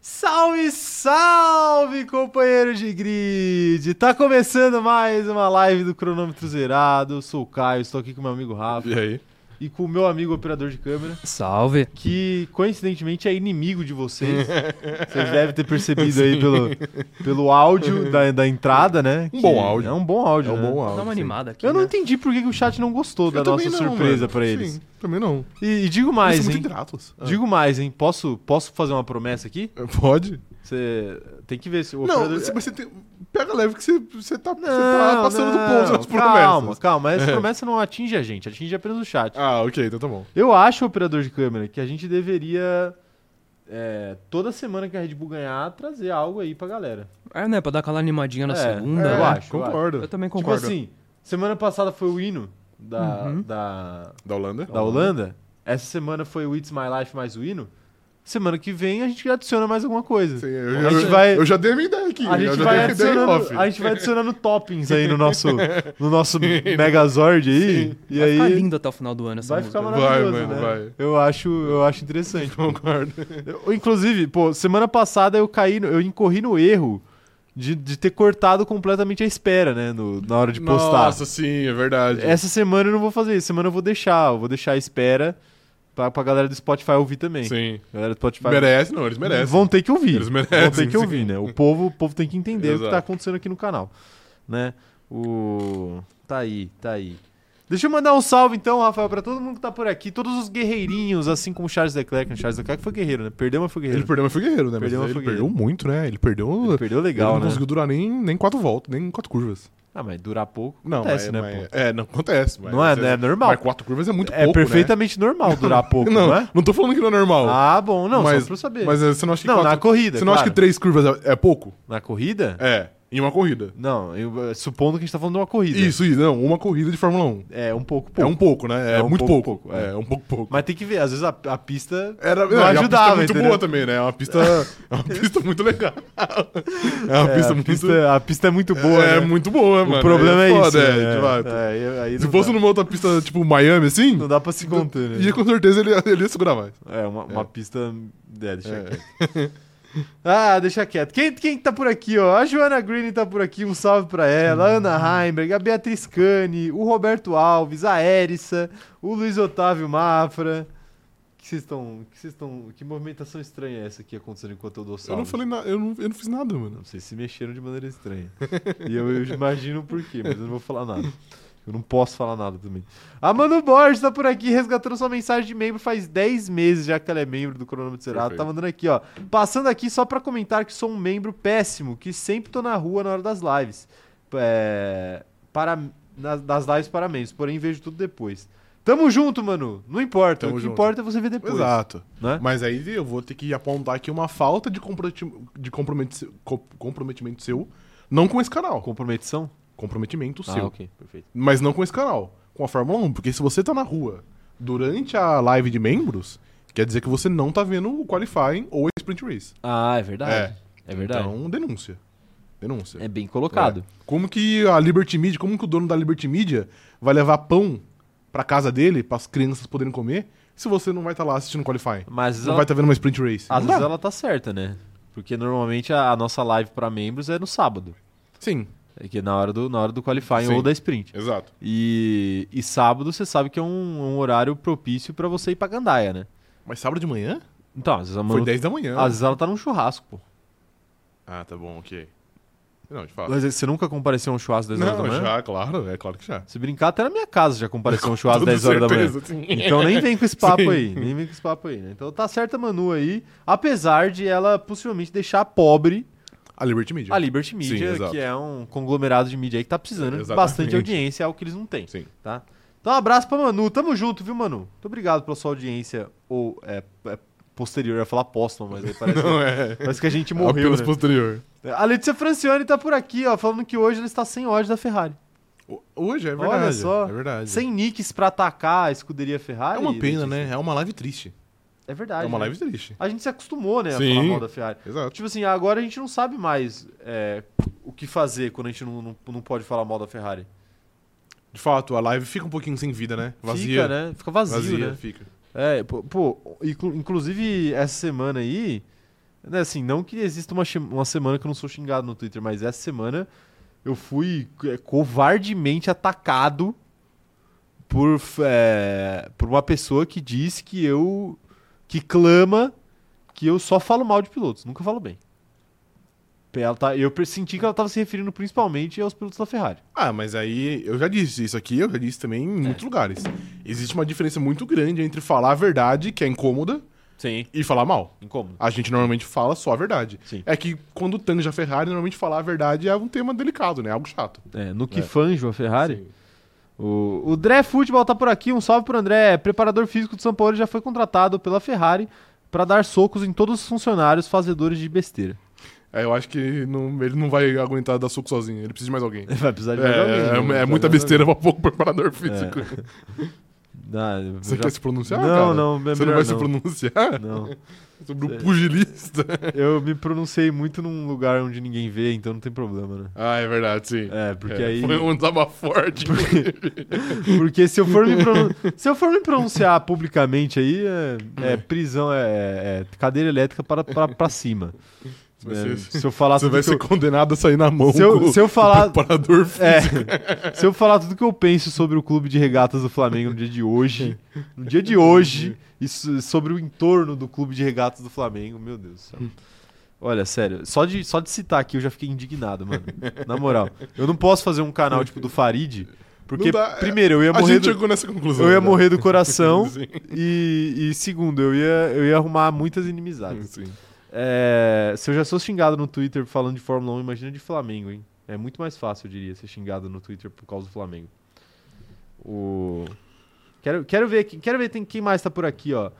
Salve, salve, companheiro de grid! Tá começando mais uma live do Cronômetro Zerado. Eu sou o Caio, estou aqui com meu amigo Rafa E aí? e com o meu amigo operador de câmera, Salve. que coincidentemente é inimigo de vocês. Vocês devem ter percebido aí pelo, pelo áudio da, da entrada, né? Um Que bom áudio. É um bom áudio. né? Vou dar uma animada aqui. Eu não né? entendi por que que o chat não gostou da nossa também não, surpresa mano. pra eles. Sim, também não. E, e digo eles mais, são hein? muito ingratos. Ah. Digo mais, hein? Posso, posso fazer uma promessa aqui? Pode? Você tem que ver se o Não, operador- você- mas você tem... Pega leve que você, você, tá, você tá passando do ponto nas promessas. Calma, calma. Essa promessa não atinge a gente, atinge apenas o chat. Ah, ok, então tá bom. Eu acho, operador de câmera, que a gente deveria, é, toda semana que a Red Bull ganhar, trazer algo aí pra galera. Tipo É, né? Pra dar aquela animadinha na É, segunda. eu né? acho, eu Concordo. Eu também concordo. Tipo assim, semana passada foi o hino da, Uhum. da, Da Holanda? da Holanda. Essa semana foi o It's My Life mais o hino. Semana que vem a gente adiciona mais alguma coisa. Sim, eu, A eu- gente vai- eu já dei a minha ideia aqui. A eu gente, vai já dei a minha ideia em off. adicionando, a gente vai adicionando toppings aí no nosso, no nosso Megazord aí. E vai aí ficar lindo até o final do ano essa vai música. ficar Vai, maravilhoso, mano, né? vai. Eu acho, eu acho interessante. Concordo. Eu, inclusive, pô, semana passada eu caí, no- eu incorri no erro de, de ter cortado completamente a espera, né, no- na hora de postar. Nossa, sim, é verdade. Essa semana eu não vou fazer isso, semana eu vou deixar, eu vou deixar a espera pra, pra galera do Spotify ouvir também. Sim. Galera do Spotify Merece, não, eles merecem. Vão ter que ouvir. Eles merecem, Vão ter que sim. ouvir, né? O povo, o povo tem que entender o que Exato. tá acontecendo aqui no canal, né? O tá aí, tá aí. Deixa eu mandar um salve então, Rafael, pra todo mundo que tá por aqui, todos os guerreirinhos, assim como Charles Leclerc, né? Charles Leclerc foi guerreiro, né? Perdeu, mas foi Ele guerreiro. perdeu, mas foi guerreiro, né? Perdeu, mas mas ele foi perdeu muito, né? Ele perdeu... Ele perdeu legal, ele não né? conseguiu durar nem, nem quatro voltas, nem quatro curvas. Ah, mas durar pouco Não, acontece, mas, né, mas- pô? É, não acontece. Mas, Não é- mas- é normal. Mas quatro curvas é muito É pouco, né? perfeitamente normal durar pouco, não, Não, é? não tô falando que não é normal. Ah, bom, não, mas, só pra eu saber. Mas eh, você não acha que não, na quatro... corrida, Você não acha claro. que três curvas é, é pouco? Na corrida? É, em uma corrida. Não, eu, eh, supondo que a gente tá falando de uma corrida. Isso, isso. Não, uma corrida de Fórmula 1. É, um pouco, É pouco. um pouco, né? É, É um muito pouco, pouco. pouco, é. É. um pouco pouco. Mas tem que ver, às vezes a, a pista Era, não é, e a pista ajudava, é muito entendeu? boa também, né? É uma pista, é uma pista muito legal. É uma É, pista a, muito pista, a pista é muito boa, É, né? muito boa, O mano. problema é, foda, isso. é, né? de fato. É, aí- aí Se não fosse dá, numa outra pista, tipo Miami, assim, não dá pra se conter, né? ia com certeza ele, ele ia segurar mais. É, uma, uma pista. É, deixa É. quieto. Ah, deixa quieto. Quem, quem tá por aqui, ó? A Joana Green tá por aqui, um salve pra ela. A Hum. Ana Heimberg, a Beatriz Cani, o Roberto Alves, a Érissa, o Luiz Otávio Mafra. Que vocês estão. Que vocês estão. Que movimentação estranha é essa que acontecendo enquanto eu dou salve? Eu não falei nada, eu não, eu não fiz nada, mano. Não sei se mexeram de maneira estranha. e eu, eu imagino por quê, mas eu não vou falar nada. Eu não posso falar nada também. A Manu Borges tá por aqui resgatando sua mensagem de membro faz 10 meses já que ela é membro do Cronômetro Cerado. Perfeito. Tá mandando aqui, ó. Passando aqui só pra comentar que sou um membro péssimo, que sempre tô na rua na hora das lives. É, para, na- das lives para membros, porém vejo tudo depois. Tamo junto, Manu. Não importa. Tamo o que junto. importa é você ver depois. Exato. Né? Mas aí eu vou ter que apontar aqui uma falta de, comprometi- de comprometi- co- comprometimento seu, não com esse canal. Comprometição? Comprometimento Ah, seu. ok. Perfeito. Mas não com esse canal, com a Fórmula 1. Porque se você tá na rua durante a live de membros, quer dizer que você não tá vendo o qualifying ou a sprint race. Ah, é verdade. É, verdade. Então, denúncia. Denúncia. é bem colocado. Como que a Liberty Media, como que o dono da Liberty Media vai levar pão pra casa dele, pras crianças poderem comer, se você não vai estar lá assistindo o qualifying? Mas às vezes Não ela, vai estar vendo uma sprint race. às Não vezes dá. ela tá certa, né? Porque normalmente a, a nossa live pra membros é no sábado, Sim, é que é na hora do, na hora do qualifying Sim. ou da sprint. exato. E, e sábado você sabe que é um, um horário propício pra você ir pra gandaia, né? Mas sábado de manhã? Então, às vezes, a Foi Manu, 10 da manhã. às vezes ela tá num churrasco, pô. Ah, tá bom, ok. Não, de fato. Mas Você nunca compareceu a um churrasco às 10 horas da Ah. Não, manhã? já, claro, é claro que já. Se brincar, até na minha casa já compareceu a um churrasco às 10 horas da manhã. Então nem vem com esse papo Sim. aí, nem vem com esse papo aí, né? Então tá certa a Manu aí, apesar de ela possivelmente deixar pobre A Liberty Media. A Liberty Media, exato. que é um conglomerado de mídia aí que tá precisando de Exatamente. bastante audiência, é algo que eles não têm, Sim. tá? Então, um abraço pra Manu. Tamo junto, viu, Manu? Muito obrigado pela sua audiência, ou é, é, posterior, eu ia falar póstuma, mas aí parece, Não é. parece que a gente morreu, Apenas né? posterior. A Letícia Francione tá por aqui, ó, falando que hoje ela está sem ódio da Ferrari. O- Hoje, é Olha verdade. só. É verdade. Sem nicks pra atacar a escuderia Ferrari. É uma Letícia. pena, né? É uma live triste. É verdade. É uma né? live triste. A gente se acostumou, né, a Sim. falar mal da Ferrari. Exato. Tipo assim, agora a gente não sabe mais é, o que fazer quando a gente não- não, não pode falar mal da Ferrari. De fato, a live fica um pouquinho sem vida, né? Vazia. Fica, né? Fica vazio, Vazia, né? fica. É, pô, pô, inclu- inclusive essa semana aí, né, assim, não que exista uma, che- uma semana que eu não sou xingado no Twitter, mas essa semana eu fui é, covardemente atacado por, f- é, por uma pessoa que diz que eu. que clama que eu só falo mal de pilotos, nunca falo bem. Ela tá, eu per- senti que ela estava se referindo principalmente aos pilotos da Ferrari. Ah, mas aí eu já disse isso aqui, eu já disse também É. em muitos lugares. Existe uma diferença muito grande entre falar a verdade, que é incômoda, Sim. e falar mal. Incômodo. A gente normalmente fala só a verdade. Sim. É que quando tange a Ferrari, normalmente falar a verdade é um tema delicado, né? Algo chato. É, no que É. fanjo a Ferrari. O, o Dré Futebol tá por aqui, um salve pro André. Preparador físico do São Paulo já foi contratado pela Ferrari pra dar socos em todos os funcionários fazedores de besteira. É, eu acho que não- ele não vai aguentar dar suco sozinho, ele precisa de mais alguém. Vai precisar É, de mais alguém, né? é- Vai é precisar muita de mais besteira pra pouco preparador físico. alguém. Ah, eu Você já- quer se pronunciar, não, cara? não, é Você não melhor vai se não. pronunciar Não. sobre Cê- o pugilista? Eu me pronunciei muito num lugar onde ninguém vê, então não tem problema, né? Ah, é verdade, sim. É, porque É, aí. Foi um desabafo forte. Porque se eu for me, pronun- se eu for me pronunciar publicamente aí, é, é prisão, é, é cadeira elétrica para, para, para cima. Vai É, ser- se eu falar Você tudo vai que eu- ser condenado a sair na mão Se eu- com se eu o falar- preparador físico. É, se eu falar tudo que eu penso sobre o clube de regatas do Flamengo no dia de hoje, no dia de hoje, e so- sobre o entorno do clube de regatas do Flamengo, meu Deus do céu. Olha, sério, só de, só de citar aqui eu já fiquei indignado, mano. Na moral, eu não posso fazer um canal tipo do Farid, porque, Não dá, é, primeiro, eu ia A morrer, gente do, chegou nessa conclusão. eu ia né? morrer do coração, Sim, e, e segundo, eu ia, eu ia arrumar muitas inimizades. assim. sim. É, se eu já sou xingado no Twitter falando de Fórmula 1, imagina de Flamengo, hein? É muito mais fácil, eu diria, ser xingado no Twitter por causa do Flamengo. O... Quero, quero ver, aqui- quero ver tem, quem mais tá por aqui, ó.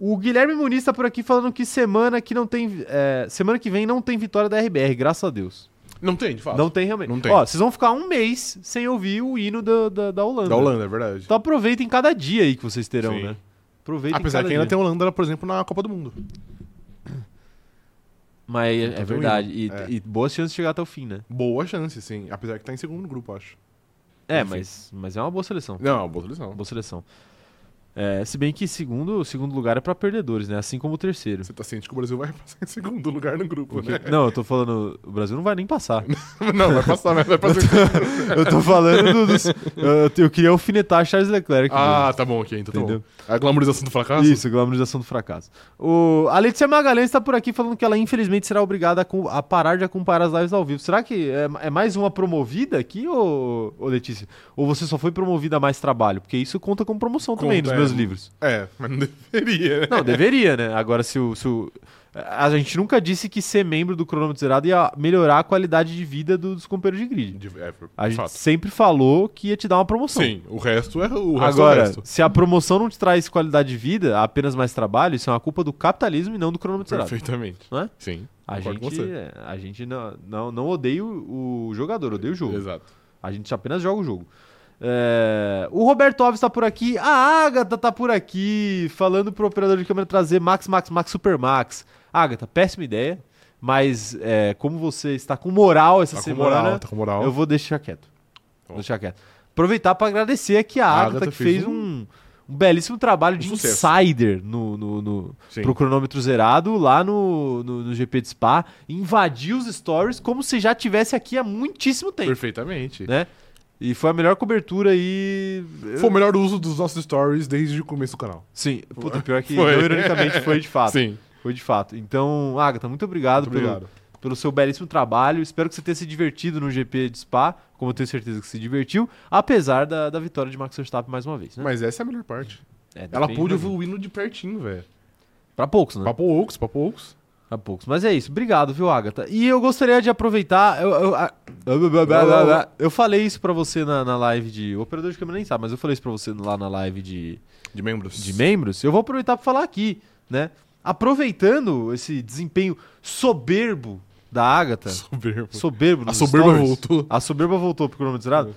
O Guilherme Muniz tá por aqui falando que semana que não tem. é, semana que vem não tem vitória da RBR, graças a Deus. Não tem, de fato. Não tem realmente. Não tem. Ó, vocês vão ficar um mês sem ouvir o hino da, da, da Holanda. Da Holanda, é verdade. Então aproveitem cada dia aí que vocês terão, Sim. né? Aproveitem Apesar cada que ainda dia. tem Holanda, por exemplo, na Copa do Mundo. Mas é- é, um tem o verdade. E, hino. É. e boas chances de chegar até o fim, né? Boa chance, sim. Apesar que tá em segundo grupo, acho. É, Enfim. mas, mas é uma boa seleção. Não, é uma boa seleção. Uma boa seleção. É, se bem que segundo, o segundo lugar é pra perdedores, né? Assim como o terceiro. Você tá ciente que o Brasil vai passar em segundo lugar no grupo, né? Não, eu tô falando. O Brasil não vai nem passar. Não, vai passar, mas vai passar em segundo. eu tô falando do- dos. Eu, eu queria alfinetar Charles Leclerc. Ah, tá bom, ok. Então tá Entendeu? bom. A glamorização do fracasso? mesmo. Isso, glamorização do fracasso. O, a Letícia Magalhães tá por aqui falando que ela infelizmente será obrigada a, co- a parar de acompanhar as lives ao vivo. Será que é, é mais uma promovida aqui, ô, ô Letícia? Ou você só foi promovida a mais trabalho? Porque isso conta como promoção também Conta, nos meus é. livros. É, mas não deveria, né? Não, deveria, né? Agora, se o, se o- A gente nunca disse que ser membro do cronômetro zerado ia melhorar a qualidade de vida dos companheiros de grid. De- É, de A gente fato. sempre falou que ia te dar uma promoção. Sim, o resto é o resto. é o Agora, resto. se a promoção não te traz qualidade de vida, apenas mais trabalho, isso é uma culpa do capitalismo e não do cronômetro zerado. Perfeitamente. Não é? Sim. A concordo com gente, é, você. a gente não, não, não odeia o, o jogador, odeia o jogo. Exato. A gente apenas joga o jogo. É, O Roberto Alves tá por aqui, a Agatha tá por aqui, falando pro operador de câmera trazer Max, Max, Max, Super Max. Agatha, péssima ideia, mas é, como você está com moral essa Tá com semana, moral, tá com moral. eu vou deixar quieto. Tá Bom. Vou deixar quieto. Aproveitar para agradecer aqui a A Agatha, Agatha que fez, fez um, um belíssimo trabalho de sucesso. insider no, no, no- Sim. pro cronômetro zerado lá no, no, no GP de Spa. Invadiu os stories como se já tivesse aqui há muitíssimo tempo. Perfeitamente. Né? E foi a melhor cobertura aí. Eu- Foi o melhor uso dos nossos stories desde o começo do canal. Sim, puta, pior que Foi. não, ironicamente foi de fato. Sim. Foi de fato. Então, Agatha, muito obrigado, Muito Pelo, obrigado. pelo seu belíssimo trabalho. Espero que você tenha se divertido no GP de Spa, como eu tenho certeza que se divertiu, apesar da, da vitória de Max Verstappen mais uma vez. Né? Mas essa é a melhor parte. É, Ela depende pôde do- ouvir o hino de pertinho, velho. Pra poucos, né? Papo Oaks, papo Oaks. Pra poucos. Mas é isso. Obrigado, viu, Agatha? E eu gostaria de aproveitar. Eu, eu, a- eu falei isso pra você na, na live de. O operador de câmera nem sabe, mas eu falei isso pra você lá na live de. De membros. de membros, eu vou aproveitar para falar aqui, né? Aproveitando esse desempenho soberbo da Agatha, Soberbo. soberbo A nos soberba stories, voltou. A soberba voltou pro cronômetro zerado.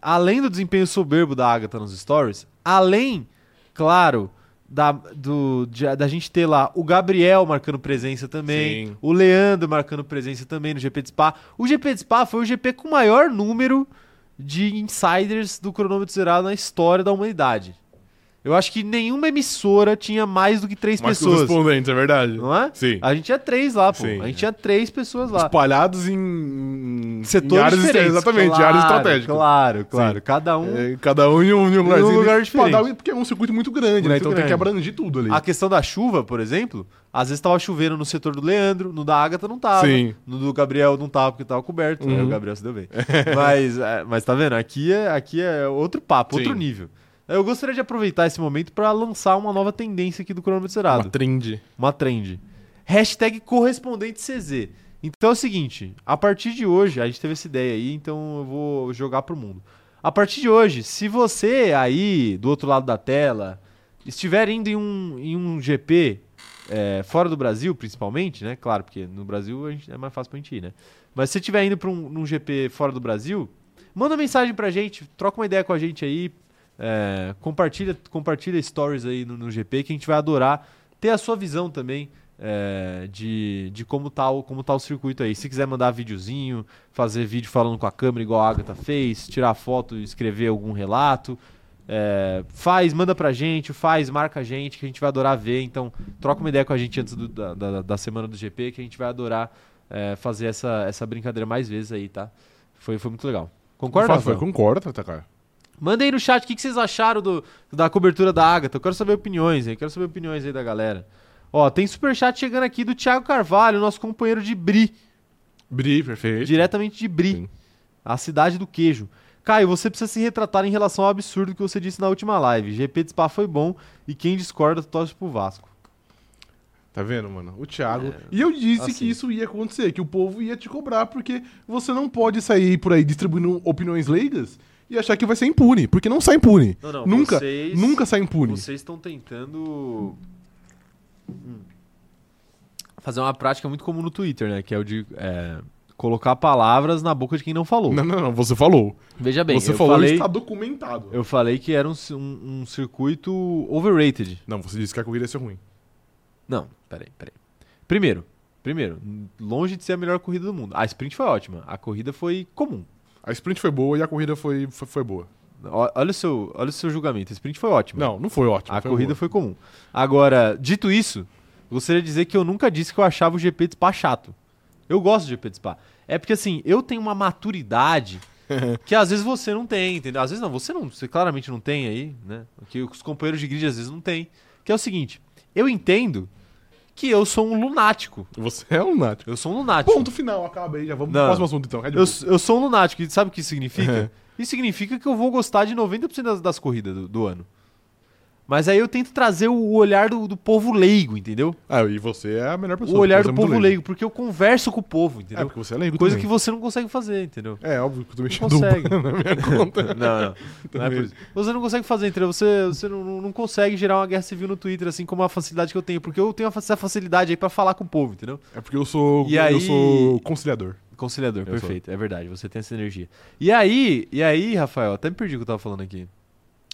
Além do desempenho soberbo da Agatha nos stories, além, claro, da, do, de- da gente ter lá o Gabriel marcando presença também, Sim. o Leandro marcando presença também no GP de Spa. O GP de Spa foi o GP com o maior número de insiders do cronômetro zerado na história da humanidade. Eu acho que nenhuma emissora tinha mais do que três Mas que os pessoas. respondentes, é verdade. Não é? Sim. A gente tinha três lá, pô. Sim. a gente tinha três pessoas lá. Espalhados em, em Setores em áreas diferentes. Exatamente, em claro, áreas estratégicas. Claro, claro. Cada um. É, cada um em um, em um lugarzinho. lugar Tipo, diferente. dá- Porque é um circuito muito grande, né? Muito Então tem que grande. abranger tudo ali. A questão da chuva, por exemplo, às vezes tava chovendo no setor do Leandro, no da Agatha não tava. Sim. No do Gabriel não tava porque tava coberto. né? Uhum. O Gabriel se deu bem. mas, é, mas tá vendo? Aqui é, aqui é outro papo, outro Sim. nível. Eu gostaria de aproveitar esse momento para lançar uma nova tendência aqui do cronômetro zerado. Uma trend. uma trend. Hashtag correspondente CZ. Então é o seguinte, a partir de hoje, a gente teve essa ideia aí, então eu vou jogar pro mundo. A partir de hoje, se você aí do outro lado da tela estiver indo em um, em um GP é, fora do Brasil, principalmente, né? Claro, porque no Brasil a gente- é mais fácil pra gente ir, né? Mas se você estiver indo pra um num GP fora do Brasil, manda mensagem pra gente, troca uma ideia com a gente aí, é, compartilha, compartilha stories aí no, no GP que a gente vai adorar ter a sua visão também é, de, de como tá, o, como tá o circuito aí. Se quiser mandar videozinho, fazer vídeo falando com a câmera igual a Agatha fez, tirar foto, escrever algum relato, é, faz, manda pra gente, faz, marca a gente, que a gente vai adorar ver. Então, troca uma ideia com a gente antes do- da, da, da semana do GP, que a gente vai adorar é, fazer essa, essa brincadeira mais vezes aí, tá? Foi, foi muito legal. Concorda? Fala, Rafael? Concordo, Tata, cara. Manda aí no chat o que, que vocês acharam do, da cobertura da Agatha. Eu quero saber opiniões aí. Quero saber opiniões aí da galera. Ó, tem superchat chegando aqui do Thiago Carvalho, nosso companheiro de Bri. Bri, perfeito. Diretamente de Bri. Sim. A cidade do queijo. Caio, você precisa se retratar em relação ao absurdo que você disse na última live. GP de Spa foi bom e quem discorda torce pro Vasco. Tá vendo, mano? O Thiago. E eu disse assim. que isso ia acontecer, que o povo ia te cobrar, porque você não pode sair por aí distribuindo opiniões leigas e achar que vai ser impune, porque não sai impune. Não, não, nunca, vocês- nunca sai impune. Vocês estão tentando hum, fazer uma prática muito comum no Twitter, né? Que é o de é, colocar palavras na boca de quem não falou. Não, não, não, você falou. Veja bem, você eu falou falei... está documentado. Eu falei que era um, ci- um- um circuito overrated. Não, você disse que a corrida ia ser ruim. Não, peraí, peraí. Primeiro, primeiro, longe de ser a melhor corrida do mundo. A sprint foi ótima, a corrida foi comum. A sprint foi boa e a corrida foi, foi, foi boa. Ó- Olha o seu, olha o seu julgamento, a sprint foi ótima. Não, não foi ótimo. a corrida foi comum. Agora, dito isso, gostaria de dizer que eu nunca disse que eu achava o GP de Spa chato. Eu gosto do GP de Spa. É porque assim, eu tenho uma maturidade que às vezes você não tem, entendeu? Às vezes não, você não, você claramente não tem aí, né? Que os companheiros de grid às vezes não tem. Que é o seguinte, eu entendo que eu sou um lunático. boa. Você é um nático. Eu sou um lunático. Ponto final, acaba aí, já vamos Não. pro próximo assunto então. Red Eu, Bull. eu sou um lunático, e sabe o que isso significa? Isso significa que eu vou gostar de 90% das, das corridas do, do ano. Mas aí eu tento trazer o olhar do, do povo leigo, entendeu? Ah, e você é a melhor pessoa. o olhar porque do você é muito povo leigo. porque eu converso com o povo, É, entendeu? porque você é leigo Coisa que também. você não consegue fazer, entendeu? É, óbvio que eu tô mexendo né? consegue. na minha conta. Não, não. não é por isso. Você não consegue fazer, entendeu? Você, você não, não- não consegue gerar uma guerra civil no Twitter, assim, como a facilidade que eu tenho. Porque eu tenho essa facilidade aí pra falar com o povo, entendeu? É porque eu sou. E eu aí- sou conciliador. Conciliador, Eu perfeito. É verdade, você tem essa energia. E aí, e aí, Rafael, até me perdi o que eu tava falando aqui.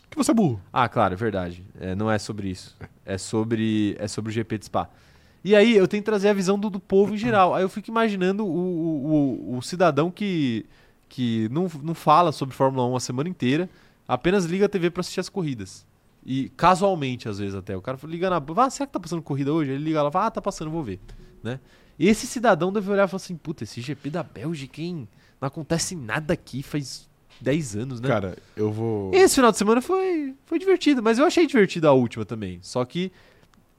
Que você é burro. Ah, claro, é verdade. É, não é sobre isso. É sobre, é sobre o GP de Spa. E aí eu tenho que trazer a visão do, do povo em geral. Aí eu fico imaginando o, o- o- o cidadão que, que não, não fala sobre Fórmula 1 a semana inteira, apenas liga a TV pra assistir as corridas. E casualmente, às vezes até. O cara liga na. Ah, será que tá passando corrida hoje? Ele liga lá, fala, ah, tá passando, vou ver. Né? Esse cidadão deve olhar e falar assim: puta, esse GP da Bélgica, hein? Não acontece nada aqui faz 10 anos, né? Cara, eu vou. Esse final de semana foi, foi divertido, mas eu achei divertido a última também. Só que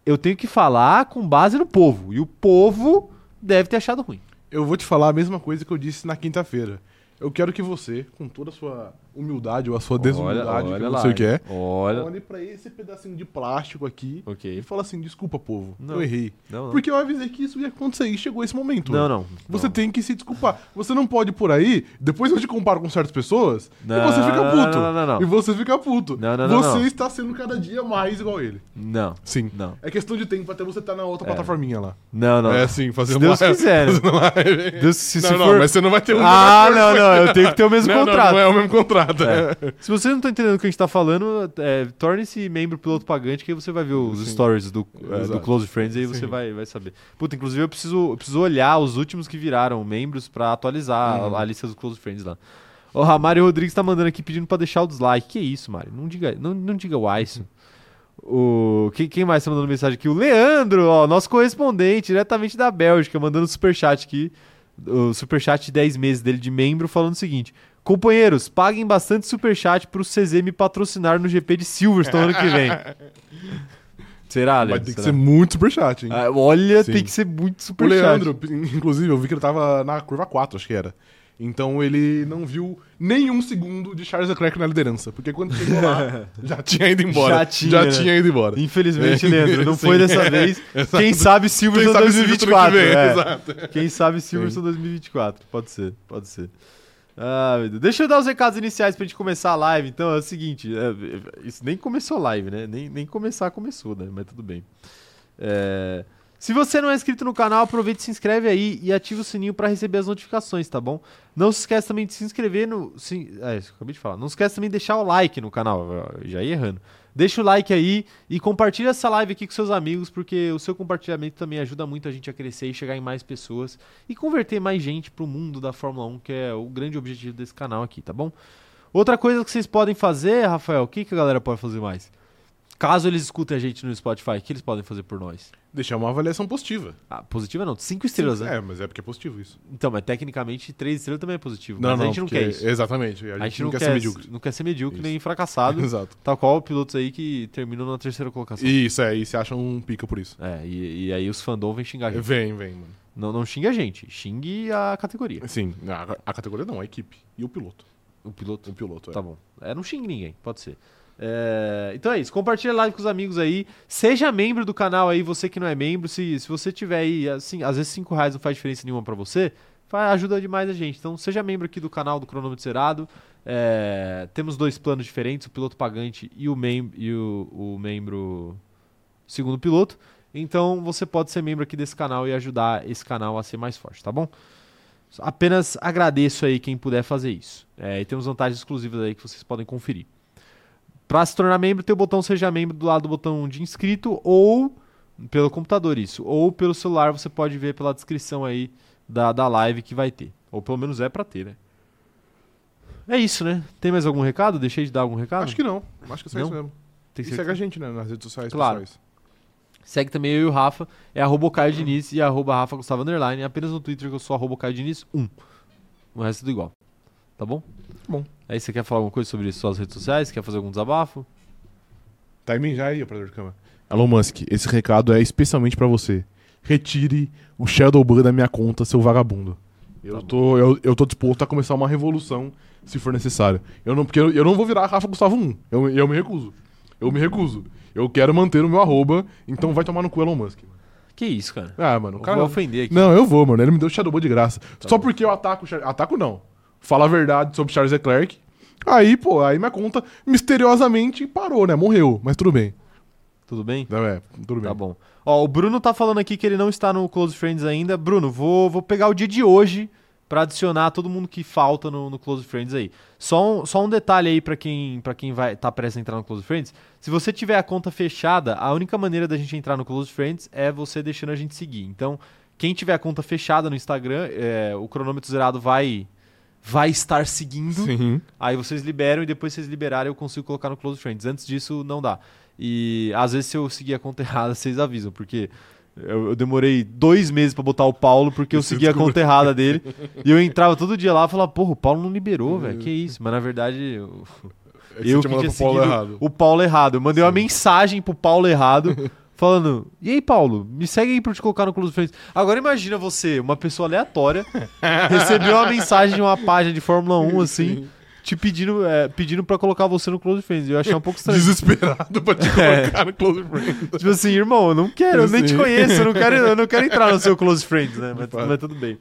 eu tenho que falar com base no povo. E o povo deve ter achado ruim. Eu vou te falar a mesma coisa que eu disse na quinta-feira. Eu quero que você, com toda a sua humildade ou a sua desumildade, que eu não sei o que é, Olha. olhe pra esse pedacinho de plástico aqui e Ok. fala assim: desculpa, povo, Não. eu errei. Não, não. Porque eu avisei que isso ia acontecer e chegou esse momento. Não, não. Você não. tem que se desculpar. Você não pode ir por aí, depois eu te comparo com certas pessoas, e você Não, fica não, puto. não, não, não. E você fica puto. Não, não, não, você não. está sendo cada dia mais igual a ele. Não. Sim. Não. É questão de tempo até você estar na outra É. plataforminha lá. Não, não. É assim, fazendo Deus live. quiser, né? Fazendo live. Deus, se, não, se não, for- mas você não vai ter um o mesmo Ah, acordo. não, não. Eu tenho que ter o mesmo Não, não, contrato. Não, é o mesmo contrato. É. Se você não tá entendendo o que a gente tá falando, é, torne-se membro piloto pagante, que aí você vai ver os Sim. stories do, é, do Exato. Close Friends e aí você Sim. vai, vai saber. Puta, inclusive eu preciso, eu preciso olhar os últimos que viraram membros pra atualizar Uhum. a- a, lista dos Close Friends lá. Ó, a Mário Rodrigues tá mandando aqui pedindo pra deixar o dislike. Que isso, Mário? Não diga, não, não diga o isso. O... Quem, quem mais tá mandando mensagem aqui? O Leandro, ó, nosso correspondente, diretamente da Bélgica, mandando um superchat aqui. O superchat de 10 meses dele de membro, falando o seguinte: Companheiros, paguem bastante superchat pro CZ me patrocinar no GP de Silverstone ano que vem. Será, Vai Leandro? ter que ser Será? muito superchat, hein? Ah, olha, Sim. tem que ser muito O superchat. Leandro, inclusive, eu vi que ele tava na curva 4, acho que era. Então ele não viu nenhum segundo de Charles Leclerc na liderança. Porque quando chegou lá, já tinha ido embora. Já tinha, né? ido embora. Infelizmente, É, Leandro, não sim. foi dessa vez. Exato. Quem sabe Silverstone sabe Silverstone que 2024. vem, é. exato. Quem sabe Silverstone 2024. Pode ser, pode ser. Ah, meu Deus. Deixa eu dar os recados iniciais pra gente começar a live. Então, é o seguinte: é, é, isso nem começou live, né? Nem, nem começar começou, né? Mas tudo bem. É, Se você não é inscrito no canal, aproveita e se inscreve aí e ativa o sininho pra receber as notificações, tá bom? Não se esquece também de se inscrever no. Se... É, isso que eu acabei de falar. Não se esquece também de deixar o like no canal. Eu já ia errando. Deixa o like aí e compartilha essa live aqui com seus amigos, porque o seu compartilhamento também ajuda muito a gente a crescer e chegar em mais pessoas e converter mais gente pro mundo da Fórmula 1, que é o grande objetivo desse canal aqui, tá bom? Outra coisa que vocês podem fazer, Rafael, o que, que a galera pode fazer mais? Caso eles escutem a gente no Spotify, o que eles podem fazer por nós? Deixar uma avaliação positiva. Ah, positiva não, cinco estrelas, né? É, mas é porque é positivo isso. Então, mas tecnicamente três estrelas também é positivo, mas a gente não porque- quer isso. Exatamente. A gente, não, quer ser medíocre. não quer ser medíocre Isso. nem fracassado, Exato. tal qual pilotos aí que terminam na terceira colocação. Isso, é. E se acham um pica por isso. É, e, e aí os fandom vêm xingar a gente. Vem, vem, mano. Não, não xingue a gente, xingue a categoria. Sim, a, a categoria não, a equipe. E o piloto. O piloto. O piloto, é. Tá bom. É, não xingue ninguém, pode ser. É, então é isso, compartilha live com os amigos aí. Seja membro do canal aí, você que não é membro. Se, se você tiver aí, assim, às vezes 5 reais não faz diferença nenhuma pra você, fa- ajuda demais a gente. Então seja membro aqui do canal do Cronômetro Zerado. É, temos dois planos diferentes: o piloto pagante e o, mem e o, o membro segundo piloto. Então você pode ser membro aqui desse canal e ajudar esse canal a ser mais forte, tá bom? Apenas agradeço aí quem puder fazer isso. É, e temos vantagens exclusivas aí que vocês podem conferir. Para se tornar membro, tem o botão Seja Membro do lado do botão de inscrito ou pelo computador isso, ou pelo celular você pode ver pela descrição aí da, da live que vai ter. Ou pelo menos é para ter, né? É isso, né? Tem mais algum recado? Deixei de dar algum recado? Acho que não. Acho que é só Não? isso mesmo. Tem e certeza? segue a gente, né? Nas redes sociais Claro. pessoais. Segue também eu e o Rafa, é arroba o Caio Diniz e arroba Rafa Gustavo Underline. É Apenas no Twitter que eu sou arroba o Caio Diniz 1. O resto é tudo igual. Tá bom? Bom. Aí você quer falar alguma coisa sobre suas redes sociais? Quer fazer algum desabafo? Timing Tá já aí, operador de cama. Elon Musk, esse recado é especialmente pra você. Retire o Shadowban da minha conta, seu vagabundo. Eu, Tá bom. tô, eu, eu tô disposto a começar uma revolução se for necessário. Eu não, porque eu, eu não vou virar Rafa Gustavo 1. Eu, eu me recuso. Eu me recuso. Eu quero manter o meu arroba, então vai tomar no cu Elon Musk. mano. Que isso, cara? Ah, mano, o Não cara. vou ofender aqui. Não, eu vou, mano. Ele me deu o Shadowban de graça. Tá Só porque eu ataco o Char... Ataco não. Fala a verdade sobre Charles Leclerc. Aí, pô, aí minha conta misteriosamente parou, né? Morreu. Mas tudo bem. Tudo bem? Não, é, tudo bem. Tá bom. Ó, o Bruno tá falando aqui que ele não está no Close Friends ainda. Bruno, vou, vou pegar o dia de hoje pra adicionar todo mundo que falta no, no Close Friends aí. Só um, só um detalhe aí pra quem, pra quem vai tá prestes a entrar no Close Friends. Se você tiver a conta fechada, a única maneira da gente entrar no Close Friends é você deixando a gente seguir. Então, quem tiver a conta fechada no Instagram, é, o cronômetro zerado vai vai estar seguindo. Sim. Aí vocês liberam e depois vocês liberarem eu consigo colocar no Close Friends. Antes disso, não dá. E às vezes, se eu seguir a conta errada, vocês avisam, porque eu, eu demorei dois meses pra botar o Paulo, porque eu Você segui a descobriu. conta errada dele. e eu entrava todo dia lá e falava, porra, o Paulo não liberou, velho, que isso. Mas na verdade, eu, É que eu É. que tinha você tinha mandado pro Paulo seguido errado. o Paulo errado. Eu mandei uma mensagem pro Paulo errado. Falando, e aí, Paulo, me segue aí pra eu te colocar no Close Friends. Agora imagina você, uma pessoa aleatória, recebeu uma mensagem de uma página de Fórmula 1, assim, te pedindo, é, pedindo pra colocar você no Close Friends. Eu achei um pouco estranho. Desesperado pra te colocar no Close Friends. Tipo assim, irmão, eu não quero, eu nem te Sim. conheço, eu não quero, eu não quero entrar no seu Close Friends, né? Mas, Claro. mas tudo bem.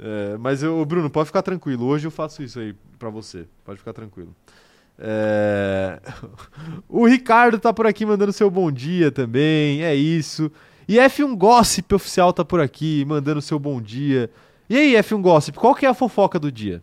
É, mas, eu, Bruno, pode ficar tranquilo. Hoje eu faço isso aí pra você. Pode ficar tranquilo. É, O Ricardo tá por aqui mandando seu bom dia também. É isso. E F1 Gossip oficial tá por aqui mandando seu bom dia. E aí, F1 Gossip, qual que é a fofoca do dia?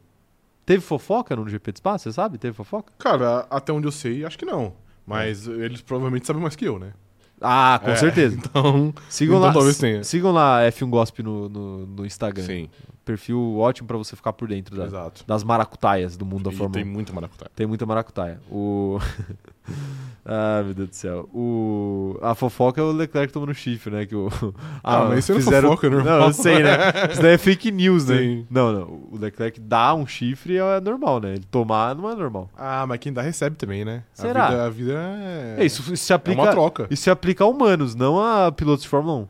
Teve fofoca no GP de Spa? Você sabe? Teve fofoca? Cara, até onde eu sei, acho que não. É. Mas eles provavelmente sabem mais que eu, né? Ah, com É, certeza. Então, Sigam Então lá, talvez si- tenha. Sigam lá F1 Gossip no, no, no Instagram. sim, Perfil ótimo pra você ficar por dentro da- exato. das maracutaias do mundo da E Fórmula 1. tem Tem... muito maracutaia. muita maracutaia. O... Ah, meu Deus do céu. O... A fofoca é o Leclerc tomando chifre, né? Que o... Ah, mas isso aí não é fofoca, é normal. Não, eu sei, né? Isso daí é fake news, né? Sim. Não, não. O Leclerc dá um chifre é normal, né? Ele tomar não é normal. Ah, mas quem dá recebe também, né? Será? A vida, a vida é... É, isso, isso se É aplica... uma troca. Isso se aplica a humanos, não a pilotos de Fórmula um.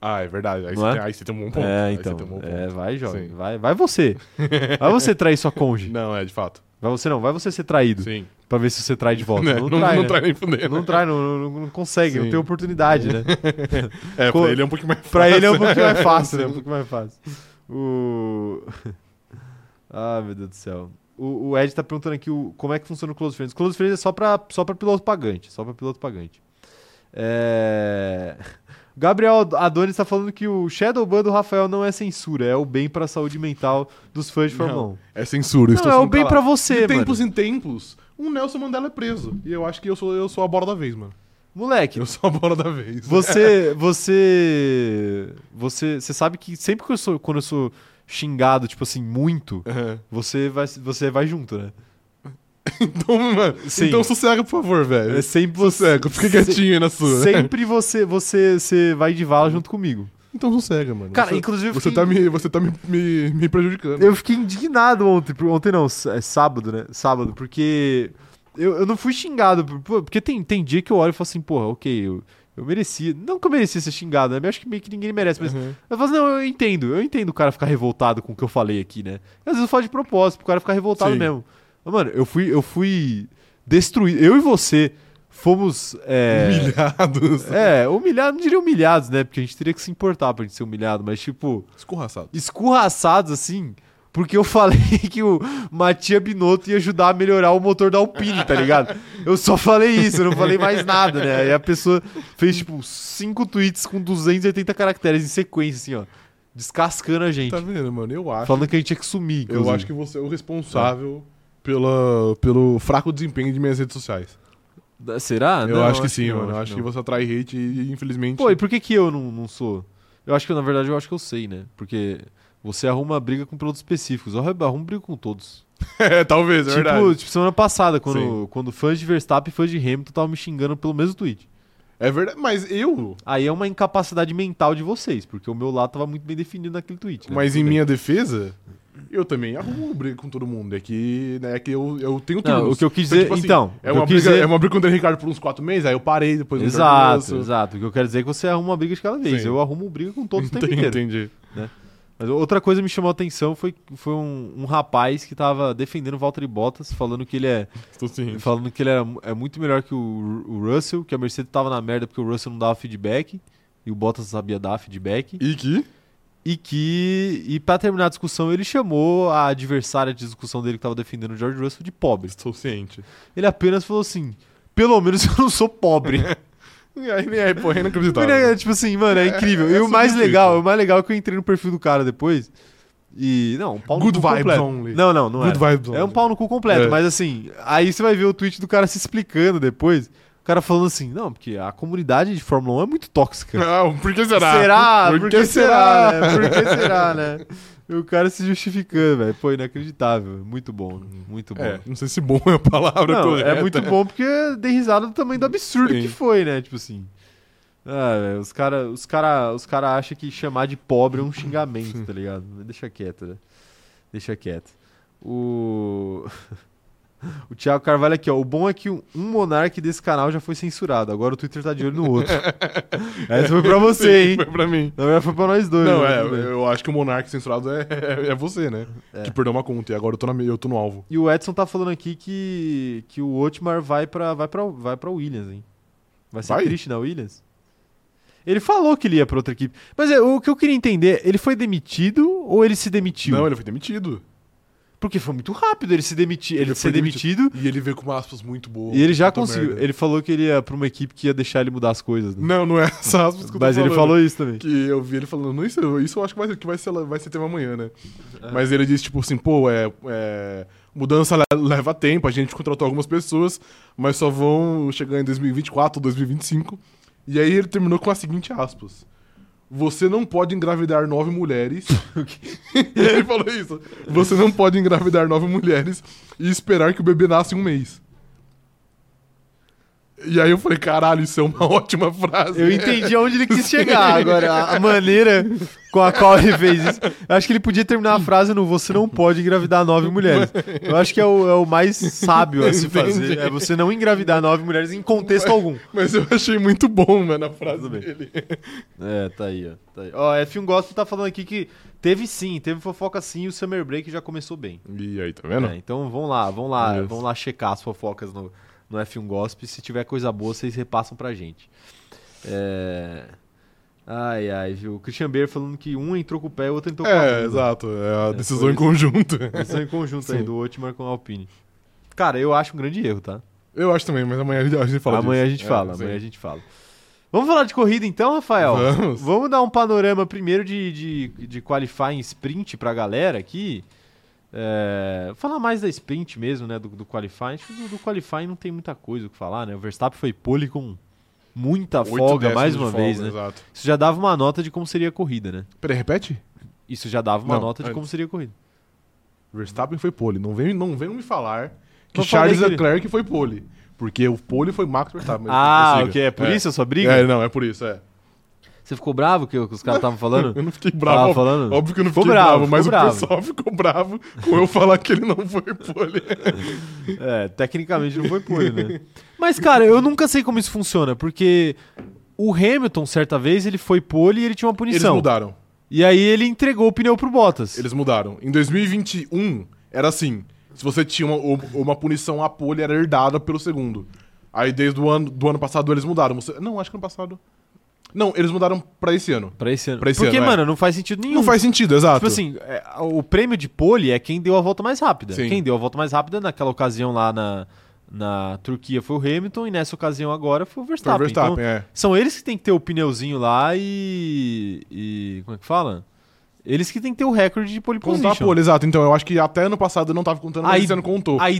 Ah, é verdade. Aí Não você, é? tem, aí você tem um bom 1. ponto. É, Aí então. você tem um bom ponto. É, vai, jovem. Sim. Vai, vai você. Vai você trair sua conge. Não, é de fato. Vai você não, vai você ser traído. Sim. Pra ver se você trai de volta. Né? Não, trai, né? nem fuder. Não Né? trai, não, não- não consegue, não Sim. tem oportunidade, né? É, Co- pra ele é um pouquinho mais fácil. Pra ele é um pouquinho mais fácil, né? Um pouquinho mais fácil. O. ah, meu Deus do céu. O, o Ed tá perguntando aqui o, como é que funciona o Close Friends. Close Friends é só pra, só pra piloto pagante. Só pra piloto pagante. É... O Gabriel Adonis tá falando que o Shadowban do Rafael não é censura, é o bem pra saúde mental dos fãs de Não, Fórmula 1. É censura, Não, estou é o sendo bem pra calado. você, De mano. tempos em tempos, um Nelson Mandela é preso. E eu acho que eu sou, eu sou a bola da vez, mano. Moleque, Eu sou a bola da vez. Você, você, você, você sabe que sempre que eu sou, quando eu sou xingado, tipo assim, muito, Aham. você vai, você vai junto, né? Então, mano, Sim. então sossega, por favor, velho. É sempre você. Sossega, fica quietinho aí na sua. né? Sempre você, você, você vai de vala junto comigo. Então sossega, mano. Cara, você, inclusive eu você fiquei- tá me, você tá me, me, me prejudicando. Eu fiquei indignado ontem, por- ontem não, s- é sábado, né? Sábado, porque eu, eu não fui xingado, por- por- porque tem, tem dia que eu olho e falo assim, porra, ok, eu, eu merecia. Não que eu merecia ser xingado, né? Eu acho que meio que ninguém merece, mas Aham. Eu falo assim, não, eu entendo, eu entendo o cara ficar revoltado com o que eu falei aqui, né? Às vezes eu falo de propósito, pro cara ficar revoltado Sim. mesmo. Mas, mano, eu fui, eu fui destruído. Eu e você fomos. É, Humilhados. É, humilhados, não diria humilhados, né? Porque a gente teria que se importar pra gente ser humilhado, mas tipo, Escorraçado. escorraçados assim. Porque eu falei que o Matia Binotto ia ajudar a melhorar o motor da Alpine, tá ligado? Eu só falei isso, eu não falei mais nada, né? Aí a pessoa fez, tipo, cinco tweets com 280 caracteres em sequência, assim, ó. Descascando a gente. Tá vendo, mano? Eu acho. Falando que a gente tinha que sumir. Eu inclusive. acho que você é o responsável pela, pelo fraco desempenho de minhas redes sociais. Será? eu Ah, Não, acho que sim, não, mano. Eu acho que não. você atrai hate e, infelizmente. Pô, e por que, que eu não, não sou? Eu acho que, na verdade, eu acho que eu sei, né? Porque você arruma briga com pilotos específicos. Eu arrumo briga com todos. é, talvez, é Tipo, verdade. tipo, semana passada, quando, Sim. quando fãs de Verstappen e fãs de Hamilton estavam me xingando pelo mesmo tweet. É verdade, mas eu. Aí é uma incapacidade mental de vocês, porque o meu lado tava muito bem definido naquele tweet. né? Mas em Tudo bem. minha defesa, eu também arrumo briga com todo mundo. É que, né, é que eu, eu tenho Não, turnos. o que eu quis dizer- então, o que é, eu uma quis briga, dizer- é uma briga contra o Ricardo por uns quatro meses, aí eu parei depois do Exato, Ricardo Grosso. exato. O que eu quero dizer é que você arruma uma briga de cada vez. Sim. Eu arrumo briga com todos o tempo Entendi, inteiro. entendi. Mas outra coisa que me chamou a atenção foi, foi um, um rapaz que tava defendendo o Valtteri Bottas, falando que ele é Estou sim. falando que ele era, mu- é muito melhor que o, Ru- o Russell, que a Mercedes tava na merda porque o Russell não dava feedback e o Bottas sabia dar feedback. E que? E que, e pra terminar a discussão, ele chamou a adversária de discussão dele que tava defendendo o George Russell de pobre. Estou ciente. Ele apenas falou assim: pelo menos eu não sou pobre. E aí nem aí, porra, é Ele inacreditável. é, tipo assim, mano, é incrível. é e o mais subjetivo. legal, o mais legal é que eu entrei no perfil do cara depois. E. Não, um pau Good no cu vibes completo. only. Não, não, não era. Good vibes É um only. pau no cu completo, É. mas assim, aí você vai ver o tweet do cara se explicando depois. O cara falando assim, não, porque a comunidade de Fórmula 1 é muito tóxica. Não, Ah, por que será? Será? Por, que será? será? né? Por que será, né? E o cara se justificando, velho. Pô, inacreditável. Muito bom, muito bom. É, não sei se bom é a palavra Não, correta. é muito bom porque dei risada do tamanho do absurdo Sim. que foi, né? Tipo assim. Ah, velho, os cara, os cara, os cara acham que chamar de pobre é um xingamento, tá ligado? Mas Deixa quieto, né? Deixa quieto. O O Thiago Carvalho aqui, ó. O bom é que um, um monarca desse canal já foi censurado. Agora o Twitter tá de olho no outro. Essa foi pra você, hein? Foi pra mim. Na verdade foi pra nós dois. Não, mas é, tudo bem. eu acho que o Monark censurado é, é, é você, né? Que perdeu uma conta e agora eu tô, na, me- eu tô no alvo. E o Edson tá falando aqui que, que o Otmar vai pra, vai, pra, vai pra Williams, hein? Vai ser Vai? triste na Williams? Ele falou que ele ia pra outra equipe. Mas é, o que eu queria entender, ele foi demitido ou ele se demitiu? Não, ele foi demitido. Porque foi muito rápido ele se demitir. Ele, Ele ser foi demitido, E ele veio com umas aspas muito boas. e ele já Puta conseguiu. merda. Ele falou que ele ia pra uma equipe que ia deixar ele mudar as coisas. Né? Não, não é essas aspas que eu tô Mas ele falando. falou isso também. Que eu vi ele falando, não, isso, isso eu acho que vai, ser- que vai ser, vai ser tema amanhã, né? Mas ele disse, tipo assim, pô, é, é, mudança le- leva tempo, a gente contratou algumas pessoas, mas só vão chegar em 2024 ou 2025. E aí ele terminou com as seguintes aspas. Você não pode engravidar nove mulheres. ele falou isso. Você não pode engravidar nove mulheres e esperar que o bebê nasça em um mês. E aí eu falei, caralho, isso é uma ótima frase. Eu entendi aonde ele quis chegar agora. A- A maneira com a qual ele fez isso. Eu acho que ele podia terminar a frase no Você não pode engravidar nove mulheres. Eu acho que é o, é o mais sábio a se fazer. Entendi. É você não engravidar nove mulheres em contexto algum. Mas eu achei muito bom, mano, a frase Tudo bem. dele. É, tá aí, ó. Tá aí. Ó, F1 Gosto tá falando aqui que teve sim, teve fofoca sim e o Summer Break já começou bem. E aí, tá vendo? É, então vão lá, vão lá, Beleza. vão lá checar as fofocas no, no F1 Gossip. Se tiver coisa boa, vocês repassam pra gente. É... Ai, ai, viu? O Christian Beer falando que um entrou com o pé e o outro entrou com a É, bunda. exato. É a decisão foi em conjunto. Decisão em conjunto aí Sim. do Otmar com a Alpine. Cara, eu acho um grande erro, tá? Eu acho também, mas amanhã a gente- a gente fala amanhã disso. a gente É, fala, sim. amanhã a gente fala. Vamos falar de corrida então, Rafael? Vamos. dar um panorama primeiro de, de, de qualifying sprint pra galera aqui. É, falar mais da sprint mesmo, né? Do, do qualifying. Acho que do, do qualifying não tem muita coisa o que falar, né? O Verstappen foi pole com muita Oito folga, décimos mais de uma folga, vez, né? Exato. Isso já dava uma nota de como seria a corrida, né? Peraí, repete? Isso já dava uma Não, nota de como antes. seria a corrida. Verstappen foi pole. Não venham não venham me falar que Eu falei Charles que ele- Leclerc foi pole. Porque o pole foi Max Verstappen. mas Ah, prossiga. ok. É por isso a sua briga? É, não, é por isso, é. Você ficou bravo que, o- que os caras estavam falando? Eu não fiquei bravo. Tava falando? Óbvio que eu não Ficou fiquei bravo, bravo, ficou mas bravo. o pessoal ficou bravo com eu falar que ele não foi pole. É, tecnicamente não foi pole, né? Mas, cara, eu nunca sei como isso funciona, porque o Hamilton, certa vez, ele foi pole e ele tinha uma Eles punição. mudaram. E aí ele entregou o pneu pro Bottas. Eles mudaram. Em 2021, era assim: se você tinha uma, um- uma punição a pole, era herdada pelo segundo. Aí desde o ano, do ano passado eles mudaram. Você- Não, acho que ano passado. Não, eles mudaram pra esse ano. Pra esse ano. Pra esse porque, ano, é. mano, não faz sentido nenhum. Não faz sentido, exato. Tipo assim, é, o prêmio de pole é quem deu a volta mais rápida. Sim. Quem deu a volta mais rápida naquela ocasião lá na, na Turquia foi o Hamilton e nessa ocasião agora foi o foi Verstappen. o Verstappen, Então, é. São eles que tem que ter o pneuzinho lá e. e como é que fala? Eles que tem que ter o recorde de pole Contar a position. pole, exato. Então eu acho que até ano passado eu Então, não tava contando, mas Aí- esse ano contou. Aí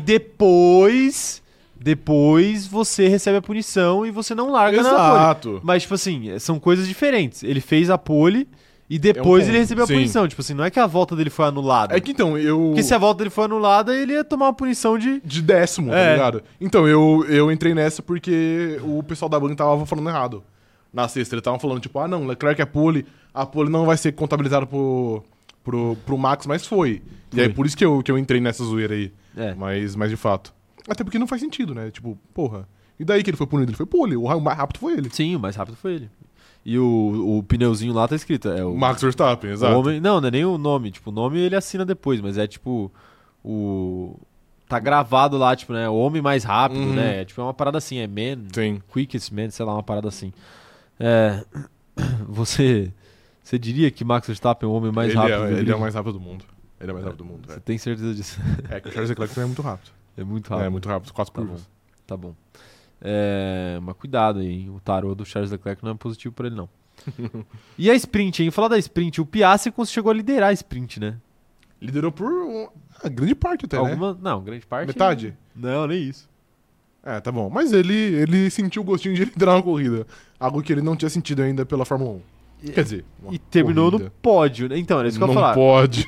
depois. Depois você recebe a punição e você não larga na pole. exato. Mas, tipo assim, eh, são coisas diferentes. Ele fez a pole e depois É um ele ponto, recebeu a sim. punição. Tipo assim, não é que a volta dele foi anulada. É que então, eu. Porque se a volta dele foi anulada, ele ia tomar uma punição de. De décimo, É. tá ligado? Então, eu, eu entrei nessa porque o pessoal da banca tava falando errado. Na sexta, eles estavam falando, tipo, ah, não, Leclerc é pole, a pole não vai ser contabilizada pro, pro, pro Max, mas foi. E aí, Foi. por isso que eu, que eu entrei nessa zoeira aí. É. Mas, mas, de fato. Até porque não faz sentido, né? Tipo, porra. E daí que ele foi punido? Ele foi pole, o raio mais rápido foi ele. Sim, o mais rápido foi ele. E o, o pneuzinho lá tá escrito. É o, Max Verstappen, o exato. homem. Não, não é nem o nome. Tipo, o nome ele assina depois, mas é tipo. O. Tá gravado lá, tipo, né? O homem mais rápido, Uhum. né? É, tipo, é uma parada assim, é man. Sim. Quickest Man, sei lá, uma parada assim. É, você, você diria que Max Verstappen é o homem mais ele, rápido é, do ele é grid? o mais rápido do mundo. Ele é o mais rápido do mundo. Você tem certeza disso? É, é que o Charles Leclerc também é muito rápido. É muito rápido. É, muito rápido, quatro Tá curvas. Tá bom. É, mas cuidado aí, hein? o tarô do Charles Leclerc não é positivo pra ele, não. e a sprint, hein? Falar da sprint, o Piastri cons- chegou a liderar a sprint, né? Liderou por um- a grande parte até, né? Alguma... Não, grande parte. né? Metade? Não, nem isso. É, tá bom. Mas ele, ele sentiu o gostinho de liderar uma corrida. Algo que ele não tinha sentido ainda pela Fórmula 1. Quer dizer, uma E terminou no corrida. pódio, né? Então, era isso que eu ia Não falar. pode.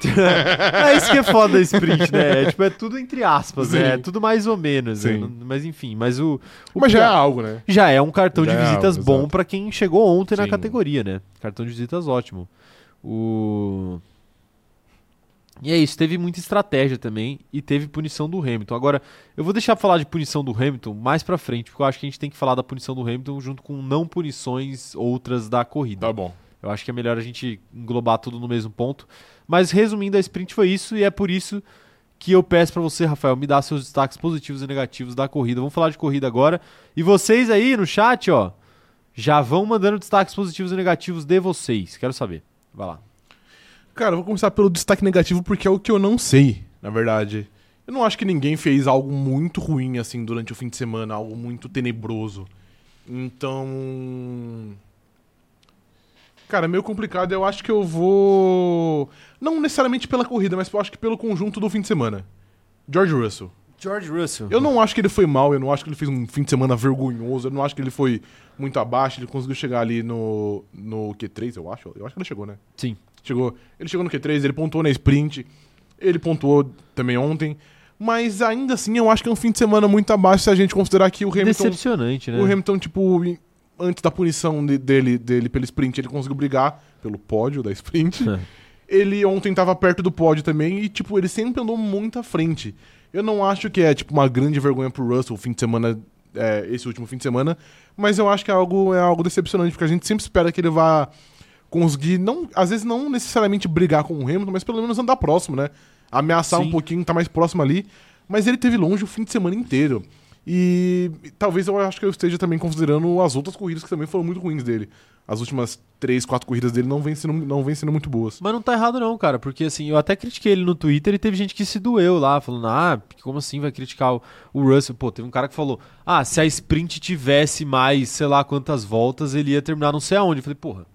É isso que é foda da sprint, né? É, tipo, é tudo entre aspas, né? Sim. É tudo mais ou menos, né? Sim. Não- Mas enfim, mas o. o Mas já é Pia- algo, né? já é um cartão Já de é visitas algo, bom exato. pra quem chegou ontem na Sim. categoria, né? Cartão de visitas ótimo. O. E é isso, teve muita estratégia também e teve punição do Hamilton. Agora, eu vou deixar pra falar de punição do Hamilton mais pra frente, porque eu acho que a gente tem que falar da punição do Hamilton junto com não punições outras da corrida. Tá bom. Eu acho que é melhor a gente englobar tudo no mesmo ponto. Mas resumindo, a sprint foi isso e é por isso que eu peço pra você, Rafael, me dar seus destaques positivos e negativos da corrida. Vamos falar de corrida agora. E vocês aí no chat, ó, já vão mandando destaques positivos e negativos de vocês. Quero saber. Vai lá. Cara, eu vou começar pelo destaque negativo porque é o que eu não sei, na verdade. Eu não acho que ninguém fez algo muito ruim, assim, durante o fim de semana, algo muito tenebroso. Então. Cara, é meio complicado. Eu acho que eu vou. Não necessariamente pela corrida, mas eu acho que pelo conjunto do fim de semana. George Russell. George Russell. Eu não acho que ele foi mal, eu não acho que ele fez um fim de semana vergonhoso, eu não acho que ele foi muito abaixo, ele conseguiu chegar ali no, no Q3, eu acho. Eu acho que ele chegou, né? Sim. Chegou, ele chegou no Q3, ele pontuou na sprint, ele pontuou também ontem, Mas ainda assim, eu acho que é um fim de semana muito abaixo se a gente considerar que o Hamilton Decepcionante, é né? o Hamilton, tipo, em- antes da punição de- dele, dele pelo sprint, ele conseguiu brigar pelo pódio da sprint. É. Ele ontem tava perto do pódio também e, tipo, ele sempre andou muito à frente. Eu não acho que é, tipo, uma grande vergonha pro Russell o fim de semana, é, esse último fim de semana, mas eu acho que é algo, é algo decepcionante, porque a gente sempre espera que ele vá conseguir, não, às vezes não necessariamente brigar com o Hamilton, mas pelo menos andar próximo, né? Ameaçar Sim. um pouquinho, tá mais próximo ali. Mas ele teve longe o fim de semana inteiro. E talvez eu acho que eu esteja também considerando as outras corridas que também foram muito ruins dele. As últimas três, quatro corridas dele não vêm sendo, não vêm sendo muito boas. Mas não tá errado não, cara, porque assim, eu até critiquei ele no Twitter e teve gente que se doeu lá, falando, ah, como assim vai criticar o, o Russell? Pô, teve um cara que falou, ah, se a sprint tivesse mais, sei lá quantas voltas, ele ia terminar não sei aonde. Eu falei, porra,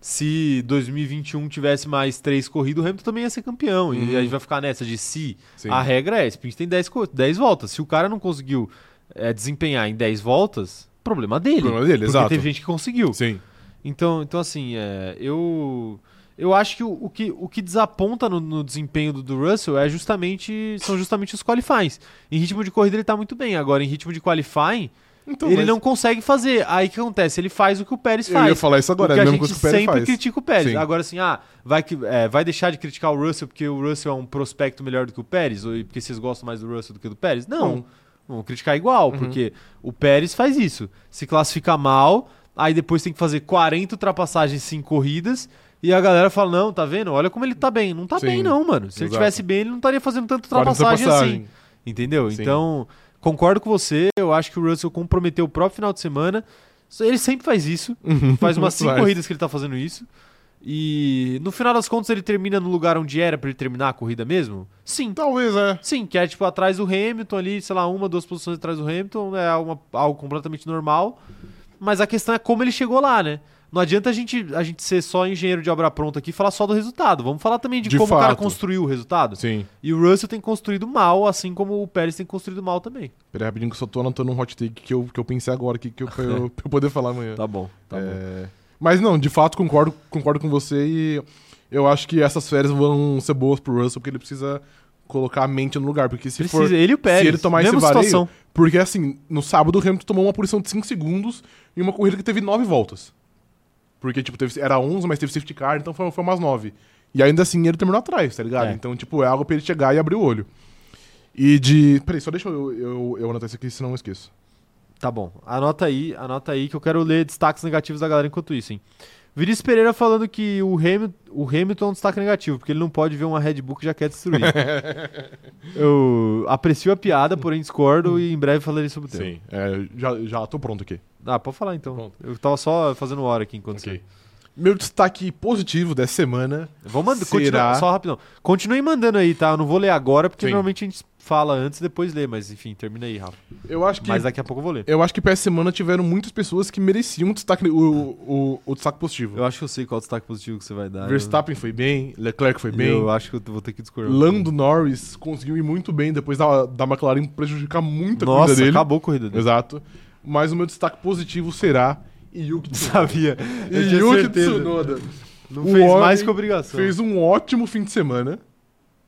se 2021 tivesse mais três corridas, o Hamilton também ia ser campeão. E Uhum. a gente vai ficar nessa de se, Sim. a regra é, a sprint tem 10 co- 10 voltas. Se o cara não conseguiu eh, desempenhar em 10 voltas, problema dele. Problema dele, porque exato. teve gente que conseguiu. Sim. Então, então assim, é, eu eu acho que o, o que o que desaponta no, no desempenho do, do Russell é justamente são justamente os qualifies. Em ritmo de corrida ele tá muito bem, agora em ritmo de qualifying Então, ele mas não consegue fazer. Aí o que acontece? Ele faz o que o Pérez Eu ia faz. falar isso agora, o é que a a mesma gente coisa que o Pérez sempre faz. critica o Pérez. Sim. Agora assim, ah, vai, que, é, vai deixar de criticar o Russell porque o Russell é um prospecto melhor do que o Pérez? Ou e porque vocês gostam mais do Russell do que do Pérez? Não. Não. Uhum. Vão criticar igual, porque o Pérez faz isso. Se classifica mal, aí depois tem que fazer 40 ultrapassagens em 5 corridas. E a galera fala, não, tá vendo? Olha como ele tá bem. Não tá Sim. bem não, mano. Se ele Exato. tivesse bem, ele não estaria fazendo tanta Quarta ultrapassagem assim. ultrapassagem. Entendeu? Sim. Então, concordo com você. Eu acho que o Russell comprometeu o próprio final de semana. Ele sempre faz isso. Faz umas cinco Faz. corridas que ele tá fazendo isso. E no final das contas ele termina no lugar onde era pra ele terminar a corrida mesmo? Sim. tá, Talvez, é. Sim, que é tipo atrás do Hamilton ali, sei lá, uma, duas posições atrás do Hamilton, é uma- algo completamente normal. Mas a questão é como ele chegou lá, né? Não adianta a gente, a gente ser só engenheiro de obra pronta aqui e falar só do resultado. Vamos falar também de, De como o cara fato. construiu o resultado. Sim. E o Russell tem construído mal, assim como o Pérez tem construído mal também. Peraí, rapidinho que eu só tô anotando um hot take que eu, que eu pensei agora aqui, que eu, pra, eu, pra eu poder falar amanhã. Tá bom, É, Mas não, de fato concordo, concordo com você e eu acho que essas férias vão ser boas pro Russell, porque ele precisa colocar a mente no lugar, porque se Precisa, for... ele e o Pérez. se ele tomar mesma esse vareio, situação. Porque assim, no sábado o Hamilton tomou uma punição de 5 segundos em uma corrida que teve 9 voltas. Porque, tipo, teve, era 11, mas teve safety car, então foi, foi umas 9. E ainda assim ele terminou atrás, tá ligado? É. Então, tipo, é algo pra ele chegar e abrir o olho. E de. Peraí, só deixa eu, eu, eu anotar isso aqui, senão eu esqueço. Tá bom. Anota aí, anota aí que eu quero ler destaques negativos da galera enquanto isso, hein? Vinícius Pereira falando que o Hamilton, o Hamilton é um destaque negativo, porque ele não pode ver uma Red Bull que já quer destruir. eu aprecio a piada, porém discordo e em breve falarei sobre o tema. É, já, já tô pronto aqui. Ah, pode falar então. Pronto. Eu tava só fazendo hora aqui enquanto Ok. Meu destaque positivo dessa semana você... Vou mandar, Será? continua, só rapidão. Continue mandando aí, tá? Eu não vou ler agora, porque Sim. normalmente a gente fala antes e depois lê, mas enfim, termina aí, Rafa. Eu acho que. Mas daqui a pouco eu vou ler. Eu acho que pra essa semana tiveram muitas pessoas que mereciam um destaque, o, o, o destaque positivo. Eu acho que eu sei qual destaque positivo que você vai dar. Verstappen foi bem, Leclerc foi eu, bem. eu acho que eu vou ter que discordar. um pouquinho. Lando Norris conseguiu ir muito bem depois da, da McLaren prejudicar muita Nossa, corrida dele. acabou né? a corrida dele. Exato. Mas o meu destaque positivo será Yuki Tsunoda. Sabia. Eu tinha Yuki certeza. Tsunoda Não O fez homem mais que obrigação. fez um ótimo fim de semana.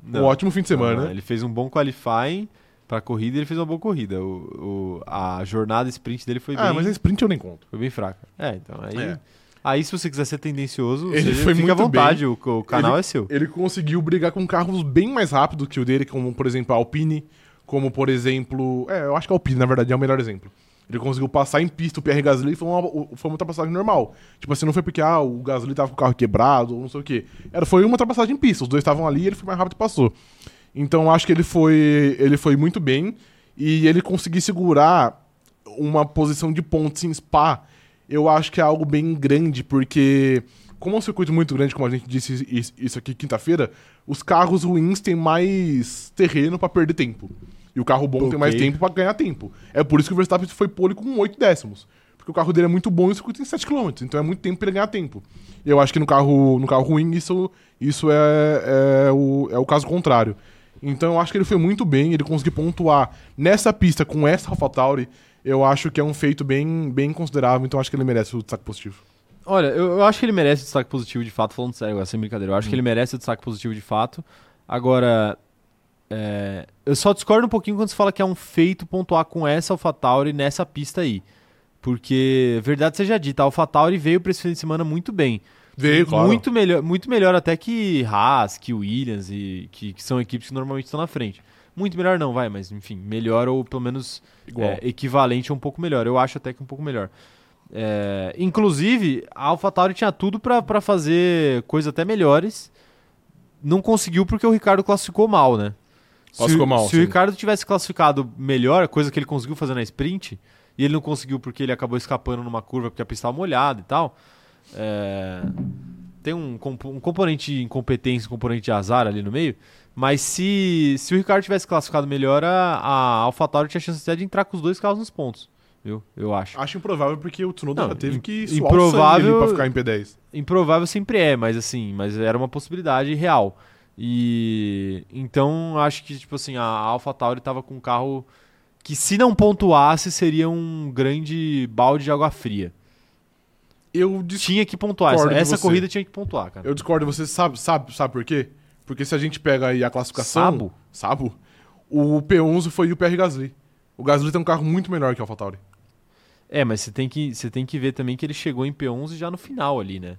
Não, Um ótimo fim de não, semana. não. Ele fez um bom qualifying pra corrida e ele fez uma boa corrida. O, o- a jornada sprint dele foi, ah, bem, mas a sprint eu nem conto. foi bem fraca. É, então aí... É. Aí se você quiser ser tendencioso, Ele você foi fica à muito vontade, o, o canal é seu. Ele conseguiu brigar com carros bem mais rápido que o dele, como por exemplo a Alpine, como por exemplo. É, eu acho que a Alpine, na verdade, é o melhor exemplo. Ele conseguiu passar em pista o Pierre Gasly e foi uma, foi uma ultrapassagem normal. Tipo assim, não foi porque ah, o Gasly tava com o carro quebrado ou não sei o quê. Era, foi uma ultrapassagem em pista. Os dois estavam ali, ele foi mais rápido e passou. Então acho que ele foi, ele foi muito bem e ele conseguir segurar uma posição de pontos em Spa, eu acho que é algo bem grande, porque como é um circuito muito grande, como a gente disse is- isso aqui quinta-feira, os carros ruins têm mais terreno pra perder tempo. E o carro bom Ok. tem mais tempo pra ganhar tempo. É por isso que o Verstappen foi pole com 8 décimos. Porque o carro dele é muito bom e o circuito tem 7 km, então é muito tempo pra ele ganhar tempo. E Eu acho que no carro, no carro ruim isso, isso é, é, o, é o caso contrário. Então eu acho que ele foi muito bem, ele conseguiu pontuar nessa pista com essa AlphaTauri. Eu acho que é um feito bem, bem considerável, então eu acho que ele merece o destaque positivo. Olha, eu, eu acho que ele merece o destaque Hum. positivo de fato, falando sério, agora, sem brincadeira. Eu acho que ele merece o destaque positivo de fato. Agora, É, eu só discordo um pouquinho quando você fala que é um feito pontuar com essa AlphaTauri nessa pista aí. Porque, verdade seja dita, a AlphaTauri veio para esse fim de semana muito bem. Veio, claro. Muito melhor, muito melhor até que Haas, que Williams, e que, que são equipes que normalmente estão na frente. Muito melhor não, vai, mas enfim, melhor ou pelo menos Igual. é, equivalente ou um pouco melhor. Eu acho até que um pouco melhor. É, inclusive, a AlphaTauri tinha tudo pra pra fazer coisas até melhores. Não conseguiu porque o Ricardo classificou mal, né? Se o- Classificou mal, Se sim. o Ricardo tivesse classificado melhor, coisa que ele conseguiu fazer na sprint, e ele não conseguiu porque ele acabou escapando numa curva porque a pista estava molhada e tal. é, Tem um, compo- um componente de incompetência, um componente de azar ali no meio. Mas se, se o Ricardo tivesse classificado melhor, a, a AlphaTauri tinha chance até de entrar com os dois carros nos pontos. Viu? Eu acho. Acho improvável porque o Tsunoda Não, já teve que im- suar o sangue improvável- ali pra ficar em P10. Improvável sempre é, mas assim, mas era uma possibilidade real. E então acho que tipo assim, a AlphaTauri tava com um carro que se não pontuasse seria um grande balde de água fria. Eu discordo, Tinha que pontuar, essa, Concordo com essa você. corrida tinha que pontuar, cara. eu discordo você sabe, sabe, sabe por quê? Porque se a gente pega aí a classificação... Sabo? Sabo. O P11 foi o PR Gasly. O Gasly tem um carro muito melhor que o AlphaTauri. É, mas você tem que você tem que ver também que ele chegou em P11 já no final ali, né?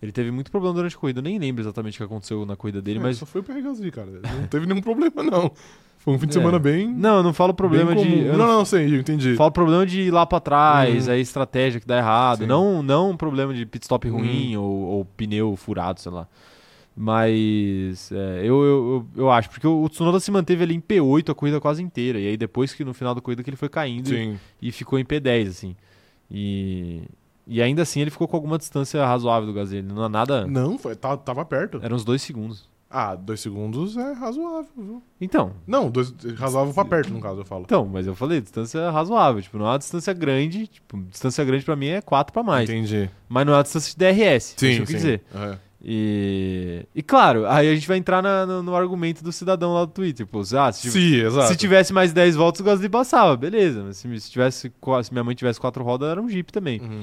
Ele teve muito problema durante a corrida, eu nem lembro exatamente o que aconteceu na corrida dele, É, mas Só foi o PR Gasly, cara. Não teve nenhum problema, não. Foi um fim de É. semana bem... não, eu não falo problema bem de comum. eu Não, não, sei, eu entendi. Fala o problema de ir lá pra trás, Uhum. aí estratégia que dá errado. Sim. Uhum. Não, não um problema de pit stop ruim ou, ou pneu furado, sei lá. Mas é, eu, eu, eu, eu acho, porque o Tsunoda se manteve ali em P8 a corrida quase inteira. E aí depois que no final da corrida que ele foi caindo e, Sim. e ficou em P10, assim. E, e ainda assim ele ficou com alguma distância razoável do Gasly. Não é nada. Não, foi, tá- tava perto. Eram uns dois segundos. Ah, dois segundos é razoável, viu? Então, Não, dois, razoável pra perto, no caso, eu falo. então, mas eu falei, distância razoável. Tipo, não é uma distância grande. Tipo, distância grande pra mim é 4 pra mais. Entendi. Mas não é uma distância de DRS. Sim, isso que eu quis sim. dizer. É. E, e claro, aí a gente vai entrar na- no, no argumento do cidadão lá do Twitter. Pô, ah, se, tiv- Sim, exato. se tivesse mais 10 voltas, o Gasly passava, beleza. Mas se, se tivesse, qua- se minha mãe tivesse quatro rodas, era um Jeep também. Uhum.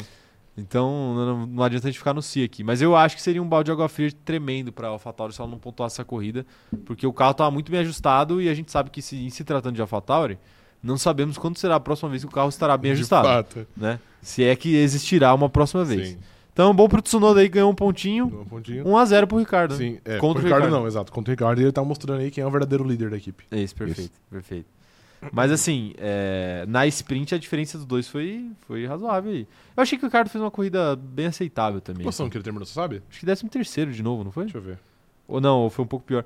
Então não, não adianta a gente ficar no si aqui. Mas eu acho que seria um balde de água fria tremendo para AlphaTauri se ela não pontuasse essa corrida, porque o carro estava muito bem ajustado e a gente sabe que se, em se tratando de AlphaTauri, não sabemos quando será a próxima vez que o carro estará bem De ajustado, fato. né? Se é que existirá uma próxima vez. Sim. Então, bom pro Tsunoda aí, ganhou um pontinho. Um pontinho. 1x0 pro Ricardo. né? Sim, é, Contra contra o o Ricardo, Ricardo. não, exato. Contra o Ricardo, ele tá mostrando aí quem é o verdadeiro líder da equipe. É Isso, perfeito, perfeito. Mas assim, é, na sprint a diferença dos dois foi, foi razoável aí. Eu achei que o Ricardo fez uma corrida bem aceitável Que também. posição que ele terminou, você sabe? Acho que 13 terceiro de novo, não foi? Deixa eu ver. Ou não, ou foi um pouco pior.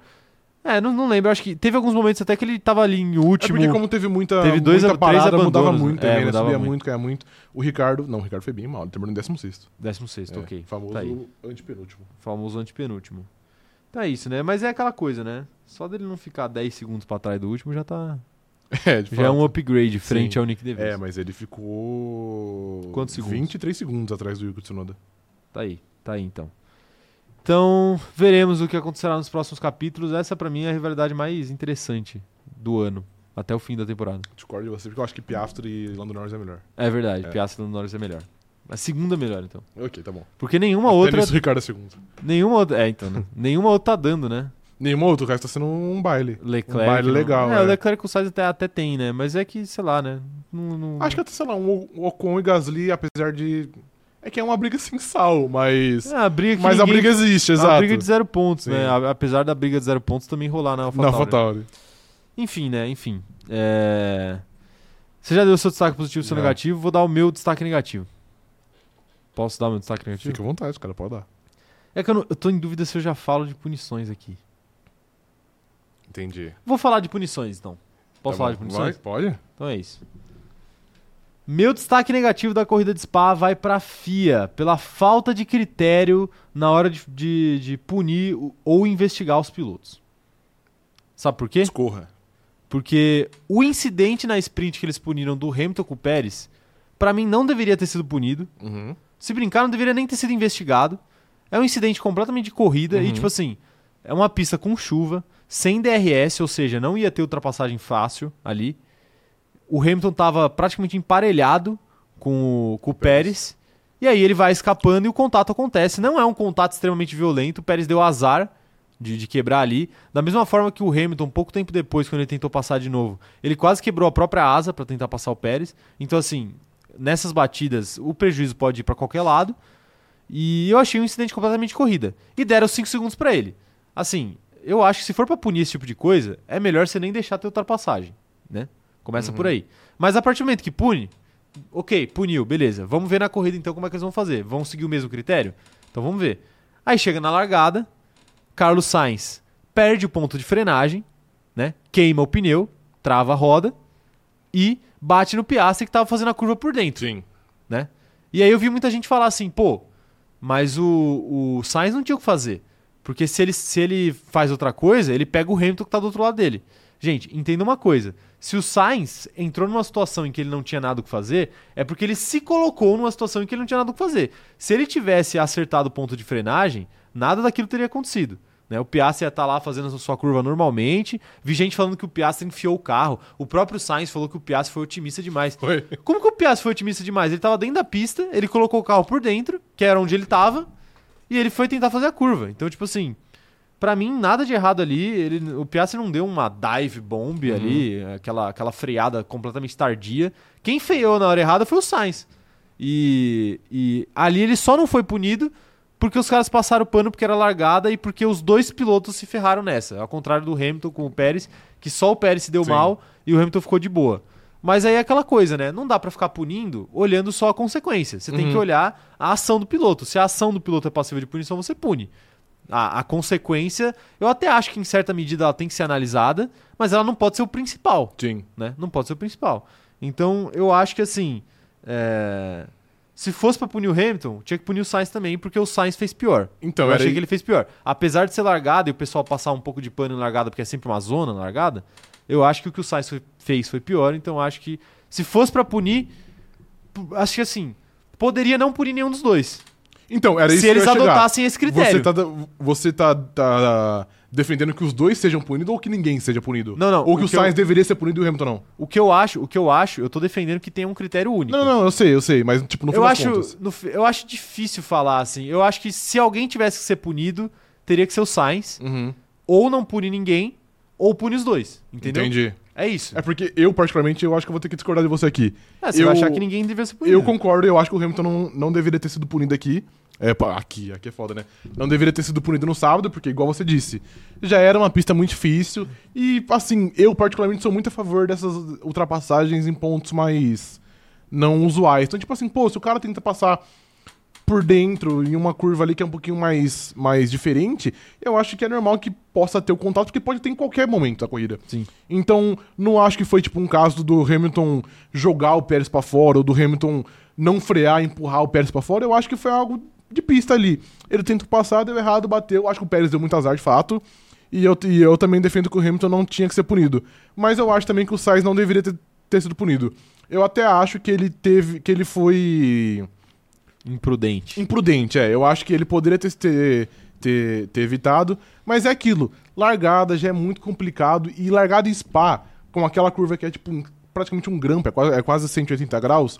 É, não, não lembro, acho que teve alguns momentos até que ele tava ali em último. É porque como teve muita, Teve dois muita ab- três parada, mudava abandonos, muito né? também, É, né? mudava Subia muito. muito. caía muito. O Ricardo... Não, o Ricardo foi bem mal, ele terminou em 16º. 16 É. º ok. Famoso Tá aí. antepenúltimo. Famoso antepenúltimo. Então é isso, né? Mas é aquela coisa, né? Só dele não ficar 10 segundos pra trás do último já tá. É, de Já é fato. um upgrade frente Sim. ao Nick DeVries. É, mas ele ficou... Quantos segundos? 23 segundos atrás do Yuki Tsunoda. Tá aí, tá aí então. Então, veremos o que acontecerá nos próximos capítulos. Essa pra mim é a rivalidade mais interessante do ano, até o fim da temporada. Discordo de você, porque eu acho que Piastri e Lando Norris é melhor. É verdade, É. Piastra e Lando Norris é melhor. A segunda melhor então. Ok, tá bom. Porque nenhuma Até outra, nisso, o Ricardo é segundo. nenhuma outra, é então, né? nenhuma outra tá dando, né? Nenhum outro, o resto tá sendo um baile. Leclerc. Um baile não- legal, É, é. o Leclerc com o Sainz até, até tem, né? Mas é que, sei lá, né? Não, não- Acho que até, sei lá, um O- Ocon e Gasly, apesar de. É que é uma briga sem sal, mas. é, a briga que mas a ninguém- briga existe, a exato. briga de zero pontos, né? Sim. A- Apesar da briga de zero pontos também rolar na Na AlphaTauri. Fatauri. Enfim, né? Enfim. É... Você já deu seu destaque positivo e seu Já. negativo, vou dar o meu destaque negativo. Posso dar meu destaque negativo? Fica à vontade, cara, pode dar. É que eu, não- eu tô em dúvida se eu já falo de punições aqui. Entendi. Tá Vou falar de punições, então. Posso falar de punições? Pode? Então é isso. Meu destaque negativo da corrida de Spa vai pra FIA, pela falta de critério na hora de, de- de punir o- ou investigar os pilotos. Sabe por quê? Escorra. Porque o incidente na sprint que eles puniram do Hamilton com o Pérez, pra mim não deveria ter sido punido. Uhum. Se brincar, não deveria nem ter sido investigado. É um incidente completamente de corrida e, Uhum. tipo assim, é uma pista com chuva, sem DRS, ou seja, não ia ter ultrapassagem fácil ali. O Hamilton tava praticamente emparelhado com o, com o Pérez. E aí ele vai escapando e o contato acontece. Não é um contato extremamente violento, o Pérez deu azar de, de quebrar ali. Da mesma forma que o Hamilton, pouco tempo depois, quando ele tentou passar de novo, ele quase quebrou a própria asa para tentar passar o Pérez. Então, assim, nessas batidas, o prejuízo pode ir para qualquer lado. E eu achei um incidente completamente de corrida. E deram 5 segundos para ele. Assim, eu acho que se for para punir esse tipo de coisa, é melhor você nem deixar ter ultrapassagem, né? Começa por aí. Mas a partir do momento que pune, ok, puniu, beleza. Vamos ver na corrida então como é que eles vão fazer. Vão seguir o mesmo critério? Então vamos ver. Aí chega na largada, Carlos Sainz perde o ponto de frenagem, né? Queima o pneu, trava a roda e bate no Piastri que tava fazendo a curva por dentro Sim. né? E aí eu vi muita gente falar assim, pô, mas o, o Sainz não tinha o que fazer. Porque se ele, se ele faz outra coisa, ele pega o Hamilton que tá do outro lado dele. Gente, entenda uma coisa. Se o Sainz entrou numa situação em que ele não tinha nada o que fazer, é porque ele se colocou numa situação em que ele não tinha nada o que fazer. Se ele tivesse acertado o ponto de frenagem, nada daquilo teria acontecido. Né? O Piastri ia estar lá fazendo a sua curva normalmente. Vi gente falando que o Piastri enfiou o carro. O próprio Sainz falou que o Piastri foi otimista demais. Foi. Como que o Piastri foi otimista demais? Ele tava dentro da pista, ele colocou o carro por dentro, que era onde ele tava, e ele foi tentar fazer a curva. Então, tipo assim, pra mim, nada de errado ali. Ele, o Piastri não deu uma dive bomb ali, aquela, aquela freada completamente tardia. Quem feiou na hora errada foi o Sainz. E, e ali ele só não foi punido porque os caras passaram o pano porque era largada e porque os dois pilotos se ferraram nessa. Ao contrário do Hamilton com o Pérez, que só o Pérez se deu Sim. mal e o Hamilton ficou de boa. Mas aí é aquela coisa, né? Não dá pra ficar punindo olhando só a consequência. Você tem que olhar a ação do piloto. Se a ação do piloto é passiva de punição, você pune. A, a consequência, eu até acho que em certa medida ela tem que ser analisada, mas ela não pode ser o principal Sim. né? Não pode ser o principal. Então, eu acho que assim. é, Se fosse pra punir o Hamilton, tinha que punir o Sainz também, porque o Sainz fez pior. Então, eu era achei i- que ele fez pior. Apesar de ser largado e o pessoal passar um pouco de pano em largada, porque é sempre uma zona na largada, eu acho que o que o Sainz foi- fez foi pior, então eu acho que se fosse pra punir, pu- acho que assim, poderia não punir nenhum dos dois. Então, era isso se que eu eles ia chegar. adotassem esse critério. Você tá, da- você tá, tá defendendo que os dois sejam punidos ou que ninguém seja punido? Não, não, Ou que o o, que Sainz eu- deveria ser punido e o Hamilton não? O que eu acho, o que eu acho, eu tô defendendo que tenha um critério único. Não, não, eu sei, eu sei, mas tipo, no eu final das acho, contas. no fi- eu acho difícil falar assim. Eu acho que se alguém tivesse que ser punido, teria que ser o Sainz. Uhum, Ou não pune ninguém, ou pune os dois. Entendeu? entendi. É isso. É porque eu, particularmente, eu acho que eu vou ter que discordar de você aqui. É, você eu- vai achar que ninguém deveria ser punido. Eu concordo, eu acho que o Hamilton não, não deveria ter sido punido aqui. É, pá, aqui, aqui é foda, né? Não deveria ter sido punido no sábado, porque, igual você disse, já era uma pista muito difícil. E, assim, eu particularmente sou muito a favor dessas ultrapassagens em pontos mais não usuais. Então, tipo assim, pô, se o cara tenta passar por dentro em uma curva ali que é um pouquinho mais, mais diferente, eu acho que é normal que possa ter o contato, porque pode ter em qualquer momento a corrida. Sim. Então, não acho que foi tipo um caso do Hamilton jogar o Pérez pra fora ou do Hamilton não frear, e empurrar o Pérez pra fora. Eu acho que foi algo de pista ali. Ele tentou passar, deu errado, bateu. Acho que o Pérez deu muito azar de fato. E eu, e eu também defendo que o Hamilton não tinha que ser punido. Mas eu acho também que o Sainz não deveria ter, ter sido punido. Eu até acho que ele teve. que ele foi. Imprudente. Imprudente, é. Eu acho que ele poderia ter, ter, ter, ter evitado. Mas é aquilo. Largada já é muito complicado. E largada em spa, com aquela curva que é tipo um- praticamente um grampo, é quase, é quase 180 graus.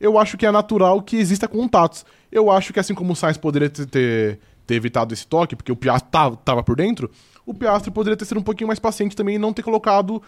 Eu acho que é natural que exista contatos. Eu acho que assim como o Sainz poderia ter, ter, ter evitado esse toque, porque o Piastri tava, tava por dentro, o Piastri poderia ter sido um pouquinho mais paciente também e não ter colocado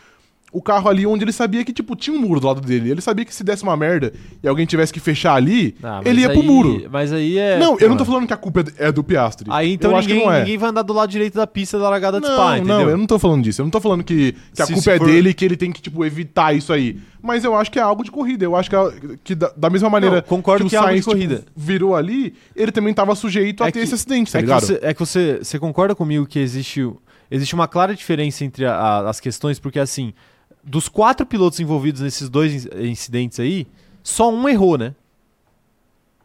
o carro ali onde ele sabia que, tipo, tinha um muro do lado dele. Ele sabia que se desse uma merda e alguém tivesse que fechar ali, Ah, mas ele ia pro aí- muro. Mas aí é. Não, eu não Pô, tô falando que a culpa é do- é do Piastri. Aí então eu acho ninguém, que não é. ninguém vai andar do lado direito da pista da largada de Não, Spa, entendeu? não, eu não tô falando disso. Eu não tô falando que, que a Se- culpa se é for- dele e que ele tem que, tipo, evitar isso aí. Mas eu acho que é algo de corrida. Eu acho que, a- que da, da mesma maneira Não, concordo que o que é algo de Sainz tipo, corrida. virou ali, ele também tava sujeito a É ter que- esse acidente, tá é, que ligado? você, é que você, você concorda comigo que existe, o- existe uma clara diferença entre a- a- as questões, porque assim, dos quatro pilotos envolvidos nesses dois in- incidentes aí, só um errou, né?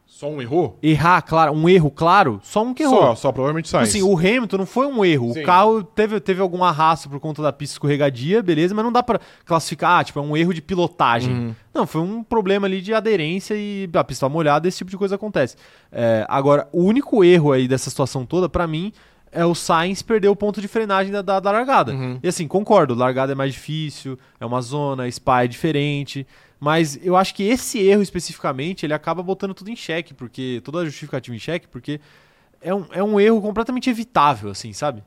Só um errou? Errar, claro, um erro claro, só um que errou. Só, só provavelmente Tipo Sainz. assim, o Hamilton não foi um erro. Sim. O carro teve, teve algum arrasto por conta da pista escorregadia, beleza, mas não dá pra classificar, ah, tipo, é um erro de pilotagem. Não, foi um problema ali de aderência e a pista tá molhada, esse tipo de coisa acontece. É, agora, o único erro aí dessa situação toda, pra mim, é o Sainz perder o ponto de frenagem da, da- da largada. E assim, concordo, largada é mais difícil, é uma zona, spa é diferente. Mas eu acho que esse erro especificamente, ele acaba botando tudo em xeque, porque toda a justificativa em xeque, porque é um, é um erro completamente evitável, assim, sabe?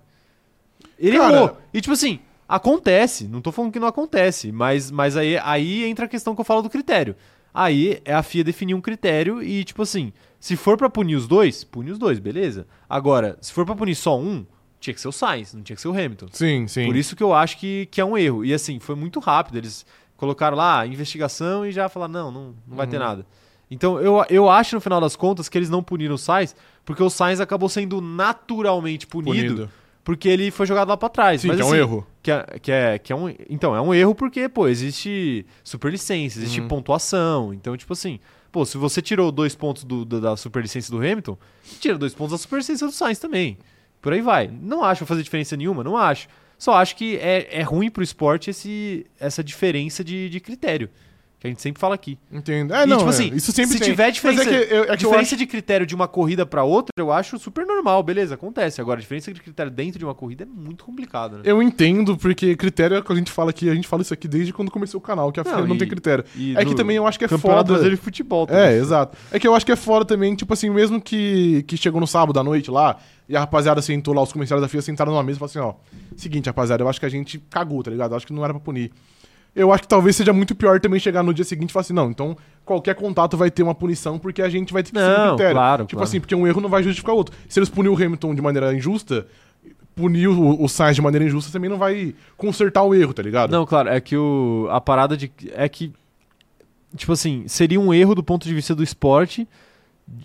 Ele Cara- errou. E tipo assim, acontece. Não tô falando que não acontece, mas, mas aí, aí entra a questão que eu falo do critério. Aí é a FIA definir um critério e, tipo assim, se for pra punir os dois, pune os dois, beleza. Agora, se for pra punir só um, tinha que ser o Sainz, não tinha que ser o Hamilton. Sim, sim. Por isso que eu acho que, que é um erro. E assim, foi muito rápido. Eles colocaram lá investigação e já falaram: não, não, não vai ter Uhum. nada. Então eu, eu acho, no final das contas, que eles não puniram o Sainz, porque o Sainz acabou sendo naturalmente é punido, Punido. porque ele foi jogado lá pra trás. Sim, Mas, que é um assim, erro. Que é, que é, que é um, então, é um erro porque, pô, existe superlicença, existe Uhum. pontuação. Então, tipo assim, pô, se você tirou dois pontos do, da, da superlicença do Hamilton, tira dois pontos da superlicença do Sainz também. Por aí vai. Não acho que vai fazer diferença nenhuma, não acho. Só acho que é, é ruim pro esporte esse, essa diferença de, de critério. Que a gente sempre fala aqui. Entendo. É, E, não, tipo é. assim, isso sempre se tem. tiver diferença, Mas é que, eu, é que eu diferença acho... de critério de uma corrida pra outra, eu acho super normal, beleza, acontece. Agora, a diferença de critério dentro de uma corrida é muito complicado, né? Eu entendo, porque critério é o que a gente fala aqui, a gente fala isso aqui desde quando começou o canal, que a Não, FIA não e- tem critério. E É que no também eu acho que é Campeonato foda. Brasileiro de Futebol também. É, exato. É que eu acho que é fora também, tipo assim, mesmo que, que chegou no sábado à noite lá, e a rapaziada sentou lá, os comerciais da FIA sentaram numa mesa e falaram assim, ó, seguinte, rapaziada, eu acho que a gente cagou, tá ligado? Eu acho que não era pra punir. Eu acho que talvez seja muito pior também chegar no dia seguinte e falar assim, não, então qualquer contato vai ter uma punição, porque a gente vai ter que seguir Não, o critério. claro, tipo claro. assim, porque um erro não vai justificar o outro. Se eles punir o Hamilton de maneira injusta, punir o, o Sainz de maneira injusta também não vai consertar o erro, tá ligado? Não, claro, é que o, a parada de. É que. Tipo assim, seria um erro do ponto de vista do esporte.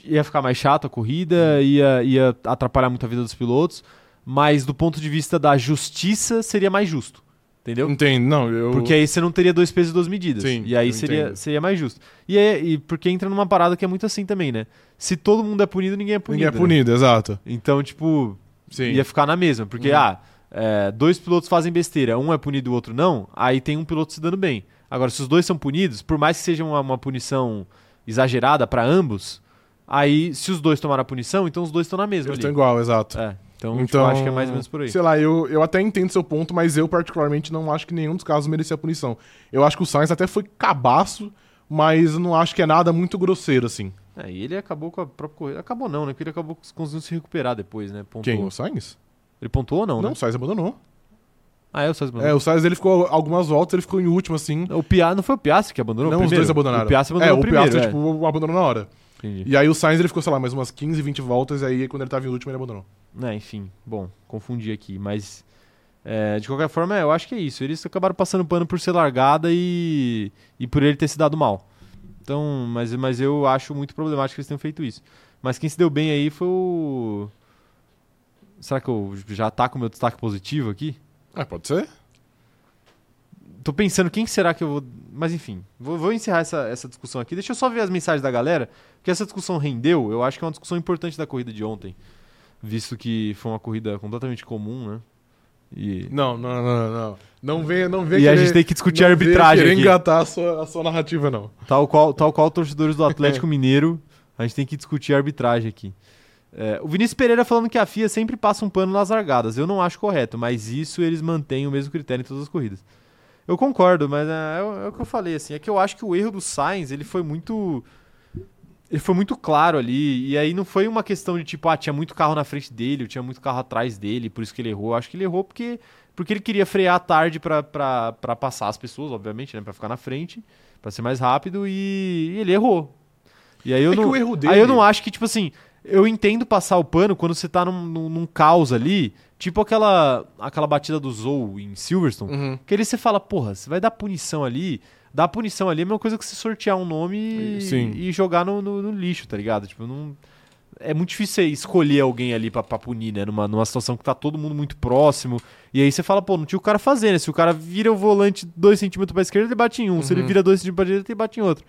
Ia ficar mais chato a corrida, ia, ia atrapalhar muito a vida dos pilotos. Mas do ponto de vista da justiça, seria mais justo. Entendeu? Entendo, não, eu... Porque aí você não teria dois pesos e duas medidas. Então, Sim, e aí eu seria, entendo. seria mais justo. E, é- e porque entra numa parada que é muito assim também, né? Se todo mundo é punido, ninguém é punido. Ninguém é né? punido, exato. Então, tipo, Sim. ia ficar na mesma. Porque, Uhum. ah, é, dois pilotos fazem besteira, um é punido e o outro não, aí tem um piloto se dando bem. Agora, se os dois são punidos, por mais que seja uma, uma punição exagerada pra ambos, aí se os dois tomaram a punição, então os dois estão na mesma. Ali. Eles estão igual, exato. É, então, tipo, acho que é mais ou menos por aí. Sei lá, eu, eu até entendo seu ponto, mas eu particularmente não acho que nenhum dos casos merecia punição. Eu acho que o Sainz até foi cabaço, mas eu não acho que é nada muito grosseiro, assim. É, e ele acabou com a própria corrida. Acabou não, né? Porque ele acabou conseguindo se recuperar depois, né? Pontuou. Quem? O Sainz? Ele pontuou ou não, Não, né? o Sainz abandonou. Ah, é o Sainz É, o Sainz ele ficou algumas voltas, ele ficou em último, assim. O Piá, não foi o Piastri que abandonou? Não, o os primeiro? dois abandonaram. O Piastri é, abandonou o primeiro, Piastri, é. tipo, abandonou na hora. Entendi. E aí o Sainz ele ficou, sei lá, mais umas 15, 20 voltas, e aí quando ele tava em último ele abandonou. né enfim, bom, confundi aqui, mas é, de qualquer forma, é, eu acho que é isso. Eles acabaram passando pano por ser largada e, e por ele ter se dado mal. Então, mas, mas eu acho muito problemático que eles tenham feito isso. Mas quem se deu bem aí foi o. Será que eu já tá com o meu destaque positivo aqui? É, pode ser? Tô pensando quem que será que eu vou. Mas enfim, vou, vou encerrar essa, essa discussão aqui. Deixa eu só ver as mensagens da galera, porque essa discussão rendeu. Eu acho que é uma discussão importante da corrida de ontem, visto que foi uma corrida completamente comum, né? E, Não, não, não, não. Não vem, não vem e a gente tem que discutir a arbitragem aqui. engatar a sua, a sua narrativa, não. Tal qual, tal qual torcedores do Atlético Mineiro, a gente tem que discutir a arbitragem aqui. É, o Vinícius Pereira falando que a FIA sempre passa um pano nas largadas. Eu não acho correto, mas isso eles mantêm o mesmo critério em todas as corridas. Eu concordo, mas é, é o- é o que eu falei, assim. É que eu acho que o erro do Sainz, ele foi muito... Ele foi muito claro ali, e aí não foi uma questão de tipo, ah, tinha muito carro na frente dele, ou tinha muito carro atrás dele, por isso que ele errou. Eu acho que ele errou porque, porque ele queria frear à tarde pra- pra pra passar as pessoas, obviamente, né? Pra ficar na frente, pra ser mais rápido, e, e ele errou. E aí eu É que não, o erro Aí eu dele- não acho que, tipo assim, eu entendo passar o pano quando você tá num, num, num caos ali, tipo aquela, aquela batida do Zou em Silverstone, Uhum. que ele você fala, porra, você vai dar punição ali. Dar punição ali é a mesma coisa que você sortear um nome e- É, Sim. e jogar no, no- no lixo, tá ligado? Tipo, não. É muito difícil você escolher alguém ali pra, pra punir, né? Numa, numa situação que tá todo mundo muito próximo. E aí você fala, pô, não tinha o cara fazer, né? Se o cara vira o volante dois centímetros pra esquerda, ele bate em um. Se ele Uhum. vira dois centímetros pra direita, ele bate em outro.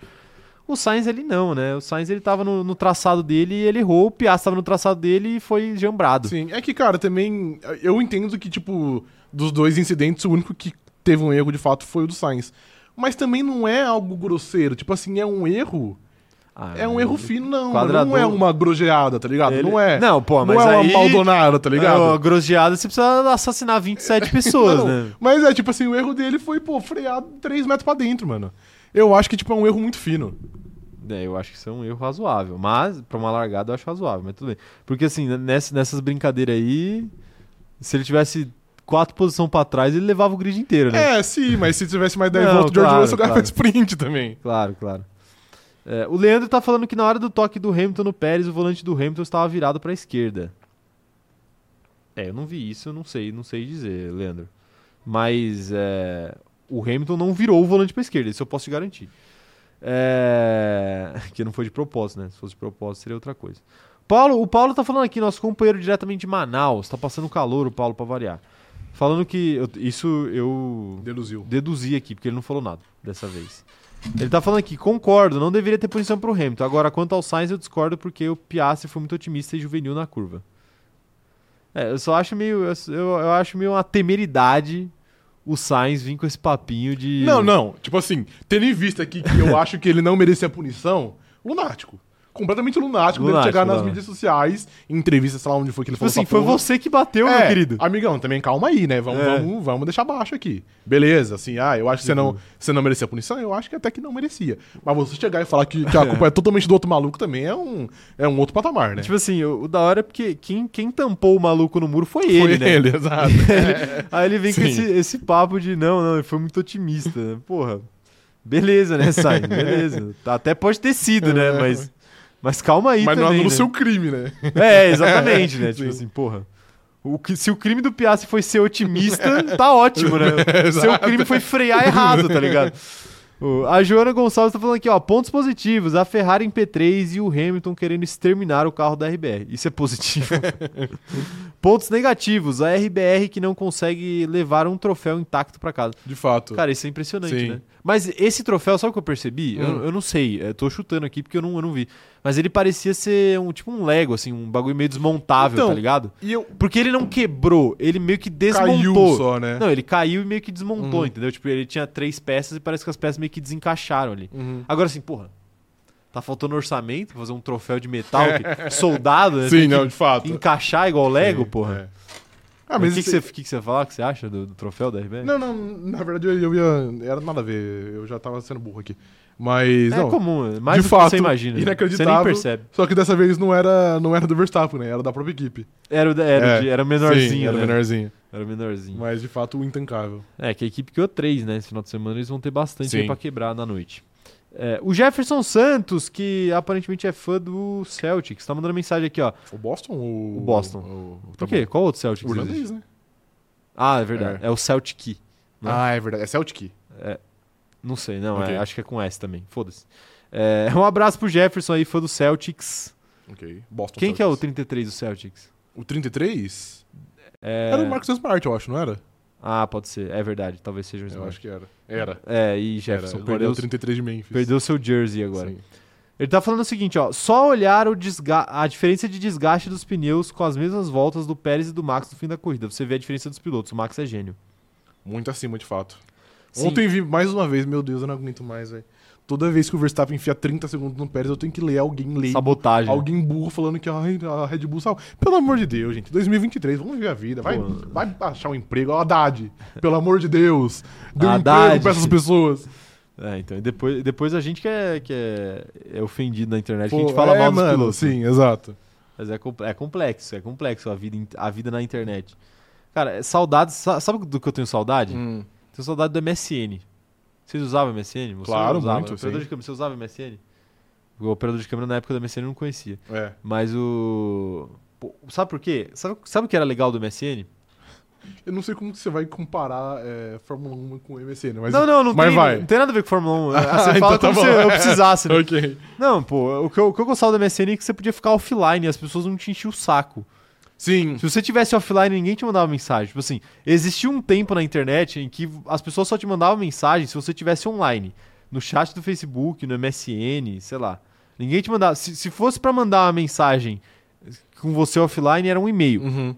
O Sainz ele não, né? O Sainz ele tava no, no traçado dele e ele errou. O Piastri tava no traçado dele e foi jambrado. Sim, é que, cara, também. Eu entendo que, tipo, dos dois incidentes, o único que teve um erro de fato foi o do Sainz. Mas também não é algo grosseiro. Tipo assim, é um erro. Ah, É um erro fino, não. Quadrador. Não é uma grojeada, tá ligado? Ele- Não é. Não, Não, pô, mas é uma aí... É, maldonada, tá Ó, ligado? Groseada, você precisa assassinar 27 pessoas, Não, né? Mas é, tipo assim, o erro dele foi, pô, frear 3 metros pra dentro, mano. Eu acho que, tipo, é um erro muito fino. É, eu acho que isso é um erro razoável. Mas, pra uma largada, eu né, acho razoável, mas tudo bem. Porque, assim, ness- nessas brincadeiras aí, se ele tivesse quatro posições pra trás, ele levava o grid inteiro, né? É, sim, mas se tivesse mais 10 Não, voltas, o George claro, Russell ganhava claro. sprint também. Claro, claro. É, o Leandro tá falando que na hora do toque do Hamilton no Pérez, o volante do Hamilton estava virado pra esquerda. É, eu não vi isso, eu não sei, não sei dizer, Leandro. Mas é, o Hamilton não virou o volante pra esquerda, isso eu posso te garantir. É, que não foi de propósito, né? Se fosse de propósito, seria outra coisa. Paulo, o Paulo tá falando aqui, nosso companheiro diretamente de Manaus, tá passando calor o Paulo pra variar. Falando que eu- isso eu Deluziu. deduzi aqui, porque ele não falou nada dessa vez. Ele tá falando aqui, concordo, não deveria ter punição pro Hamilton. Agora, quanto ao Sainz, eu discordo porque o Piastri foi muito otimista e juvenil na curva. É, eu só acho meio. Eu, eu acho meio uma temeridade o Sainz vir com esse papinho de. Não, não. Tipo assim, tendo em vista aqui que eu acho que ele não merecia punição, lunático. Completamente lunático, deve Lunático, chegar nas não. mídias sociais, em entrevista, sei lá onde foi que ele Tipo falou assim, essa foi porra. você que bateu, É, meu querido. Amigão, também calma aí, né? Vamos, É. vamos, vamos deixar baixo aqui. Beleza, assim, ah, eu acho que você não, Tipo- você não merecia punição, eu acho que até que não merecia. Mas você chegar e falar que, que a culpa é totalmente do outro maluco também é um, é um outro patamar, né? Tipo assim, o, o da hora é porque quem, quem tampou o maluco no muro foi ele, foi né? ele, exato. É. Aí ele é vem Sim. com esse, esse papo de não, não, ele foi muito otimista, né? Porra. Beleza, né, Sainz? Beleza. Tá, Até pode ter sido, né? Mas, mas calma aí É. Mas não também, anula o né? seu crime, né? É, exatamente, né? Tipo Sim. assim, porra. O que, se o crime do Piazzi foi ser otimista, tá ótimo, né? Seu Exato. crime foi frear errado, tá ligado? O- A Joana Gonçalves tá falando aqui, ó, pontos positivos, a Ferrari em P3 e o Hamilton querendo exterminar o carro da RBR. Isso é positivo. pontos negativos, a RBR que não consegue levar um troféu intacto pra casa. De fato. Cara, isso é impressionante, Sim. né? Mas esse troféu, sabe o que eu percebi? Eu- Hum. Eu, não sei, eu tô chutando aqui porque eu não, eu não vi. Mas ele parecia ser um tipo um Lego, assim, um bagulho meio desmontável, Então, tá ligado? E eu Porque ele não quebrou, ele meio que caiu desmontou. só, né? Não, ele caiu e meio que desmontou, Uhum. entendeu? Tipo, ele tinha três peças e parece que as peças meio que desencaixaram ali. Uhum. Agora assim, porra, tá faltando orçamento pra fazer um troféu de metal que- soldado, né? É. Sim, Tem que não, de fato. Encaixar igual Lego, Sim, porra. é. Ah, mas o que, isso- que, você, o que, que você fala que você acha do, do troféu da RBR? Não, não, na verdade eu eu ia. Era nada a ver, eu já tava sendo burro aqui. Mas. É não, comum, é mais de do fato, que você imagina. né? Você inacreditável. nem percebe. Só que dessa vez não era, não era do Verstappen, né? Era da própria equipe. Era, o da- era, É, de- era o Sim, menorzinho, era né? menorzinho. Era o menorzinho. Mas de fato, o intancável. É, que a equipe criou três, né? Esse final de semana eles vão ter bastante Sim. aí pra quebrar na noite. É, o Jefferson Santos, que aparentemente é fã do Celtics, tá mandando mensagem aqui, ó. O Boston ou. O Boston. O, o, Por quê? Qual outro Celtics? O existe? irlandês, né? Ah, é verdade. É, o Celtic. Não. Ah, é verdade. É Celtic. Não sei, não. Ok. é, acho que é com S também. Foda-se. É, um abraço pro Jefferson aí, fã do Celtics. Ok. Boston. Quem que é o Celtics. 33 do Celtics? O 33? É... Era o Marcus Smart, eu acho, não era? Ah, pode ser. É verdade. Talvez seja o Eu Smart. acho que era. Era. É, e Era. Jefferson Agora é perdeu, o 33 de Memphis. perdeu seu jersey agora. Sim. Ele tá falando o seguinte, ó. Só olhar o desga a diferença de desgaste dos pneus com as mesmas voltas do Pérez e do Max no fim da corrida. Você vê a diferença dos pilotos. O Max é gênio. Muito acima, de fato. Sim. Ontem vi mais uma vez, meu Deus, eu não aguento mais, velho. Toda vez que o Verstappen enfia 30 segundos no Pérez, eu tenho que ler alguém ler. Sabotagem. Alguém burro falando que "Ai, a Red Bull salva. Pelo amor de Deus, gente. 2023, vamos viver a vida. Vai, Pô. vai achar um emprego. Ó, Haddad. Pelo amor de Deus. Dê um Haddad. emprego pra essas pessoas. É, então. E depois, depois a gente que é, que é, é ofendido na internet, que a gente Pô, fala é, mal dos mano, pilotos. Sim, exato. Mas é, com- é complexo, é complexo a vida, in- a vida na internet. Cara, é saudade. sa- Sabe do que eu tenho saudade? Hum. Tenho saudade do MSN. Vocês usavam MSN? Você Claro, usava. muito, Operador sim. de câmera, você usava MSN? O operador de câmera na época do MSN eu não conhecia. É. Mas o. Pô, sabe por quê? Sabe, sabe o que era legal do MSN? Eu não sei como que você vai comparar é, Fórmula 1 com o MSN, né, mas... não, não, não, mas tem, vai. não tem nada a ver com Fórmula 1. Ah, Ah, Você então fala tá como bom. se eu precisasse, né? Ok. Não, pô, o que, eu, o que eu gostava do MSN é que você podia ficar offline, as pessoas não te enchiam o saco. Sim. Se você tivesse offline, ninguém te mandava mensagem. Tipo assim, existia um tempo na internet em que as pessoas só te mandavam mensagem se você tivesse online. No chat do Facebook, no MSN, sei lá. Ninguém te mandava. Se, se fosse pra mandar uma mensagem com você offline, era um e-mail, Uhum.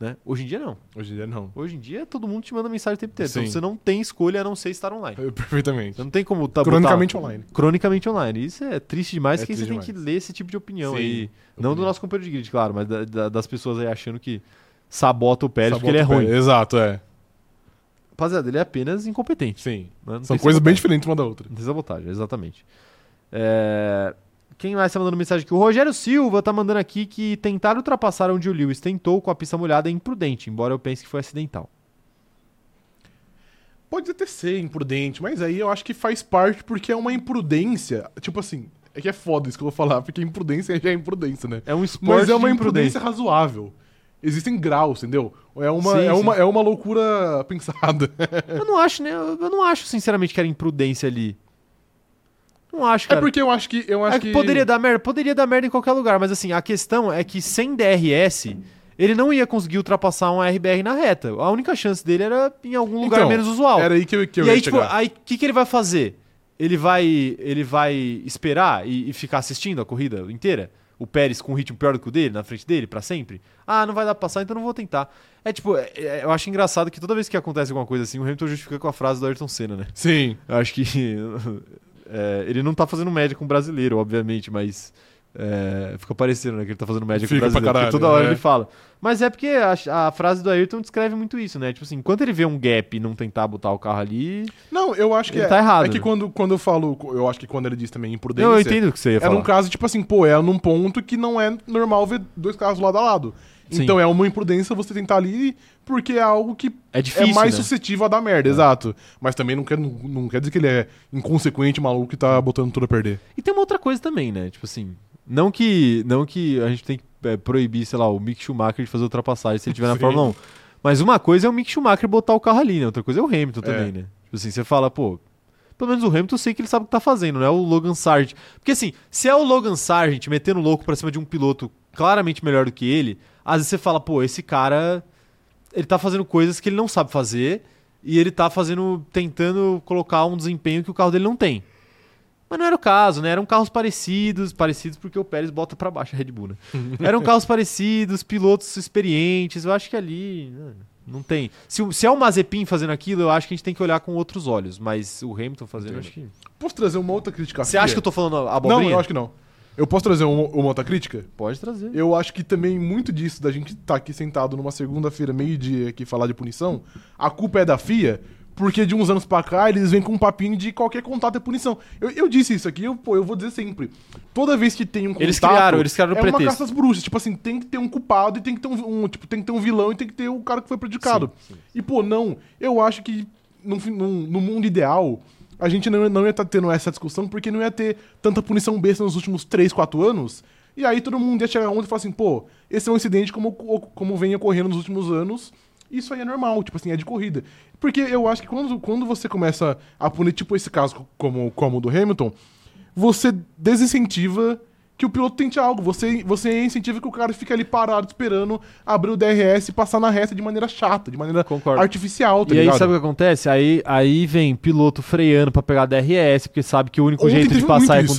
né? Hoje em dia não. Hoje em dia, não. Hoje em dia todo mundo te manda mensagem o tempo inteiro. Sim. Então você não tem escolha a não ser estar online. É, Perfeitamente. Você não tem como tá Cronicamente online. botar- cronicamente online. Isso é triste demais, É que você triste tem que demais. ler esse tipo de opinião Sim, aí. Não opinião. do nosso companheiro de grid, claro, mas da- da- das pessoas aí achando que sabota o Pérez porque ele Sabota é o ruim. Pérez, Exato, é. Rapaziada, ele é apenas incompetente. Sim. né? Não São tem coisas sabotagem. bem diferentes uma da outra. Não tem sabotagem, exatamente. É, Quem mais tá mandando mensagem aqui? O Rogério Silva tá mandando aqui que tentar ultrapassar onde o Lewis tentou com a pista molhada é imprudente, embora eu pense que foi acidental. Pode até ser imprudente, mas aí eu acho que faz parte porque é uma imprudência. Tipo assim, é que é foda isso que eu vou falar, porque imprudência já é imprudência, né? É um esporte Mas é uma de imprudência razoável. Existem graus, entendeu? É uma, Sim, é sim. uma, é uma loucura pensada. É Eu não acho, né? Eu eu não acho, sinceramente, que era imprudência ali. Não acho, É cara. porque eu acho que. Eu acho É que poderia dar merda, poderia dar merda em qualquer lugar, mas assim, a questão é que sem DRS, ele não ia conseguir ultrapassar um RBR na reta. A única chance dele era em algum um lugar Então, menos usual. Era aí que eu, que eu e ia aí, tipo, chegar. aí o que, que ele vai fazer? Ele vai, ele vai esperar e, e ficar assistindo a corrida inteira? O Pérez com um ritmo pior do que o dele, na frente dele, pra sempre? Ah, não vai dar pra passar, então não vou tentar. É tipo, é- é- eu acho engraçado que toda vez que acontece alguma coisa assim, o Hamilton justifica com a frase do Ayrton Senna, né? Sim. Eu acho que. é, ele não tá fazendo média com o brasileiro, obviamente, mas. é, fica parecendo, né? Que ele tá fazendo média com o Fica pra brasileiro. porque caralho, toda hora é. ele fala. Mas é porque a, a frase do Ayrton descreve muito isso, né? Tipo assim, enquanto ele vê um gap e não tentar botar o carro ali. Não, eu acho que Ele é. tá errado, É que né? quando, quando eu falo. Eu acho que quando ele diz também imprudência. Não, eu entendo o que você ia É falar. num caso, tipo assim, pô, é num ponto que não é normal ver dois carros lado a lado. Sim. Então é uma imprudência você tentar ali, porque é algo que É difícil, é mais né? suscetível a dar merda, exato. Mas também não quer, não, não quer dizer que ele é inconsequente, maluco, que tá botando tudo a perder. E tem uma outra coisa também, né? Tipo assim, não que, não que a gente tem que é, proibir, sei lá, o Mick Schumacher de fazer ultrapassagem se ele estiver na Sim. Fórmula 1. Mas uma coisa é o Mick Schumacher botar o carro ali, né? Outra coisa é o Hamilton também, É. né? Tipo assim, você fala, pô, pelo menos o Hamilton eu sei que ele sabe o que tá fazendo, não é o Logan Sargent. Porque assim, se é o Logan Sargent metendo louco pra cima de um piloto claramente melhor do que ele, às vezes você fala, pô, esse cara ele tá fazendo coisas que ele não sabe fazer e ele tá fazendo, tentando colocar um desempenho que o carro dele não tem. Mas não era o caso, né? Eram carros parecidos, parecidos porque o Pérez bota pra baixo a Red Bull, né? Eram carros parecidos, pilotos experientes, eu acho que ali né, não tem. Se, o- se é o Mazepin fazendo aquilo, eu acho que a gente tem que olhar com outros olhos, mas o Hamilton fazendo, eu acho que... Posso trazer uma outra crítica? Você acha que eu tô falando Não, abobrinha? eu acho que não. Eu posso trazer uma, uma outra crítica? Pode trazer. Eu acho que também muito disso da gente estar aqui sentado numa segunda-feira, meio-dia, aqui falar de punição, a culpa é da FIA, porque de uns anos pra cá eles vêm com um papinho de qualquer contato é punição. Eu, eu disse isso aqui, eu, pô, eu vou dizer sempre. Toda vez que tem um contato. Eles criaram- eles criaram o é uma pretexto. caça às bruxas. Tipo assim, tem que ter um culpado e tem que ter um, um- tipo, tem que ter um vilão e tem que ter o cara que foi prejudicado. E, pô, não, eu acho que no, fi- no- no mundo ideal. A gente não, não ia estar tendo essa discussão porque não ia ter tanta punição besta nos últimos 3, 4 anos. E aí todo mundo ia chegar ontem e falar assim, pô, esse é um incidente como, como vem ocorrendo nos últimos anos. Isso aí é normal, tipo assim, é de corrida. Porque eu acho que quando, quando você começa a punir, tipo esse caso como, como o do Hamilton, você desincentiva que o piloto tente algo. Você, você incentiva que o cara fique ali parado esperando abrir o DRS e passar na reta de maneira chata, de maneira Concordo. artificial, tá e ligado? aí, sabe o que acontece? Aí, aí vem piloto freando pra pegar DRS, porque sabe que o único Ontem jeito de teve passar muito é com isso.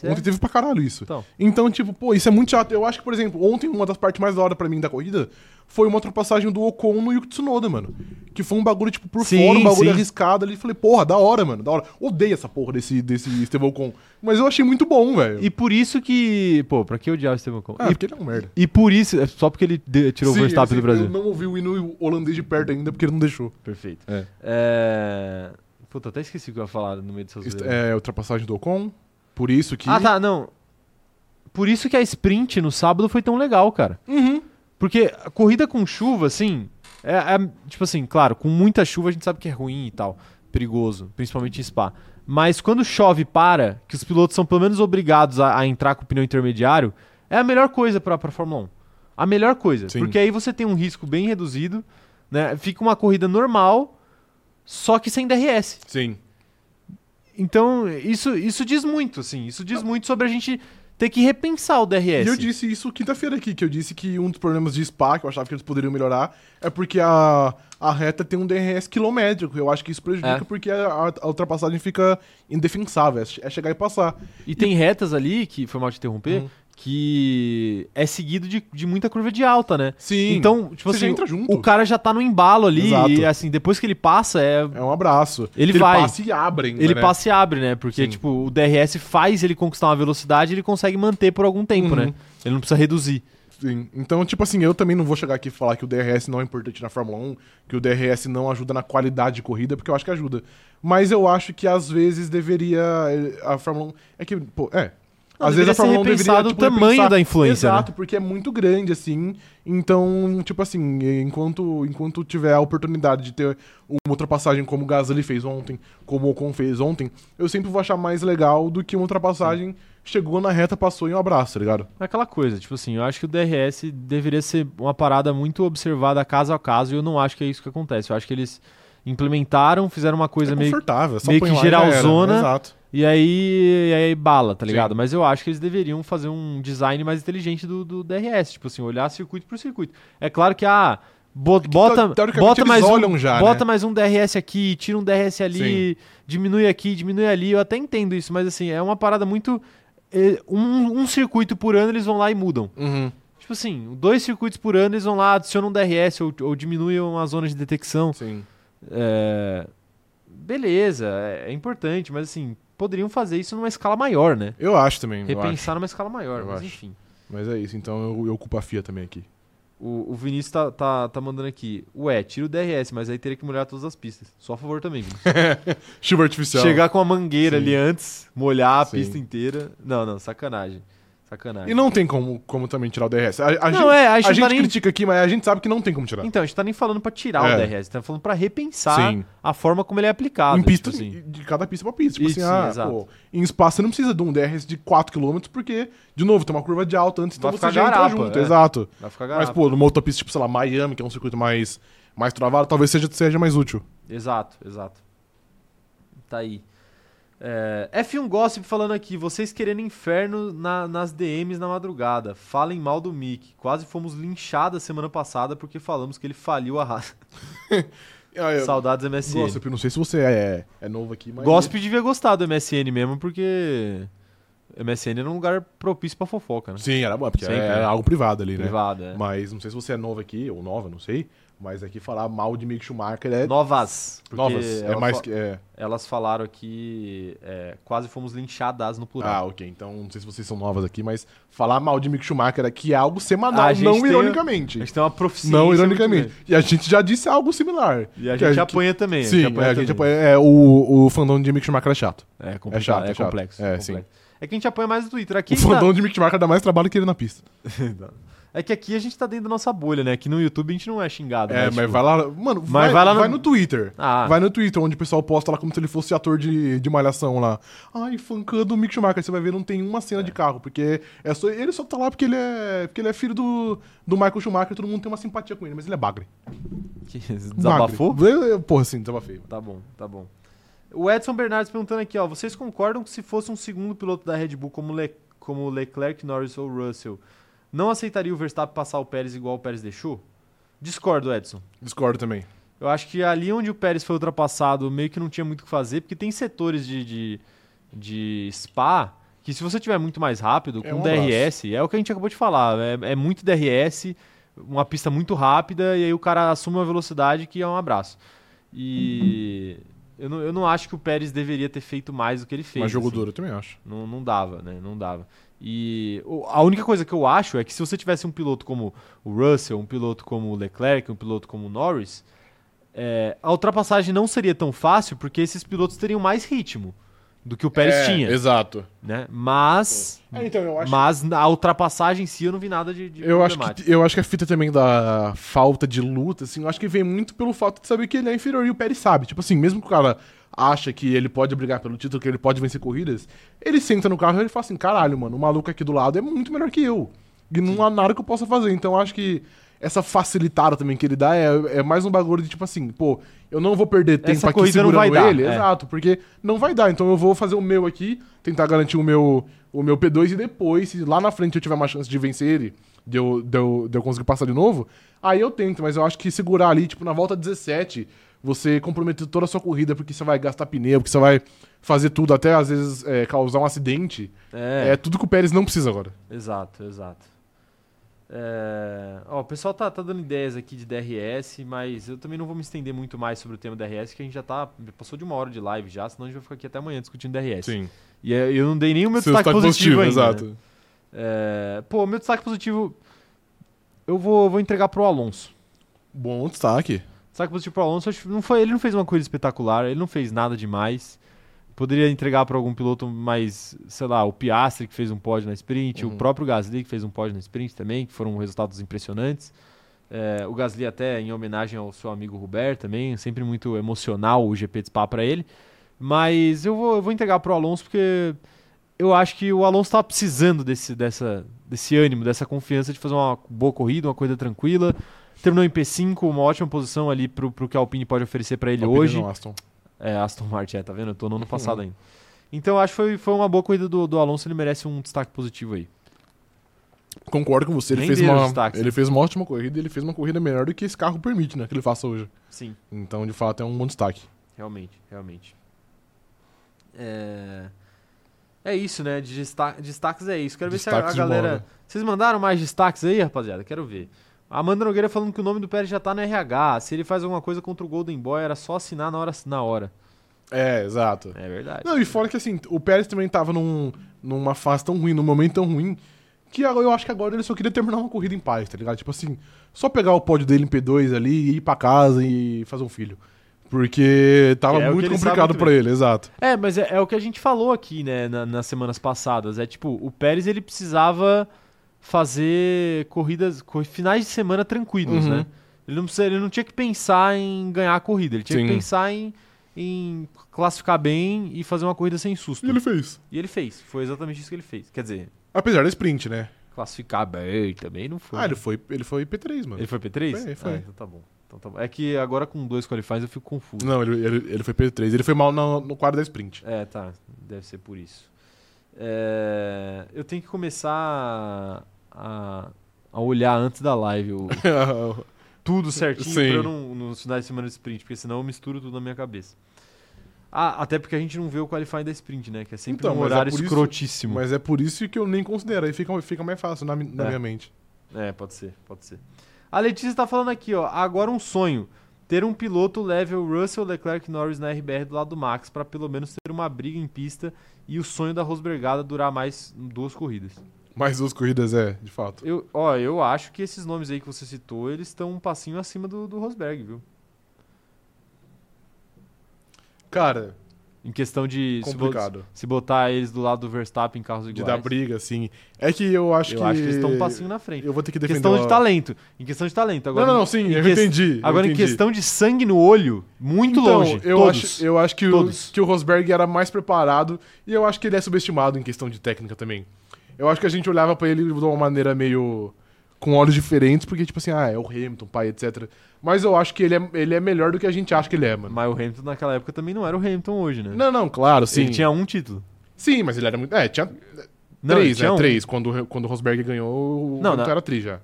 DRS. Ontem É. teve pra caralho isso. Então. Então. tipo, pô, isso é muito chato. Eu acho que, por exemplo, ontem uma das partes mais da hora pra mim da corrida foi uma ultrapassagem do Ocon no Yuki Tsunoda, mano. Que foi um bagulho, tipo, por Sim, fora, um bagulho sim. arriscado ali. Falei, porra, da hora, mano, da hora. Odeio essa porra desse, desse Estevam Ocon. Mas eu achei muito bom, velho. E por isso que. Pô, pra que odiar o Esteban Ocon? Ah, e, porque ele é um merda. e por isso. É só porque ele de- tirou Sim, o Verstappen eu- do Brasil. Eu não ouvi o hino holandês de perto ainda porque ele não deixou. Perfeito. É. É... Puta, até esqueci o que eu ia falar no meio dessas Est- vezes. É, ultrapassagem do Ocon. Por isso que. Ah, tá, não. Por isso que a sprint no sábado foi tão legal, cara. Uhum. Porque a corrida com chuva, assim, é, é- tipo assim, claro, com muita chuva a gente sabe que é ruim e tal, perigoso, principalmente em Spa. Mas quando chove e para, que os pilotos são pelo menos obrigados a, a entrar com o pneu intermediário, é a melhor coisa pra pra Fórmula 1. A melhor coisa, Sim. porque aí você tem um risco bem reduzido, né? Fica uma corrida normal, só que sem DRS. Sim. Então, isso, isso diz muito, assim. Isso diz muito sobre a gente ter que repensar o DRS. E eu disse isso quinta-feira aqui, que eu disse que um dos problemas de Spa, que eu achava que eles poderiam melhorar, é porque a, a reta tem um DRS quilométrico. Eu acho que isso prejudica É. porque a, a- a ultrapassagem fica indefensável. É, che- é chegar e passar. E tem retas ali, que foi mal te interromper, Uhum. que é seguido de, de muita curva de alta, né? Sim. Então, tipo Você já assim, entra junto. o cara já tá no embalo ali Exato. e assim, depois que ele passa, é, É um abraço. Ele vai. passa e abre, ainda, ele né? passa e abre, né? Porque Sim. tipo, o DRS faz ele conquistar uma velocidade, e ele consegue manter por algum tempo, Uhum. né? Ele não precisa reduzir. Sim. Então, tipo assim, eu também não vou chegar aqui e falar que o DRS não é importante na Fórmula 1, que o DRS não ajuda na qualidade de corrida, porque eu acho que ajuda. Mas eu acho que às vezes deveria. eh, A Fórmula 1. É que, um, pô, é. Às vezes a Fórmula 1 deveria repensado o tipo, tamanho repensar- da influência. né? Exato, porque é muito grande, assim. Então, tipo assim, enquanto, enquanto tiver a oportunidade de ter uma ultrapassagem como o Gasly fez ontem, como o Ocon fez ontem, eu sempre vou achar mais legal do que uma ultrapassagem chegou na reta, passou e um abraço, tá ligado? Aquela coisa, tipo assim, eu acho que o DRS deveria ser uma parada muito observada caso a caso e eu não acho que é isso que acontece. Eu acho que eles implementaram, fizeram uma coisa é meio. confortável, é só meio põe que lá e já era. geralzona. Exato. E aí, e aí bala, tá Sim. ligado? Mas eu acho que eles deveriam fazer um design mais inteligente do, do DRS, tipo assim, olhar circuito por circuito. É claro que, ah, bo- bota, teo- É teoricamente bota eles mais um, olham já, bota né? mais um DRS aqui, tira um DRS ali, diminui aqui, diminui ali. Eu até entendo isso, mas assim, é uma parada muito. eh, Um, um circuito por ano eles vão lá e mudam. Uhum. Tipo assim, dois circuitos por ano eles vão lá, adicionam um DRS ou, ou diminuem uma zona de detecção. Sim. É, Beleza, é, é importante, mas assim, poderiam fazer isso numa escala maior, né? Eu acho também, eu acho. Repensar numa escala maior, Eu mas acho. enfim. Mas é isso, então eu, eu culpo a FIA também aqui. O, o Vinícius tá, tá, tá mandando aqui. Ué, tira o DRS, mas aí teria que molhar todas as pistas. Só a favor também. Vinícius. Chuva artificial. Chegar com a mangueira Sim. ali antes, molhar a Sim. pista inteira. Não, não, sacanagem. Sacanagem. E não tem como, como também tirar o DRS. A, a Não, gente, é, a a gente não gente, tá nem- critica aqui, mas a gente sabe que não tem como tirar. Então, a gente tá nem falando pra tirar É. o DRS, tá falando pra repensar Sim. Um a forma como ele é aplicado. em pista, tipo assim. de cada pista pra pista. Tipo Isso, assim, sim, ah, exato. pô, em espaço você não precisa de um DRS de 4km, porque, de novo, tem uma curva de alta antes, então Vai você ficar já entra garapa, junto, é. exato. Vai ficar Mas, garapa. pô, numa outra pista, tipo, sei lá, Miami, que é um circuito mais, mais travado, talvez seja, seja mais útil. Exato, exato. Tá aí. É, F1 Gossip falando aqui, vocês querendo inferno na- nas DMs na madrugada. Falem mal do Mick. Quase fomos linchadas semana passada porque falamos que ele faliu a raça. Ah, eu- Saudades MSN. Gossip, Gossip, não sei se você é, é novo aqui, mas... devia gostar do MSN mesmo, porque MSN era um lugar propício pra fofoca, né? Sim, era bom, porque Sempre, era né? algo privado ali, né? Privado, é. Mas não sei se você é novo aqui, ou nova, não sei, mas aqui falar mal de Mick Schumacher é... Novas. porque Novas, é elas mais fa- que... É. Elas falaram aqui, é, quase fomos linchadas no plural. Ah, ok. Então, não sei se vocês são novas aqui, mas falar mal de Mick Schumacher aqui é algo semanal, A gente não tem- ironicamente. A gente tem uma proficiência. não muito ironicamente. grande. E a gente já disse algo similar. é. E a Que gente apanha também. Sim, apanha é, a gente também. apanha. É, o, o fandom de Mick Schumacher é chato. É É chato, complicado, é é, chato. complexo. É, complexo. É que a gente apanha mais no Twitter. Aqui o a gente tá- fandom de Mick Schumacher dá mais trabalho que ele na pista. É que aqui a gente tá dentro da nossa bolha, né? Aqui no YouTube a gente não é xingado. É, né? mas Tipo, vai lá. Mano, vai, vai, lá no... Twitter. Ah. Vai no Twitter, onde o pessoal posta lá como se ele fosse ator de, de malhação lá. Ai, fancando o Mick Schumacher. Você vai ver, não tem uma cena de carro, porque é só, ele só tá lá porque ele é, porque ele é filho do, do Michael Schumacher, todo mundo tem uma simpatia com ele, mas ele é bagre. que- Desabafou? Bagre. Eu- eu- Porra, sim, desabafei. Tá bom, tá bom. O Edson Bernardes perguntando aqui, ó. Vocês concordam que se fosse um segundo piloto da Red Bull como, Le... como Leclerc, Norris ou Russell, não aceitaria o Verstappen passar o Pérez igual o Pérez deixou? Discordo, Edson. Discordo também. Eu acho que ali onde o Pérez foi ultrapassado, meio que não tinha muito o que fazer, porque tem setores de, de, de spa que se você tiver muito mais rápido, É com um DRS, é o que a gente acabou de falar, é, é muito DRS, uma pista muito rápida, e aí o cara assume uma velocidade que é um abraço. E eu não, eu não acho que o Pérez deveria ter feito mais do que ele fez. mas jogo assim. duro eu também acho. Não, não dava, né? Não dava. E o- a única coisa que eu acho é que se você tivesse um piloto como o Russell, um piloto como o Leclerc, um piloto como o Norris, é, a ultrapassagem não seria tão fácil porque esses pilotos teriam mais ritmo do que o Pérez É, tinha, Exato. né? Mas, É, então, eu acho mas na- a ultrapassagem em si eu não vi nada de, de Eu acho, problemático. que, eu acho que a fita também da falta de luta, assim, eu acho que vem muito pelo fato de saber que ele é inferior e o Pérez sabe. Tipo assim, mesmo que o cara acha que ele pode brigar pelo título, que ele pode vencer corridas, ele senta no carro e ele fala assim, caralho, mano, o maluco aqui do lado é muito melhor que eu. E não há nada que eu possa fazer. Então eu acho que essa facilitada também que ele dá é, é mais um bagulho de tipo assim, pô, eu não vou perder tempo Essa aqui corrida não segurando vai dar, ele. é. Exato, porque não vai dar. Então eu vou fazer o meu aqui, tentar garantir o meu, o meu P2 e depois, se lá na frente eu tiver uma chance de vencer ele, de eu, de, eu, de eu conseguir passar de novo, aí eu tento. Mas eu acho que segurar ali, tipo, na volta 17, você comprometer toda a sua corrida, porque você vai gastar pneu, porque você vai fazer tudo, até às vezes é, causar um acidente. É. tudo que o Pérez não precisa agora. Exato, exato. É, ó, o pessoal tá, tá dando ideias aqui de DRS, mas eu também não vou me estender muito mais sobre o tema DRS, que a gente já tá. já passou de uma hora de live já, senão a gente vai ficar aqui até amanhã discutindo DRS. E é, eu não dei nem o meu Seu destaque, destaque positivo, ainda, exato. né? É, pô, meu destaque positivo. Eu vou, vou entregar pro Alonso. Bom destaque. Destaque positivo pro Alonso, acho que não foi, ele não fez uma corrida espetacular, ele não fez nada demais. Poderia entregar para algum piloto mais, sei lá, o Piastri que fez um pódio na sprint, Uhum. o próprio Gasly que fez um pódio na sprint também, que foram resultados impressionantes. É, o Gasly até em homenagem ao seu amigo Hubert também, sempre muito emocional o GP de Spa para ele. Mas eu vou, eu vou entregar pro Alonso porque eu acho que o Alonso estava precisando desse, dessa, desse ânimo, dessa confiança de fazer uma boa corrida, uma corrida tranquila. Terminou em P5, uma ótima posição ali pro, pro que a Alpine pode oferecer para ele Alpine hoje. não, Aston. É, Aston Martin, é, tá vendo? Eu tô no ano passado ainda. Então eu acho que foi, foi uma boa corrida do, do Alonso, ele merece um destaque positivo aí. Concordo com você, ele Nem fez, deram uma, destaque, ele fez uma ótima corrida e ele fez uma corrida melhor do que esse carro permite, né? Que ele faça hoje. Sim. Então, de fato, é um bom destaque. Realmente, realmente. É, é isso, né? De desta- destaques é isso. Quero ver Destaques se de a- a, uma galera. hora. Vocês mandaram mais destaques aí, rapaziada? Quero ver. A Amanda Nogueira falando que o nome do Pérez já tá no RH. Se ele faz alguma coisa contra o Golden Boy, era só assinar na hora. Na hora. É, exato. É verdade. Não, e fora que assim, o Pérez também tava num, numa fase tão ruim, num momento tão ruim, que agora- eu acho que agora ele só queria terminar uma corrida em paz, tá ligado? Tipo assim, só pegar o pódio dele em P2 ali e ir pra casa e fazer um filho. Porque tava Que é o que muito ele sabe complicado muito pra bem. ele, exato. É, mas é, é o que a gente falou aqui, né, na- nas semanas passadas. É tipo, o Pérez ele precisava fazer corridas, co- finais de semana tranquilos, Uhum. né? Ele não, precisa- ele não tinha que pensar em ganhar a corrida, ele tinha que Sim. pensar em, em classificar bem e fazer uma corrida sem susto. E ele fez. E ele fez, foi exatamente isso que ele fez. Quer dizer, Apesar da sprint, né? classificar bem também não foi. Ah, ele né? foi, ele foi P3, mano. Ele foi P3? Foi, foi. Ah, então tá bom. Então tá bom. É que agora com dois qualifies eu fico confuso. Não, ele, ele, ele foi P3. Ele foi mal no, no quadro da sprint. É, tá. Deve ser por isso. É, eu tenho que começar a, a olhar antes da live o- tudo certinho pra Sim. eu não, não estudar de semana de sprint, porque senão eu misturo tudo na minha cabeça. Ah, até porque a gente não vê o qualifying da sprint, né? Que é sempre Então, um mas é horário por isso- escrotíssimo. Mas é por isso que eu nem considero. Aí fica, fica mais fácil na, mi- na É. minha mente. É, pode ser, pode ser. A Letícia tá falando aqui, ó. Agora um sonho. Ter um piloto level Russell, Leclerc e Norris na RBR do lado do Max, pra pelo menos ter uma briga em pista e o sonho da Rosbergada durar mais duas corridas. Mais duas corridas, é, de fato. Eu, ó, eu acho que esses nomes aí que você citou, eles estão um passinho acima do, do Rosberg, viu? Cara, Em questão de se, bo- complicado. se botar eles do lado do Verstappen em carros De iguais. dar briga, assim. É que eu acho eu que. acho que eles estão um passinho na frente. Eu vou ter que Em defender. questão o- de talento. Em questão de talento. Agora, não, não, não, sim, eu quest- entendi. eu agora entendi. em questão de sangue no olho, muito Então, longe. eu todos. acho, eu acho que, o, Todos. que o Rosberg era mais preparado e eu acho que ele é subestimado em questão de técnica também. Eu acho que a gente olhava pra ele de uma maneira meio com olhos diferentes, porque tipo assim, ah, é o Hamilton, pai, etc. Mas eu acho que ele é, ele é melhor do que a gente acha que ele é, mano. Mas o Hamilton naquela época também não era o Hamilton hoje, né? Não, não, claro, sim. Ele tinha um título. Sim, mas ele era muito, é, tinha Não, ele três, tinha né? um. Três, quando quando o Rosberg ganhou, o Não, Hamilton não. era tri já.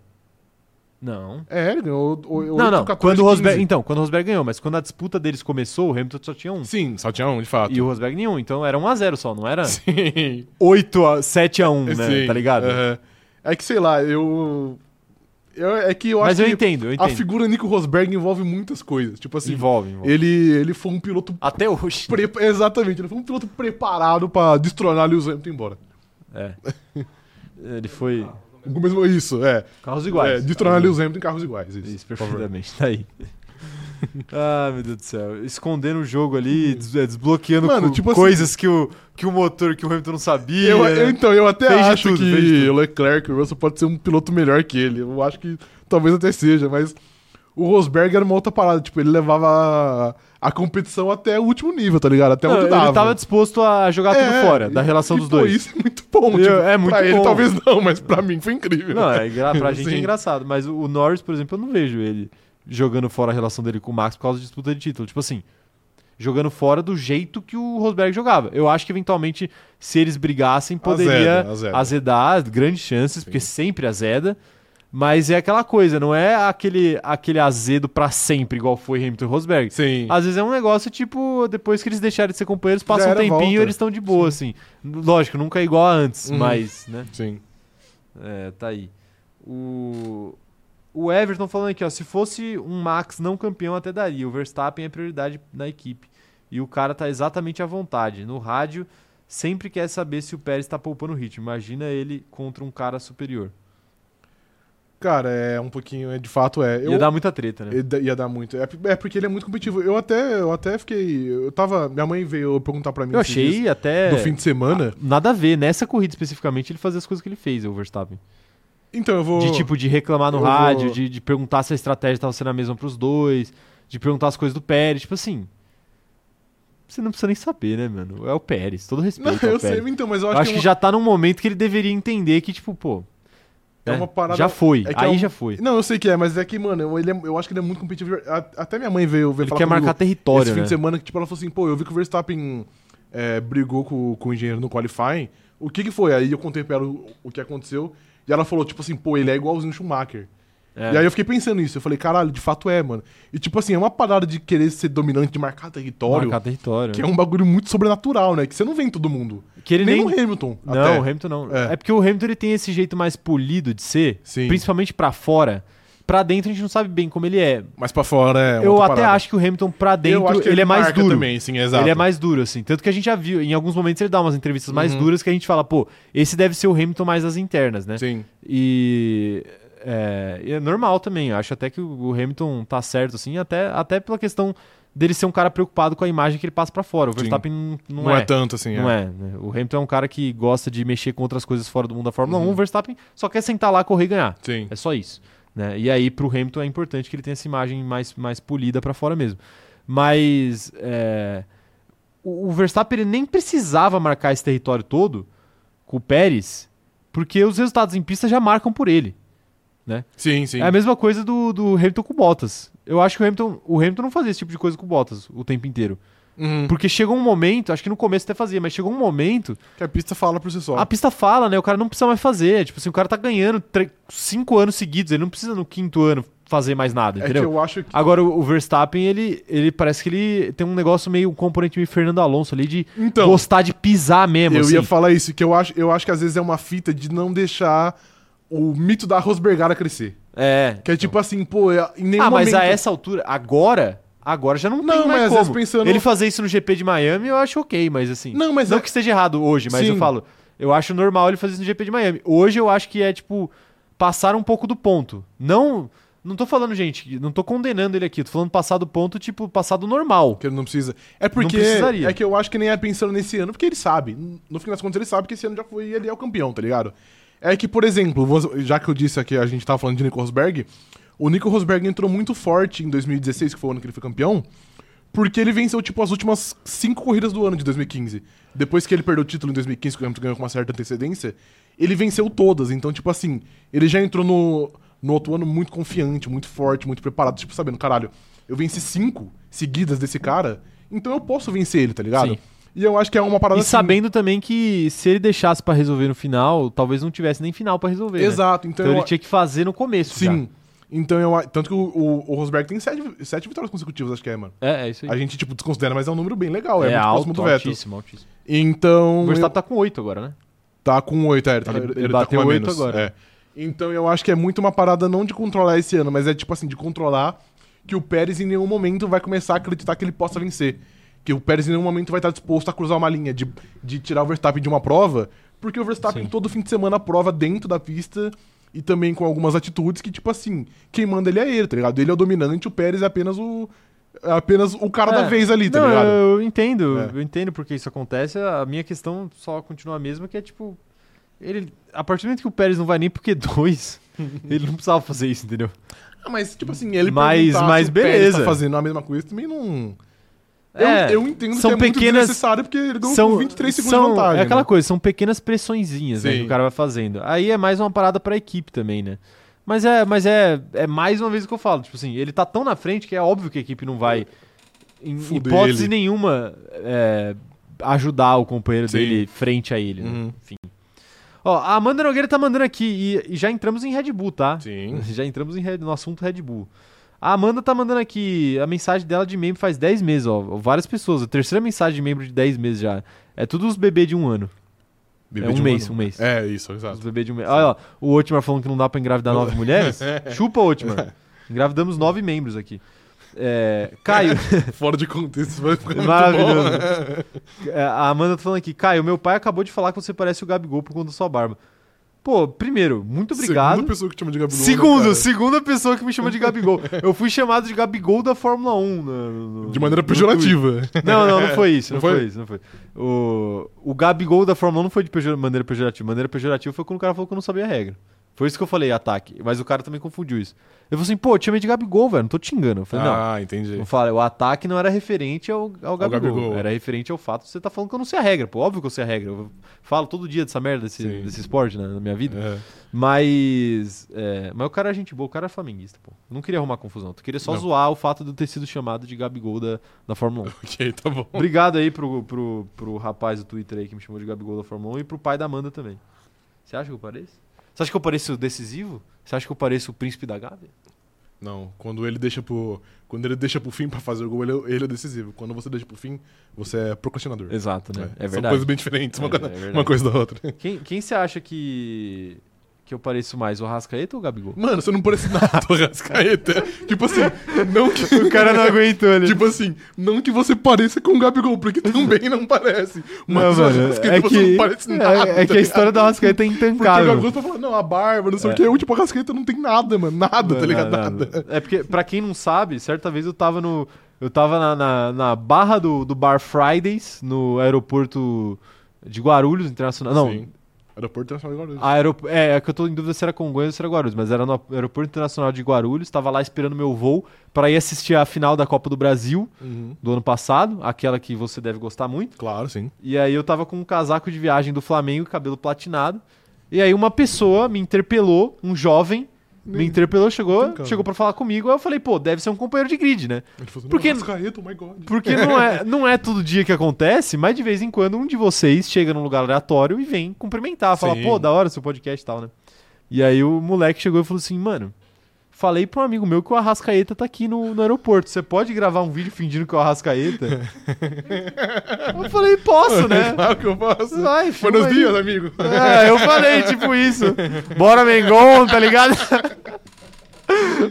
Não. É, ele ganhou o, o, não, oito, não. 14, quando o Rosberg, 15. então, quando o Rosberg ganhou, mas quando a disputa deles começou, o Hamilton só tinha um. Sim, só tinha um, de fato. E o Rosberg nenhum, então era 1x0 só, não era Sim. 8 a 7 a 1, né? Sim, Tá ligado? aham. É que, sei lá, eu... eu é que eu acho Mas eu que entendo, eu a entendo. figura Nico Rosberg envolve muitas coisas. Tipo assim, envolve, envolve. ele, ele foi um piloto... Até hoje. pre- Exatamente, ele foi um piloto preparado pra destronar Lewis Hamilton e ir embora. É. Ele foi. O mesmo- Isso, é. Carros É, iguais. Uhum. destronar Lewis Hamilton em carros iguais. Isso, Isso, por favor. perfeitamente. Tá aí. ah, meu Deus do céu. Escondendo o jogo ali, des- é, desbloqueando Uhum. Mano, co- tipo assim- coisas que, o, que o motor, que o Hamilton não sabia. Eu- eu- então, eu até É. Fez de acho tudo, fez de que tudo. o Leclerc, o Russell, pode ser um piloto melhor que ele. Eu acho que talvez até seja, mas o Rosberg era uma outra parada. Tipo, ele levava a, a competição até o último nível, tá ligado? Até Não, onde ele dava. tava disposto a jogar É, tudo fora da relação e, dos pô, dois. Isso é muito bom. Eu- tipo, é muito pra ele bom. talvez não, mas pra mim foi incrível. Não, é, engra- pra gente é Sim. engraçado. Mas o o Norris, por exemplo, eu não vejo ele jogando fora a relação dele com o Max por causa de disputa de título. Tipo assim, jogando fora do jeito que o Rosberg jogava. Eu acho que eventualmente, se eles brigassem, poderia Azeda, azeda. azedar grandes chances, porque sempre azeda. Mas é aquela coisa, não é aquele, aquele azedo pra sempre, igual foi Hamilton e Rosberg. Sim. Às vezes é um negócio tipo, depois que eles deixarem de ser companheiros, passa um era, tempinho e volta. eles estão de boa, assim. Lógico, nunca é igual a antes, Uhum. mas, né? Sim. É, tá aí. O, o Everton falando aqui, ó. Se fosse um Max não campeão, até daria. O Verstappen é prioridade na equipe. E o cara tá exatamente à vontade. No rádio, sempre quer saber se o Pérez tá poupando ritmo. Imagina ele contra um cara superior. Cara, é um pouquinho, é, de fato é. Eu, Ia dar muita treta, né? Ele da- ia dar muito. É, p- é porque ele é muito competitivo. Eu até, eu até fiquei. Eu tava. Minha mãe veio perguntar pra mim Eu esses dias achei é. Ah, até. do fim de semana. Nada a ver, nessa corrida especificamente, ele fazia as coisas que ele fez, o Verstappen. Então eu vou. De tipo, de reclamar no eu rádio, vou- de, de perguntar se a estratégia tava sendo a mesma pros dois, de perguntar as coisas do Pérez, tipo assim. Você não precisa nem saber, né, mano? É o Pérez, todo respeito. Não, ao eu sei, Pérez. então, mas eu Eu acho, acho que é já tá num momento que ele deveria entender que, tipo, pô. né? É uma parada- Já foi, é que é aí um- já foi. uma- Não, eu sei que é, mas é que, mano, eu, ele é- eu acho que ele é muito competitivo. A- Até minha mãe veio, veio Ele falar quer comigo marcar território, esse fim né? de semana que, tipo, ela falou assim, pô, eu vi que o Verstappen é, brigou com, com o engenheiro no qualifying. O que que foi? Aí eu contei pra ela o, o que aconteceu. E ela falou, tipo assim, pô, ele é igualzinho o Schumacher. É. E aí eu fiquei pensando nisso. Eu falei, caralho, de fato é, mano. E tipo assim, é uma parada de querer ser dominante, de marcar território, Marcar território. que é um bagulho muito sobrenatural, né? Que você não vê em todo mundo. Que ele nem. nem, no Hamilton. Não, até. o Hamilton não. É. É. porque o Hamilton ele tem esse jeito mais polido de ser, Sim. principalmente pra fora. Pra dentro a gente não sabe bem como ele é. Mas pra fora é Eu outra até parada. acho que o Hamilton pra Eu dentro acho ele, é mais marca duro. também, sim, exato. Ele é mais duro assim, tanto que a gente já viu em alguns momentos ele dá umas entrevistas mais Uhum. duras que a gente fala, pô, esse deve ser o Hamilton mais as internas, né? Sim. E é, e é normal também. Eu acho até que o o Hamilton tá certo, assim, até, até pela questão dele ser um cara preocupado com a imagem que ele passa pra fora. O Sim. Verstappen n- não, Não, é. tanto assim, Não é. né? O Hamilton é um cara que gosta de mexer com outras coisas fora do mundo da Fórmula Uhum. 1. O Verstappen só quer sentar lá, correr e ganhar. Sim. É só isso. Né? E aí, pro Hamilton, é importante que ele tenha essa imagem mais, mais polida pra fora mesmo. Mas é, o, o Verstappen ele nem precisava marcar esse território todo com o Pérez, porque os resultados em pista já marcam por ele. Sim, sim. É a mesma coisa do, do Hamilton com o Bottas. Eu acho que o Hamilton, o Hamilton não fazia esse tipo de coisa com o Bottas o tempo inteiro. Uhum. Porque chegou um momento, acho que no começo até fazia, mas chegou um momento Que a pista fala por si só. É a pista fala, né? O cara não precisa mais fazer. Tipo assim, o cara tá ganhando tre- cinco anos seguidos, ele não precisa no quinto ano fazer mais nada, É que entendeu? eu acho que. Agora, o o Verstappen, ele, ele parece que ele tem um negócio meio, um componente meio Fernando Alonso ali de Então, gostar de pisar mesmo, eu assim. ia falar isso, que eu acho, eu acho que às vezes é uma fita de não deixar o mito da Rosbergara crescer. É. Que é tipo assim, pô, é- em nenhum Ah, mas momento... a essa altura, agora, agora já não, Não, tem mas mais às vezes como. pensando- Ele fazer isso no GP de Miami, eu acho ok, mas assim... Não, mas Não é- que esteja errado hoje, mas Sim. eu falo, eu acho normal ele fazer isso no GP de Miami. Hoje eu acho que é, tipo, passar um pouco do ponto. Não. Não tô falando, gente, não tô condenando ele aqui, tô falando passar do ponto, tipo, passar do normal. que ele não precisa. É porque precisaria. é que eu acho que nem é pensando nesse ano, porque ele sabe. No fim das contas, ele sabe que esse ano já foi ele é o campeão, tá ligado? É que, por exemplo, vou- já que eu disse aqui, a gente tava falando de Nico Rosberg, o Nico Rosberg entrou muito forte em 2016, que foi o ano que ele foi campeão, porque ele venceu, tipo, as últimas cinco corridas do ano de 2015. Depois que ele perdeu o título em 2015, que o Hamilton ganhou com uma certa antecedência, ele venceu todas. Então, tipo assim, ele já entrou no, no outro ano muito confiante, muito forte, muito preparado. Tipo, sabendo, caralho, eu venci cinco seguidas desse cara, então eu posso vencer ele, tá ligado? Sim. E eu acho que é uma parada E assim- sabendo também que se ele deixasse pra resolver no final, talvez não tivesse nem final pra resolver. né? Exato, então, Então ele eu- tinha que fazer no começo. Sim. Então eu a- Tanto que o, o- o Rosberg tem sete, vi- sete vitórias consecutivas, acho que é, mano. já. É, é isso aí. A gente, tipo, desconsidera, mas é um número bem legal. É, é muito alto, próximo do Vettel. altíssimo, altíssimo. Então. O eu- Verstappen tá com 8 agora, né? Tá com 8, é, ele, tá- Ele- ele ele tá bateu com um a oito menos, agora. é. Então eu acho que é muito uma parada não de controlar esse ano, mas é tipo assim, de controlar que o Pérez em nenhum momento vai começar a acreditar que ele possa vencer. Que o Pérez em nenhum momento vai estar disposto a cruzar uma linha, de, de tirar o Verstappen de uma prova, porque o Verstappen todo fim de semana prova dentro da pista e também com algumas atitudes que, tipo assim, quem manda ele é ele, tá ligado? Ele é o dominante, o Pérez é apenas o. é apenas o cara da É. vez ali, tá não, ligado? Eu entendo, É. eu entendo porque isso acontece. A minha questão só continua a mesma, que é tipo. Ele, a partir do momento que o Pérez não vai nem porque dois, ele não precisava fazer isso, entendeu? Ah, mas, tipo assim, ele Mas- perguntar mas se o Pérez beleza. tá fazendo a mesma coisa também não. É, um, eu, eu entendo são que é muito pequenas- desnecessário porque ele ganhou com 23 segundos são- de vantagem. É aquela né? coisa, são pequenas pressõezinhas né, Sim. que o cara vai fazendo. Aí é mais uma parada pra equipe também, né? Mas é, mas é, é mais uma vez o que eu falo. Tipo assim, ele tá tão na frente que é óbvio que a equipe não vai, em Fuder hipótese ele. nenhuma, é, ajudar o companheiro Sim. dele frente a ele. né? Uhum. Enfim. Ó, a Amanda Nogueira tá mandando aqui, e, e já entramos em Red Bull, tá? Sim. Já entramos em Red- no assunto Red Bull. A Amanda tá mandando aqui a mensagem dela de membro faz 10 meses, ó. Várias pessoas. A terceira mensagem de membro de 10 meses já. É tudo os bebês de um ano. Bebê é um de mês, ano. um mês. É, isso, Os exato. bebês de um mês. Olha, ó, o Otmar falando que não dá pra engravidar nove mulheres. Chupa, Otmar. Engravidamos nove membros aqui. É, Caio. Fora de contexto, vai ficar muito Maravilhoso. bom. É, A Amanda tá falando aqui, Caio, meu pai acabou de falar que você parece o Gabigol por conta da sua barba. Pô, primeiro, muito obrigado. Segunda pessoa que te chama de Gabigol. né, Segundo, cara? segunda pessoa que me chama de Gabigol. Eu fui chamado de Gabigol da Fórmula 1. no- no- no- De maneira no Twitter. pejorativa. Não, não, não foi isso. Não, Não foi? foi? isso, não foi. O, o Gabigol da Fórmula 1 não foi de pejora- maneira pejorativa. Maneira pejorativa foi quando o cara falou que eu não sabia a regra. Foi isso que eu falei, ataque. Mas o cara também confundiu isso. Eu falei assim, pô, eu te chamei de Gabigol, velho. Não tô te enganando. Eu falei, não. Ah, entendi. Não fala, o ataque não era referente ao, ao, Gabigol, Gabigol. Era referente ao fato de você estar falando que eu não sei a regra. Pô, óbvio que eu sei a regra. Eu falo todo dia dessa merda, desse, Sim. desse esporte né, na minha vida. É. Mas. é, mas o cara é gente boa, o cara é flamenguista, pô. Eu não queria arrumar confusão. Tu queria só Não. zoar o fato de eu ter sido chamado de Gabigol da, da Fórmula 1. Ok, tá bom. Obrigado aí pro, pro, pro rapaz do Twitter aí que me chamou de Gabigol da Fórmula 1 e pro pai da Amanda também. Você acha que eu pareço? Você acha que eu pareço decisivo? Você acha que eu pareço o príncipe da Gávea? Não, quando ele deixa pro. Quando ele deixa pro fim pra fazer o gol, ele, é- ele é decisivo. Quando você deixa pro fim, você é procrastinador. É, Exato, né? São coisas bem diferentes, uma, É, coisa, é verdade. uma coisa da outra. Quem, quem você acha que, que eu pareço mais, o Rascaeta ou o Gabigol? Mano, você não parece nada do Rascaeta. tipo assim, não que. O cara não aguentou ele. Tipo assim, não que você pareça com o Gabigol, porque também não parece. não, o mano, Rascaeta, é você que, tipo, não parece é- nada. tá é, que a história do Rascaeta é Porque o intancável. Gabigol tá falando, não, a barba, não sei o que. Eu, tipo, a Rascaeta não tem nada, mano. Nada, tá ligado? É. Não, Nada. não, não. É porque, pra quem não sabe, certa vez eu tava no. Eu tava na, na, na barra do, do Bar Fridays, no aeroporto de Guarulhos Internacional. Não, Sim. Aeroporto Internacional de Guarulhos. aerop- é, é que eu tô em dúvida se era Congonhas ou se era Guarulhos, mas era no aeroporto internacional de Guarulhos, tava lá esperando meu voo pra ir assistir a final da Copa do Brasil Uhum. do ano passado, aquela que você deve gostar muito. Claro, sim. E aí eu tava com um casaco de viagem do Flamengo, cabelo platinado. E aí uma pessoa me interpelou, um jovem, me interpelou, chegou, Brincando. chegou para falar comigo. Aí eu falei, pô, deve ser um companheiro de grid, né? Ele falou, Porque- "Não, Rascaeta, oh my god. Porque não é, não é todo dia que acontece, mas de vez em quando um de vocês chega num lugar aleatório e vem cumprimentar, fala, Sim. pô, da hora seu podcast e tal, né? E aí o moleque chegou e falou assim, mano, falei pra um amigo meu que o Arrascaeta tá aqui no, no aeroporto, você pode gravar um vídeo fingindo que é o Arrascaeta? eu falei, posso, né? Claro É, que eu faço. Vai, filma Buenos aí. dias, amigo. É, eu falei, tipo isso. Bora, Mengon, tá ligado?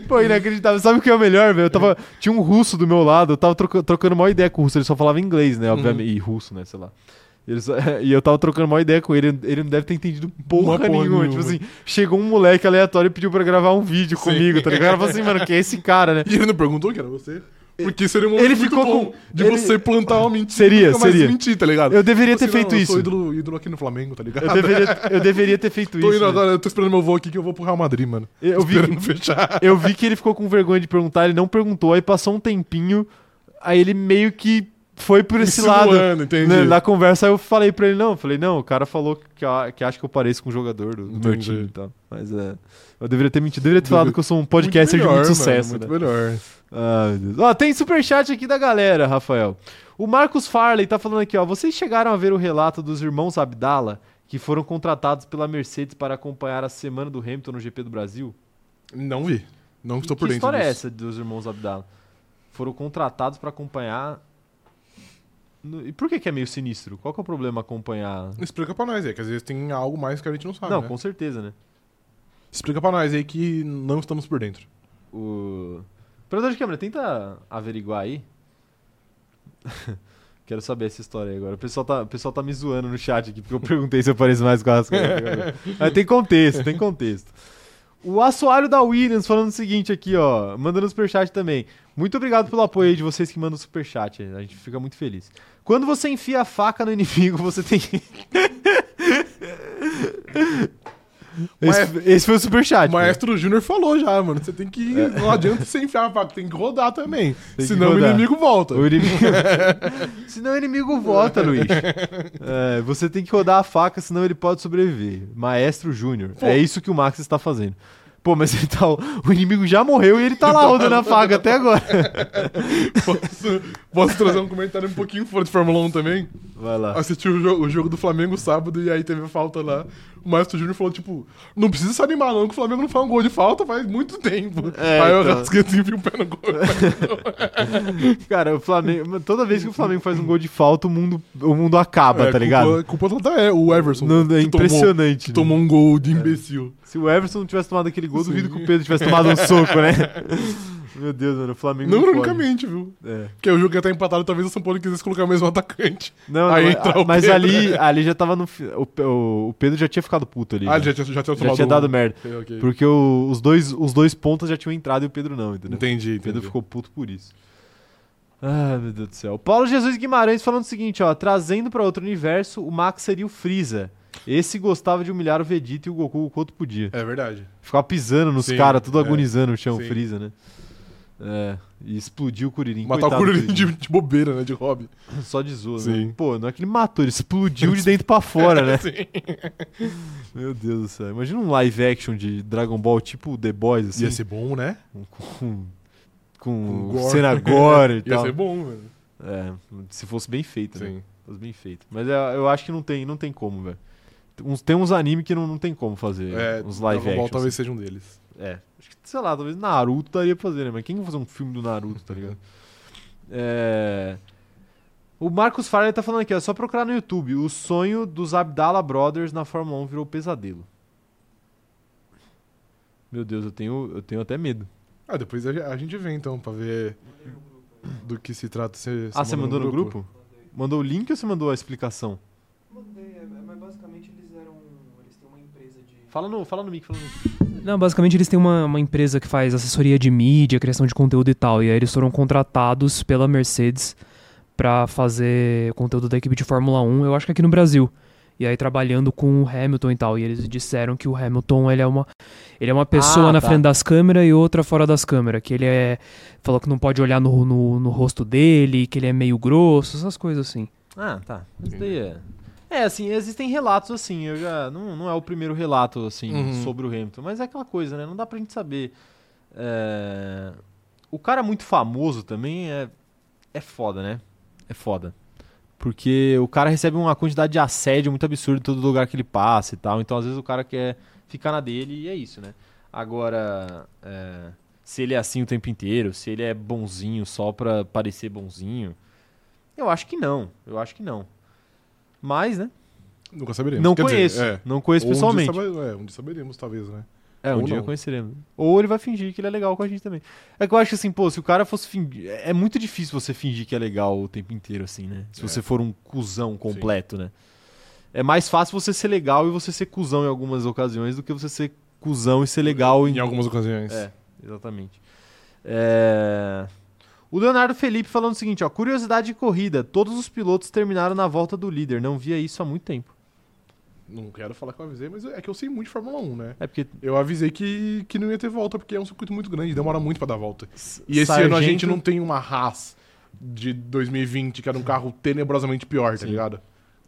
Pô, inacreditável. Sabe o que é o melhor, velho? Eu tava. Tinha um russo do meu lado, eu tava troca- trocando uma ideia com o russo, ele só falava inglês, né? Obviamente. Uhum. E russo, né? Sei lá. Ele só- e eu tava trocando uma ideia com ele, ele não deve ter entendido porra, Uma porra nenhuma. nenhuma. Tipo assim, chegou um moleque aleatório e pediu pra gravar um vídeo comigo, tá ligado? Eu falei assim, mano, que é esse cara, né? E ele não perguntou que era você. Porque seria um Ele momento muito ficou bom com- de ele- você plantar uma mentira. Seria, e nunca mais seria. mentir, tá ligado? Eu deveria Assim, ter feito não, Eu isso. sou ídolo, ídolo aqui no Flamengo, tá ligado? Eu deveria, eu deveria ter feito tô isso. indo né? agora, eu tô esperando meu voo aqui que eu vou pro Real Madrid, mano. Eu Tô vi- esperando fechar. Eu vi que ele ficou com vergonha de perguntar, ele não perguntou, aí passou um tempinho, aí ele meio que foi por esse lado Insinuando, entendi. né, na conversa. Aí eu falei pra ele, não, eu falei, não, o cara falou que, a- que acha que eu pareço com um jogador do, do meu Entendi. time e tal. Mas é. Eu deveria ter mentido, deveria ter falado Deve- que eu sou um podcaster melhor, de muito sucesso. Mano, né? muito melhor. Ah, meu Deus. Ó, tem superchat aqui da galera, Rafael. O Marcos Farley tá falando aqui, ó. Vocês chegaram a ver o relato dos irmãos Abdala que foram contratados pela Mercedes para acompanhar a semana do Hamilton no GP do Brasil? Não vi. Não estou E por que dentro história é disso. essa dos irmãos Abdala? Foram contratados pra acompanhar. No- E por que, que é meio sinistro? Qual que é o problema acompanhar? Explica pra nós aí, que às vezes tem algo mais que a gente não sabe, não, né? com certeza, né? Explica pra nós aí que não estamos por dentro. O. Operador de câmera, tenta averiguar aí. Quero saber essa história aí agora. O pessoal, tá, o pessoal tá me zoando no chat aqui, porque eu perguntei se eu pareço mais com a Rascaeta. Mas tem contexto, tem contexto. O assoalho da Williams falando o seguinte aqui, ó. Mandando superchat também. Muito obrigado pelo apoio aí de vocês que mandam superchat. A gente fica muito feliz. Quando você enfia a faca no inimigo, você tem que. esse, esse foi o superchat. O cara. Maestro Júnior falou já, mano. Você tem que. ir. Não adianta você enfiar a faca, tem que rodar também. É. que senão rodar. o inimigo volta. O inimigo... senão o inimigo vota, Luiz. É, você tem que rodar a faca, senão ele pode sobreviver. Maestro Júnior. É isso que o Max está fazendo. Pô, mas ele tá, o inimigo já morreu e ele tá lá Então. rodando a faca até agora. Posso, posso trazer um comentário um pouquinho fora de Fórmula 1 também? Vai lá. Assisti o jogo, o jogo do Flamengo sábado e aí teve a falta lá. O Maestro Júnior falou, tipo, não precisa se animar não, que o Flamengo não faz um gol de falta faz muito tempo. É, aí eu então. É, rasguei assim, enfio o pé no gol. Cara, o Flamengo. Toda vez que o Flamengo faz um gol de falta, o mundo, o mundo acaba, É, tá ligado? Culpa, culpa toda é o Everson. Não, é que tomou- impressionante. que né? Tomou, um gol de imbecil. Se o Everson não tivesse tomado aquele gol, duvido que o Pedro tivesse tomado um soco, né? Meu Deus, mano, o Flamengo Não não pode. ironicamente, viu? É. Porque o jogo ia estar empatado, talvez o São Paulo quisesse colocar o mesmo atacante. Não, Aí não, entra a- o mas Pedro. ali, ali já tava no. fi- O, Pe- o, o Pedro já tinha ficado puto ali. né? Ah, ele já tinha, já tinha já tomado tinha um. dado merda. Ok, ok. Porque o- os, dois, os dois pontas já tinham entrado e o Pedro não, entendeu? O Entendi, Pedro entendi. ficou puto por isso. Ah, meu Deus do céu. Paulo Jesus Guimarães falando o seguinte, ó. Trazendo pra outro universo, o Max seria o Freeza. Esse gostava de humilhar o Vegeta e o Goku o quanto podia. É verdade. Ficava pisando nos Sim, caras, tudo é, agonizando no chão, sim. Freeza, né? É, e explodiu o Curirim. Matar o Coitado do Curirim de, de bobeira, né? De hobby. Só de zoa, né? Sim. Pô, não é que ele matou, ele explodiu de dentro pra fora, né? Sim. Meu Deus do céu. Imagina um live action de Dragon Ball tipo The Boys, assim. Ia ser bom, né? Com, com Com gore. cena gore e Ia tal. ser bom, velho. É, se fosse bem feito, né? Sim. Se fosse bem feito. Mas é, eu acho que não tem, não tem como, velho. Tem uns- Tem uns anime que não, não tem como fazer. É, uns live Dragon Ball action. talvez seja um deles. É. Acho que, sei lá, talvez Naruto daria pra fazer, né? Mas quem vai fazer um filme do Naruto, tá ligado? É. O Marcos Farley tá falando aqui, ó. É só procurar no YouTube. O sonho dos Abdallah Brothers na Fórmula 1 virou pesadelo. Meu Deus, eu tenho, eu tenho até medo. Ah, depois a, a gente vê então, pra ver do que se trata. Você, ah, você mandou no grupo? Mandou o link ou você mandou a explicação? Mandei, é, mas basicamente eles eram. Eles têm uma empresa de. Fala no, fala no mic, fala no mic. Não, basicamente eles têm uma, uma empresa que faz assessoria de mídia, criação de conteúdo e tal. E aí eles foram contratados pela Mercedes pra fazer conteúdo da equipe de Fórmula 1, eu acho que aqui no Brasil. E aí trabalhando com o Hamilton e tal. E eles disseram que o Hamilton ele é uma, ele é uma pessoa Ah, na tá. frente das câmeras e outra fora das câmeras. Que ele é. Falou que não pode olhar no, no, no rosto dele, que ele é meio grosso, essas coisas assim. Ah, tá. Mas daí é. É, assim, existem relatos assim, eu já. Não, não é o primeiro relato, assim, Uhum. sobre o Hamilton, mas é aquela coisa, né? Não dá pra gente saber. É, O cara muito famoso também é. É foda, né? É foda. Porque o cara recebe uma quantidade de assédio muito absurda em todo lugar que ele passa e tal. Então, às vezes, o cara quer ficar na dele e é isso, né? Agora, é, se ele é assim o tempo inteiro, se ele é bonzinho só pra parecer bonzinho, eu acho que não. Eu acho que não. Mas, né? Nunca saberemos. Não Quer dizer, conheço. é. Não conheço Ou um dia pessoalmente. sabe- é, um dia saberemos, talvez, né? É, um Ou dia não. conheceremos. Ou ele vai fingir que ele é legal com a gente também. É que eu acho assim, pô, se o cara fosse fingir. É é muito difícil você fingir que é legal o tempo inteiro, assim, né? Se É. você for um cuzão completo, né? É mais fácil você ser legal e você ser cuzão em algumas ocasiões do que você ser cuzão e ser legal em, Em algumas ocasiões. É, exatamente. É, O Leonardo Felipe falando o seguinte, ó, curiosidade de corrida, todos os pilotos terminaram na volta do líder, não via isso há muito tempo. Não quero falar que eu avisei, mas é que eu sei muito de Fórmula 1, né? É porque Eu avisei que, que não ia ter volta, porque é um circuito muito grande, demora muito pra dar volta. S- E esse ano a Sargento- gente não tem uma Haas de 2020, que era um carro tenebrosamente pior, tá Sim. ligado?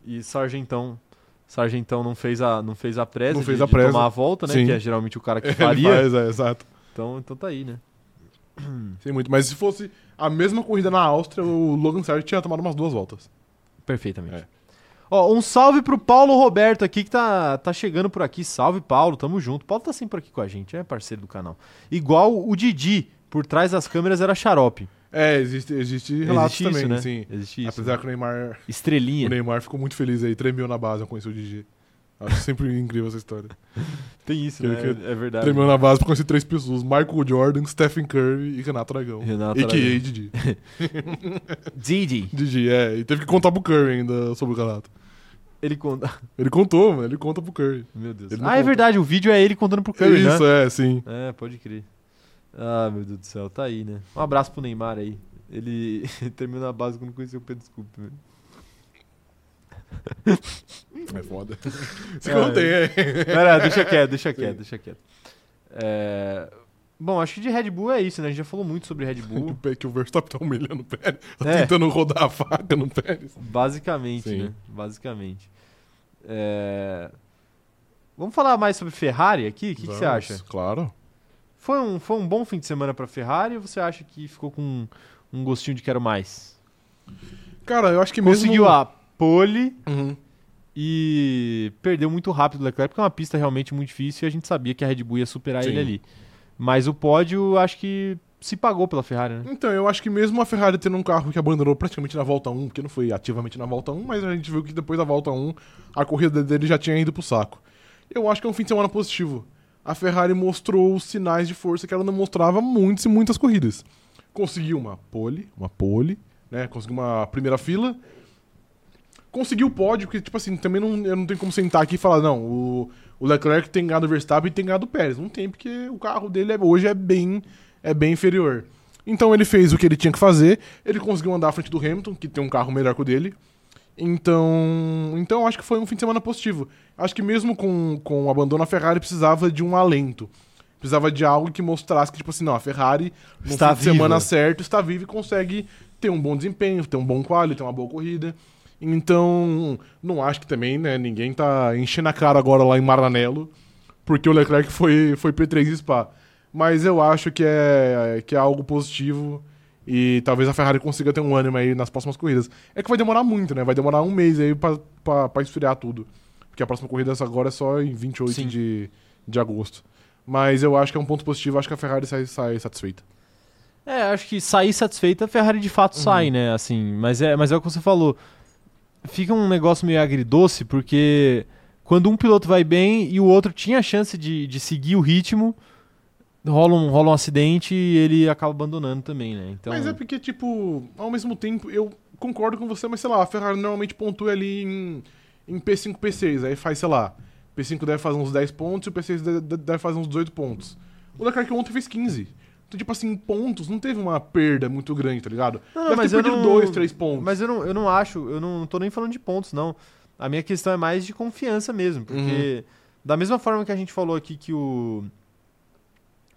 e Sargentão, Sargentão não fez a não fez a presa, Não de- fez de a presa. tomar a volta, né, Sim. que é geralmente o cara que Ele faria. faz, é, exato. Então, então tá aí, né? Tem muito. Mas se fosse a mesma corrida na Áustria, o Logan Sargent tinha tomado umas duas voltas. Perfeitamente. É. Ó, um salve pro Paulo Roberto aqui que tá, tá chegando por aqui. Salve, Paulo, tamo junto. Paulo tá sempre por aqui com a gente, é parceiro do canal. Igual o Didi, por trás das câmeras era xarope. É, existe, existe relatos Existe também, isso, né? sim. Existe isso. Apesar que o Neymar, o Estrelinha. Neymar ficou muito feliz aí, tremeu na base, eu conheci o Didi. Acho sempre incrível essa história. Tem isso, Que- né? que- é verdade. Tremeu na base, conheci três pessoas: Michael Jordan, Stephen Curry e Renato Aragão. Renato e que Aragão. Didi. Didi. Didi, é. E teve que contar pro Curry ainda sobre o Renato. Ele conta. Ele contou, mano. Ele conta pro Curry. Meu Deus. Ah, Ele não é conta. verdade, o vídeo é ele contando pro É Curry, isso, né? é, sim. É, pode crer. Ah, meu Deus do céu, tá aí, né? Um abraço pro Neymar aí. Ele terminou na base quando conheceu o Pedro Scoop. né? É foda. Se É. contei, é. Não, não, deixa quieto, deixa quieto, deixa quieto. É, Bom, acho que de Red Bull é isso, né? A gente já falou muito sobre Red O Bull, pé que o Verstappen tá humilhando o Pérez. Tá É. tentando rodar a faca no Pérez. basicamente, Sim. né? Basicamente. É, Vamos falar mais sobre Ferrari aqui? O que que você Vamos, acha? Claro. Foi um, foi um bom fim de semana pra Ferrari ou você acha que ficou com um gostinho de quero mais? Cara, eu acho que mesmo... Conseguiu a pole Uhum. e perdeu muito rápido o Leclerc, porque é uma pista realmente muito difícil e a gente sabia que a Red Bull ia superar Sim. ele ali. Mas o pódio, acho que se pagou pela Ferrari, né? Então, eu acho que mesmo a Ferrari tendo um carro que abandonou praticamente na volta 1, porque não foi ativamente na volta 1, mas a gente um, viu que depois da volta 1, a corrida dele já tinha ido pro saco. Eu acho que é um fim de um semana positivo. a Ferrari mostrou os sinais de força que ela não mostrava muitos e muitas corridas. Conseguiu uma pole, uma pole, né? Conseguiu uma primeira fila. Conseguiu o pódio, porque, tipo assim, também não, eu não tenho como sentar aqui e falar, não, o, o Leclerc tem ganhado o Verstappen e tem ganhado o Pérez. Não tem, porque o carro dele é- hoje é bem, é bem inferior. Então ele fez o que ele tinha que fazer, ele conseguiu andar à frente do Hamilton, que tem um carro melhor que o dele. Então, então eu acho que foi um fim de semana positivo. Acho que mesmo com, com o abandono, a Ferrari precisava de um alento. Precisava de algo que mostrasse que, tipo assim, não, a Ferrari, no Está fim de semana viva. certo, está viva e consegue ter um bom desempenho, ter um bom quali, ter uma boa corrida. Então, não acho que também, né, ninguém tá enchendo a cara agora lá em Maranello, porque o Leclerc foi, foi P3 e Spa. Mas eu acho que é, que é algo positivo e talvez a Ferrari consiga ter um ânimo aí nas próximas corridas. É que vai demorar muito, né? Vai demorar um mês aí pra, pra, pra esfriar tudo. Porque a próxima corrida agora é só em 28 Sim. de, de agosto. Mas eu acho que é um ponto positivo, acho que a Ferrari sai, sai satisfeita. É, acho que sair satisfeita, a Ferrari de Uhum. fato sai, né? Assim, mas é, mas é o que você falou. Fica um negócio meio agridoce, porque quando um piloto vai bem e o outro tinha a chance de, de seguir o ritmo, rola um, rola um acidente e ele acaba abandonando também, né? Então, Mas é porque, tipo, ao mesmo tempo, eu concordo com você, mas sei lá, a Ferrari normalmente pontua ali em, em P5, P6. Aí faz, sei lá, P5 deve fazer uns 10 pontos e o P6 de- de- deve fazer uns 18 pontos. O Leclerc ontem fez 15. Então, tipo assim, em pontos, não teve uma perda muito grande, tá ligado? Não, não, deve Ah, mas ter eu perdido não- 2, 3 pontos. Mas eu não, eu não acho, eu não, não tô nem falando de pontos, não. A minha questão é mais de confiança mesmo, porque da mesma forma que a gente falou aqui que o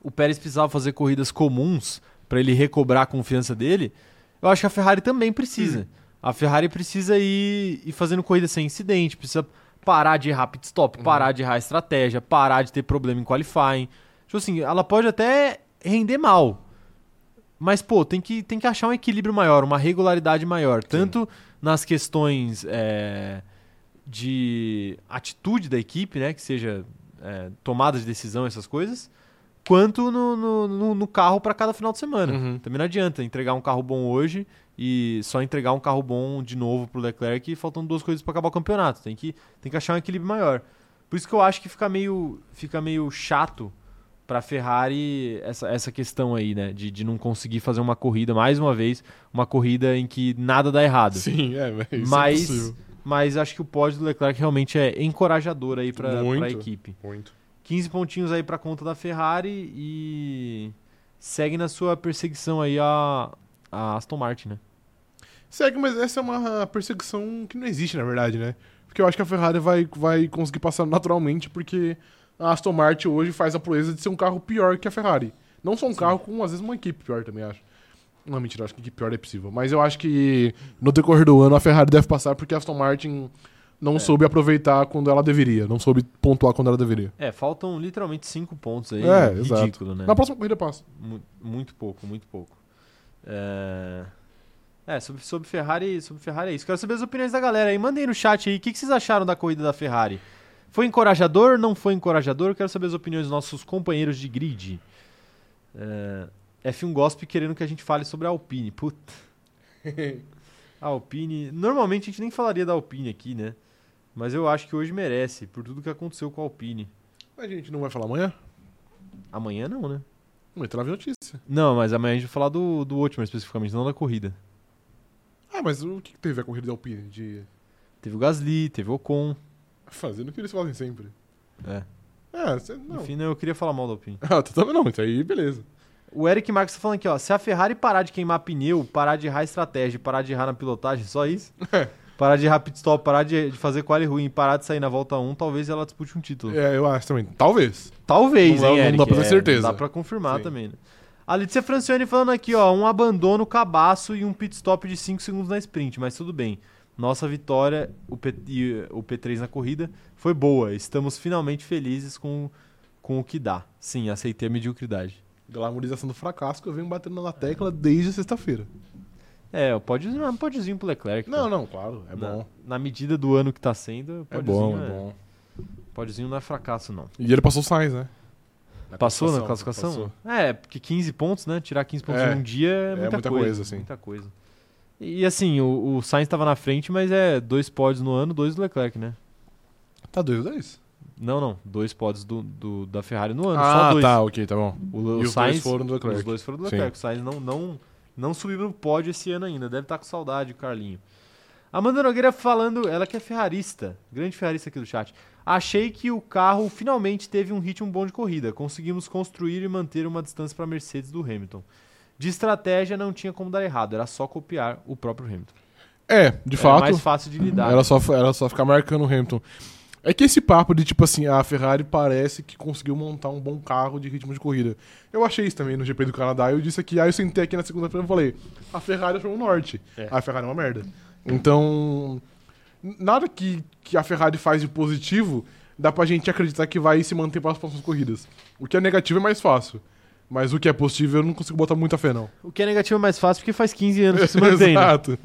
o Pérez precisava fazer corridas comuns para ele recobrar a confiança dele, eu acho que a Ferrari também precisa. A Ferrari precisa ir, ir fazendo corrida sem incidente, precisa parar de errar pit stop, parar de errar estratégia, parar de ter problema em qualifying. Tipo assim, ela pode até render mal, mas, pô, tem que, tem que achar um equilíbrio maior, uma regularidade maior. Tanto nas questões é, de atitude da equipe, né? Que seja é, tomada de decisão, essas coisas. Quanto no, no, no- no carro para cada final de semana. Uhum. Também não adianta entregar um carro bom hoje e só entregar um carro bom de novo pro Leclerc e faltam duas coisas para acabar o campeonato. Tem que, tem que achar um equilíbrio maior. Por isso que eu acho que fica meio, fica meio chato para Ferrari essa, essa questão aí, né? De, de não conseguir fazer uma corrida, mais uma vez, uma corrida em que nada dá errado. Sim, é, mas. isso é mas, possível. mas acho que o pódio do Leclerc realmente é encorajador aí para Muito. a equipe. Muito. 15 pontinhos aí para conta da Ferrari e segue na sua perseguição aí a, a Aston Martin, né? Segue, mas essa é uma perseguição que não existe, na verdade, né? Porque eu acho que a Ferrari vai, vai conseguir passar naturalmente, porque a Aston Martin hoje faz a proeza de ser um carro pior que a Ferrari. Não só um carro, com às vezes uma equipe pior também, acho. Não, mentira, acho que equipe pior é possível. Mas eu acho que no decorrer do ano a Ferrari deve passar porque a Aston Martin não soube aproveitar quando ela deveria, não soube pontuar quando ela deveria. É, faltam literalmente 5 pontos aí. É, exato. ridículo, né? Na próxima corrida passa. Mu- muito pouco, muito pouco. É, é sobre, sobre Ferrari, sobre Ferrari é isso. Quero saber as opiniões da galera aí. Mandem no chat aí, o que, que vocês acharam da corrida da Ferrari? Foi encorajador? Não foi encorajador? Quero saber as opiniões dos nossos companheiros de grid. É, F1 Gossip querendo que a gente fale sobre a Alpine. Puta. A Alpine. Normalmente a gente nem falaria da Alpine aqui, né? Mas eu acho que hoje merece, por tudo que aconteceu com a Alpine. A gente não vai falar amanhã? Amanhã não, né? Não entrava em notícia. Não, mas amanhã a gente vai falar do, do último especificamente, não da corrida. Ah, mas o que que teve a corrida da Alpine? De Teve o Gasly, teve o Ocon. fazendo o que eles fazem sempre. É. É, cê- não. Enfim, não, eu queria falar mal da Alpine. Ah, tu também não, isso aí beleza. O Eric Marques tá falando aqui, ó. Se a Ferrari parar de queimar pneu, parar de errar estratégia, parar de errar na pilotagem, só isso? parar de errar pit stop, parar de, de fazer quali ruim, parar de sair na volta 1, talvez ela dispute um título. É, eu acho também. Talvez. Talvez, Não dá- hein, não Eric? dá pra ter É, certeza. Dá pra confirmar Sim. também, né? A Letícia Francione falando aqui, ó, um abandono cabaço e um pit stop de 5 segundos na sprint, mas tudo bem. Nossa vitória, o, P, e, o P3 na corrida, foi boa. Estamos finalmente felizes com, com o que dá. Sim, aceitei a mediocridade. Glamorização do fracasso que eu venho batendo na tecla desde sexta-feira. É, o pódiozinho, um pódiozinho pro Leclerc. Não, tá? não, claro. É na, bom. Na medida do ano que tá sendo, o É pódiozinho, bom, é é- bom. pódiozinho não é fracasso, não. E ele passou o Sainz, né? Passou na classificação? É, porque 15 pontos, né? Tirar 15 pontos É. em um dia é É muita, muita coisa. coisa, sim. Muita coisa. E assim, o, o Sainz estava na frente, mas é dois pódios no ano, dois do Leclerc, né? Tá 2 a 10. Não, não. Dois pods do, do- da Ferrari no ano. só Ah, dois. tá, ok, tá bom. O, E o os Sainz, dois foram do Os Leclerc. dois foram do Sim. Leclerc. O Sainz não, não, não subiu no pódio esse ano ainda. Deve estar com saudade, o Carlinho. Amanda Nogueira falando, ela que é ferrarista, grande ferrarista aqui do chat. Achei que o carro finalmente teve um ritmo bom de corrida. Conseguimos construir e manter uma distância para Mercedes do Hamilton. De estratégia não tinha como dar errado, era só copiar o próprio Hamilton. É, de era fato. mais fácil de lidar. Era só, era só ficar marcando o Hamilton. É que esse papo de, tipo assim, a Ferrari parece que conseguiu montar um bom carro de ritmo de corrida. Eu achei isso também no GP do Canadá. Eu disse aqui, aí eu sentei aqui na segunda-feira e falei: a Ferrari achou o norte. É. A Ferrari é uma merda. Então, n- nada que, que a Ferrari faz de positivo dá pra gente acreditar que vai se manter para as próximas corridas. O que é negativo é mais fácil. Mas o que é positivo eu não consigo botar muita fé, não. O que é negativo é mais fácil porque faz 15 anos que se mantém. né? Exato.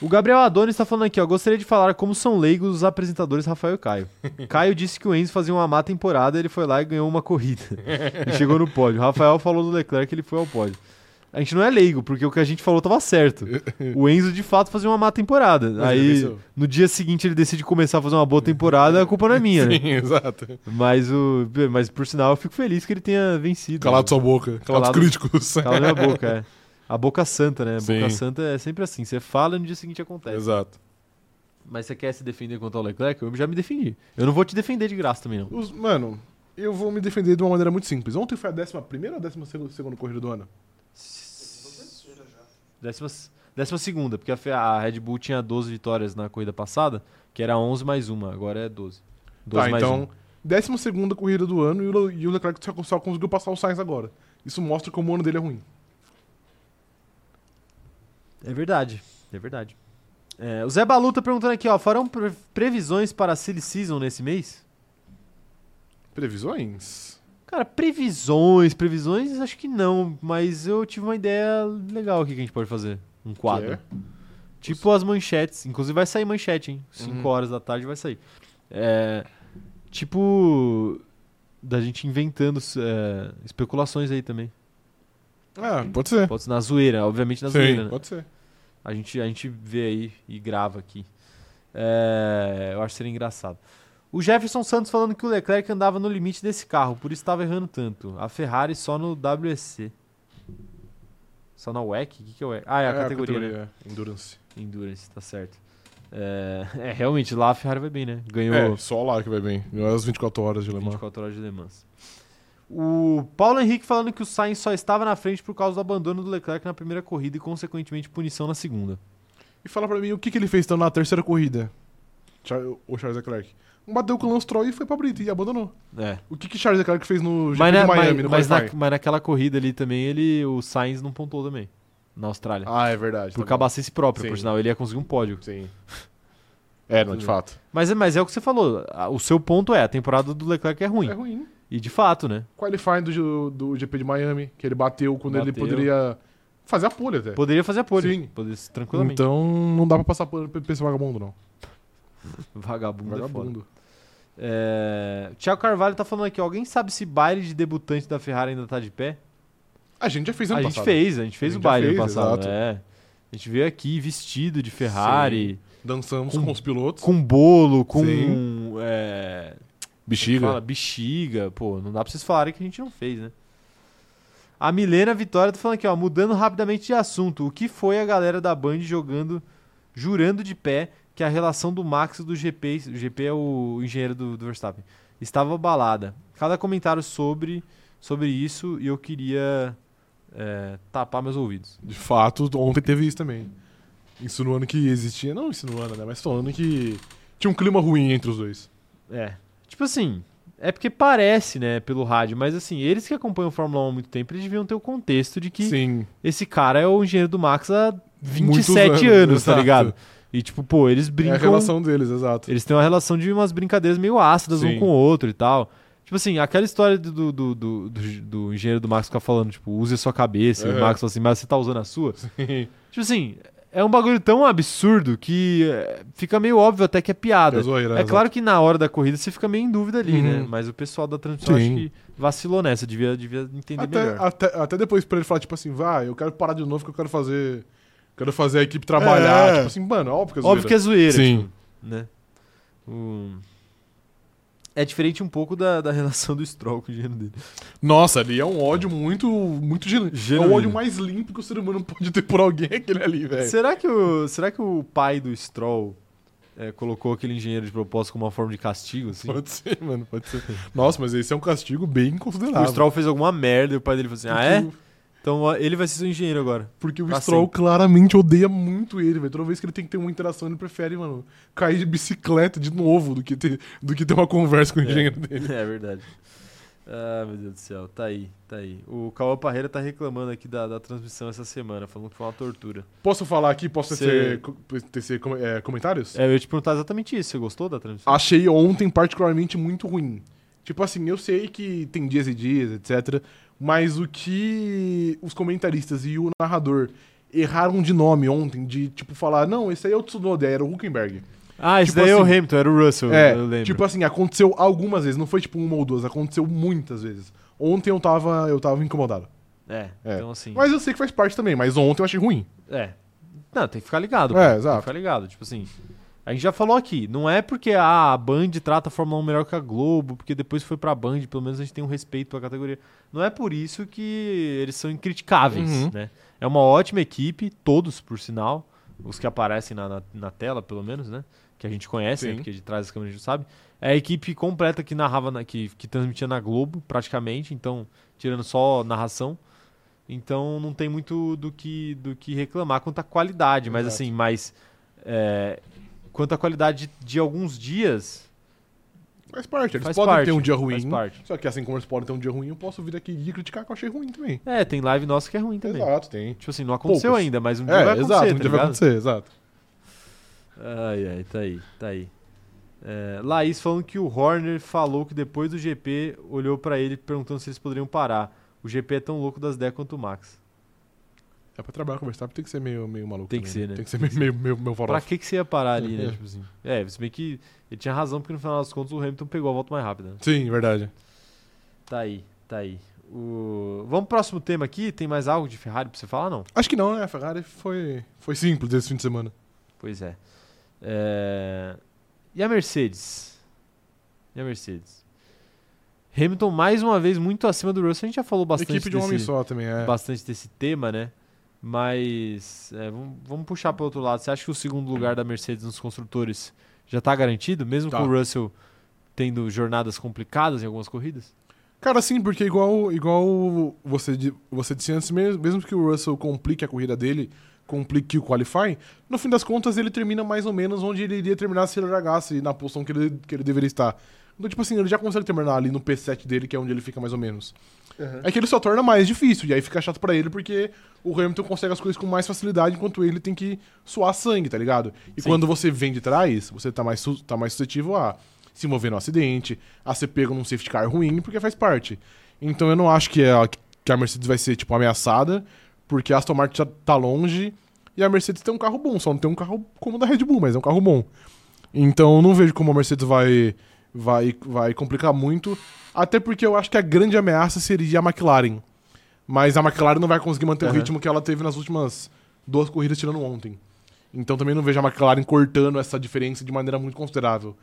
O Gabriel Adonis está falando aqui, ó. Gostaria de falar como são leigos os apresentadores Rafael e Caio. Caio disse que o Enzo fazia uma má temporada, ele foi lá e ganhou uma corrida. e chegou no pódio. O Rafael falou do Leclerc, ele foi ao pódio. A gente não é leigo, porque o que a gente falou tava certo. O Enzo, de fato, fazia uma má temporada. Aí, venceu. no dia seguinte, ele decide começar a fazer uma boa temporada, a culpa não é minha, né? Sim, exato. Mas, o, mas, por sinal, eu fico feliz que ele tenha vencido. Calado sua boca. Calado, Calado- os críticos. Cala minha boca, é. A boca santa, né? A boca Sim. santa é sempre assim. Você fala e no dia seguinte acontece. Exato. Mas você quer se defender contra o Leclerc? Eu já me defendi. Eu não vou te defender de graça também, não. Os- mano, eu vou me defender de uma maneira muito simples. Ontem foi a décima primeira ou décima seg- segunda corrida do ano? Décima, décima segunda, porque a, Fe- a Red Bull tinha 12 vitórias na corrida passada, que era 11 mais uma, agora é 12. 12 Tá, mais então, um. décima segunda corrida do ano e o, Le- e o Leclerc só, só conseguiu passar o Sainz agora. Isso mostra como o ano dele é ruim. É verdade, é verdade. É, o Zé Balu tá perguntando aqui, ó, farão pre- previsões para a Silly Season nesse mês? Previsões? Cara, previsões, previsões, acho que não, mas eu tive uma ideia legal aqui que a gente pode fazer. Um quadro. Que é? Tipo as manchetes. Inclusive vai sair manchete, hein? 5 Uhum. horas da tarde vai sair. É, tipo. Da gente inventando é, especulações aí também. Ah, pode ser. Pode ser na zoeira, obviamente na zoeira. Sim, né? pode ser. A gente, a gente vê aí e grava aqui. É, eu acho que seria engraçado. O Jefferson Santos falando que o Leclerc andava no limite desse carro, por isso estava errando tanto. A Ferrari só no WEC. Só na WEC? O que, que é WEC? Ah, é a categoria. né? é. Endurance. Endurance, tá certo. É, é, realmente, lá a Ferrari vai bem, né? É, Ganhou só lá que vai bem. Não é as 24 horas de Le Mans. 24 horas de Le Mans. O Paulo Henrique falando que o Sainz só estava na frente por causa do abandono do Leclerc na primeira corrida e, consequentemente, punição na segunda. E fala pra mim o que, que ele fez então na terceira corrida. Char- O Charles Leclerc. Um, Bateu com o Lance Stroll e foi pra Brita e abandonou. É. O que, que Charles Leclerc fez no GP Mas, na- de Miami, mas- no mas na- qualifying? mas naquela corrida ali também, ele, o Sainz não pontou também. Na Austrália. Ah, é verdade. por tá bom. cabacice próprio, Sim. por sinal, ele ia conseguir um pódio. Sim. É, não, de fato. Mas, é- mas é o que você falou. a- O seu ponto é, a temporada do Leclerc é ruim. É ruim. E de fato, né? Qualifying do, G- do GP de Miami, que ele bateu quando ele Bateu. poderia fazer a pole até. Poderia fazer a pole. Sim. Poderia, tranquilamente. Então não dá pra passar pole pra esse vagabundo, não. Vagabundo, é foda. Vagabundo. É... Tiago Carvalho tá falando aqui, ó, alguém sabe se baile de debutante da Ferrari ainda tá de pé? A gente já fez A ano gente passado. fez, a gente fez A o gente já baile fez, ano passado. exato. É. A gente veio aqui vestido de Ferrari, Dançamos Com- com, os pilotos. com bolo, com Sim. é, Bexiga. Fala, bexiga, pô, não dá pra vocês falarem que a gente não fez, né? A Milena Vitória tá falando aqui, ó, mudando rapidamente de assunto, o que foi a galera da Band jogando, jurando de pé que a relação do Max e do GP, o GP é o engenheiro do, do Verstappen, estava abalada. Cada comentário sobre, sobre isso e eu queria é, tapar meus ouvidos. De fato, ontem teve isso também. Insinuando que existia. Não insinuando, né? Mas falando que tinha um clima ruim entre os dois. É. Tipo assim, é porque parece, né, pelo rádio, mas assim, eles que acompanham a Fórmula 1 há muito tempo, eles deviam ter o contexto de que Sim. esse cara é o engenheiro do Max há Muitos 27 anos, tá exato. ligado? E tipo, pô, eles brincam. É a relação deles, exato. Eles têm uma relação de umas brincadeiras meio ácidas um Sim. com o outro e tal. Tipo assim, aquela história do, do, do, do- do- do engenheiro do Max ficar falando, tipo, use a sua cabeça, e o Aham. Max fala assim, mas você tá usando a sua? É Tipo assim, é um bagulho tão absurdo que é, fica meio óbvio até que é piada. É zoeira, É exato. claro que na hora da corrida você fica meio em dúvida ali, né? Uhum. Mas o pessoal da transmissão acho Sim. que vacilou nessa, devia, devia entender Até, melhor. até, até depois pra ele falar, tipo assim, vai, eu quero parar de novo que eu quero fazer. Quero fazer a equipe trabalhar. É. Tipo assim, mano, óbvio que é Óbvio que zoeira. é zoeira, Sim. tipo, né? O- É diferente um pouco da, da relação do Stroll com o gênio dele. Nossa, ali é um ódio muito, muito genuíno. É Genuíno. o ódio mais limpo que o ser humano pode ter por alguém, é aquele ali, velho. Será que, o, será que o pai do Stroll é, colocou aquele engenheiro de propósito como uma forma de castigo? Assim? Pode ser, mano, pode ser. Nossa, mas esse é um castigo bem Tipo, O considerável. Stroll fez alguma merda e o pai dele falou assim: Ah, é? Então ó, ele vai ser seu engenheiro agora. Porque o Pra Stroll sempre. claramente odeia muito ele, velho. Toda vez que ele tem que ter uma interação, ele prefere, mano, cair de bicicleta de novo do que ter, do que ter uma conversa com o engenheiro dele. É verdade. Ah, meu Deus do céu, tá aí, tá aí. O Cauã Parreira tá reclamando aqui da, da transmissão essa semana, falando que foi uma tortura. Posso falar aqui? Posso Cê- tecer, co- tecer com- é, comentários? É, eu ia te perguntar exatamente isso. Você gostou da transmissão? Achei ontem particularmente muito ruim. Tipo assim, eu sei que tem dias e dias, etc. Mas o que os comentaristas e o narrador erraram de nome ontem, de tipo falar, não, esse aí é o Tsunoda, era o Huckenberg. Ah, esse tipo daí é o assim- Hamilton, era o Russell, É, eu lembro. tipo assim, aconteceu algumas vezes, não foi tipo uma ou duas, aconteceu muitas vezes. Ontem eu tava, eu tava incomodado. é, é. então assim. Mas eu sei que faz parte também, mas ontem eu achei ruim. É. Não, tem que ficar ligado. É, pô. Tem que exato. ficar ligado. Tipo assim, a gente já falou aqui, não é porque ah, a Band trata a Fórmula 1 melhor que a Globo, porque depois foi pra Band, pelo menos a gente tem um respeito à categoria. Não é por isso que eles são incriticáveis, Uhum. né? É uma ótima equipe, todos, por sinal, os que aparecem na, na, na tela, pelo menos, né? Que a gente conhece, né? Sim. porque de trás das câmeras a gente sabe. É a equipe completa que narrava, na- que, que transmitia na Globo, praticamente, então, tirando só narração. Então não tem muito do que, do que reclamar quanto à qualidade, mas Exato. assim, mas é, quanto à qualidade de, de alguns dias, Faz parte, eles Faz podem parte, ter um dia faz ruim. parte. Só que assim como eles podem ter um dia ruim, eu posso vir aqui e criticar que eu achei ruim também. É, tem live nossa que é ruim também. Exato, tem. Tipo assim, não aconteceu Poucas. ainda, mas um dia É, vai acontecer, exato, um tá dia vai ligado? acontecer, exato. Ai, ai, tá aí, tá aí. É, Laís falando que o Horner falou que depois do GP olhou pra ele perguntando se eles poderiam parar. O GP é tão louco das 10 quanto o Max. É pra trabalhar com o Verstappen, tem que ser meio, meio maluco. Tem que também. ser, né? Tem que ser meio, meio, meio, meio Pra farofa. que, que você ia parar ali, né? É. Tipo assim. É, se bem que ele tinha razão, porque no final das contas o Hamilton pegou a volta mais rápida. né? Sim, é verdade. Tá aí, tá aí. O... Vamos pro próximo tema aqui? Tem mais algo de Ferrari pra você falar, não? Acho que não, né? A Ferrari foi, foi simples esse fim de semana. Pois é. É, E a Mercedes? E a Mercedes? Hamilton, mais uma vez, muito acima do Russell. A gente já falou bastante Equipe de um desse... homem só também, é. bastante desse tema, né? Mas é, vamos, vamos puxar para outro lado. Você acha que o segundo lugar da Mercedes nos construtores já está garantido, mesmo Tá. com o Russell tendo jornadas complicadas em algumas corridas? Cara, sim, porque igual, igual você, di- você disse antes, mes- mesmo que o Russell complique a corrida dele, complique o qualify, no fim das contas ele termina mais ou menos onde ele iria terminar se ele largasse na posição que ele, que ele deveria estar. Então, tipo assim, ele já consegue terminar ali no P7 dele, que é onde ele fica mais ou menos. É que ele só torna mais difícil, e aí fica chato pra ele, porque o Hamilton consegue as coisas com mais facilidade, enquanto ele tem que suar sangue, tá ligado? E Sim. quando você vem de trás, você tá mais, su- tá mais suscetível a se envolver num acidente, a ser pego num safety car ruim, porque faz parte. Então eu não acho que a, que a Mercedes vai ser, tipo, ameaçada, porque a Aston Martin já tá longe, e a Mercedes tem um carro bom, só não tem um carro como o da Red Bull, mas é um carro bom. Então eu não vejo como a Mercedes vai, vai, vai complicar muito. Até porque eu acho que a grande ameaça seria a McLaren. Mas a McLaren não vai conseguir manter o Aham. ritmo que ela teve nas últimas duas corridas, tirando ontem. Então também não vejo a McLaren cortando essa diferença de maneira muito considerável.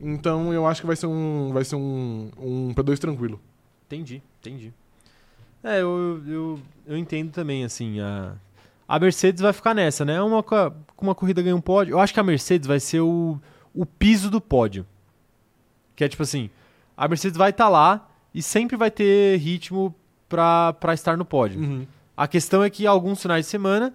Então eu acho que vai ser um, vai ser um, um P2 tranquilo. Entendi, entendi. É, eu, eu, eu entendo também, assim, a, a Mercedes vai ficar nessa, né? Uma, co- com uma corrida ganha um pódio. Eu acho que a Mercedes vai ser o, o piso do pódio. Que é tipo assim, a Mercedes vai estar lá e sempre vai ter ritmo pra, pra estar no pódio. A questão é que alguns finais de semana,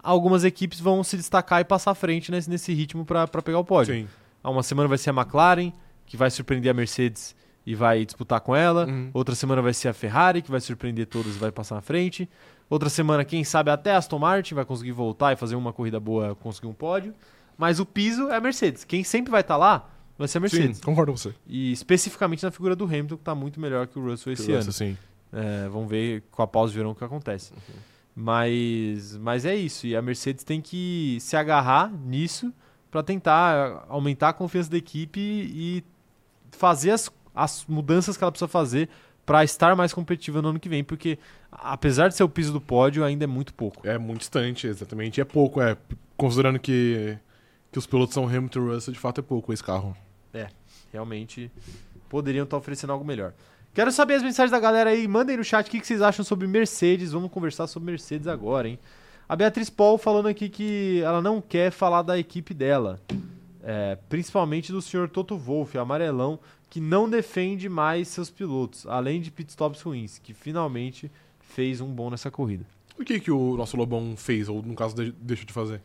algumas equipes vão se destacar e passar à frente nesse, nesse ritmo para pegar o pódio. Sim. Ah, Uma semana vai ser a McLaren, que vai surpreender a Mercedes e vai disputar com ela. Uhum. Outra semana vai ser a Ferrari, que vai surpreender todos e vai passar na frente. Outra semana, quem sabe, até a Aston Martin vai conseguir voltar e fazer uma corrida boa, conseguir um pódio. Mas o piso é a Mercedes. Quem sempre vai estar lá vai ser a Mercedes. Sim, concordo com você. E especificamente na figura do Hamilton, que está muito melhor que o Russell esse ano. Sim. É, vamos ver com a pausa de verão o que acontece. Mas, mas é isso. E a Mercedes tem que se agarrar nisso para tentar aumentar a confiança da equipe e fazer as, as mudanças que ela precisa fazer para estar mais competitiva no ano que vem, porque apesar de ser o piso do pódio, ainda é muito pouco. É muito distante, exatamente. E é pouco, é. Considerando que, que os pilotos são Hamilton e Russell, de fato é pouco esse carro. Realmente poderiam estar oferecendo algo melhor. Quero saber as mensagens da galera aí. Mandem no chat o que que vocês acham sobre Mercedes. Vamos conversar sobre Mercedes agora, hein? A Beatriz Paul falando aqui que ela não quer falar da equipe dela. É, principalmente do senhor Toto Wolff, amarelão, que não defende mais seus pilotos, além de pitstops ruins, que finalmente fez um bom nessa corrida. O que, que o nosso Lobão fez, ou no caso, de- deixou de fazer?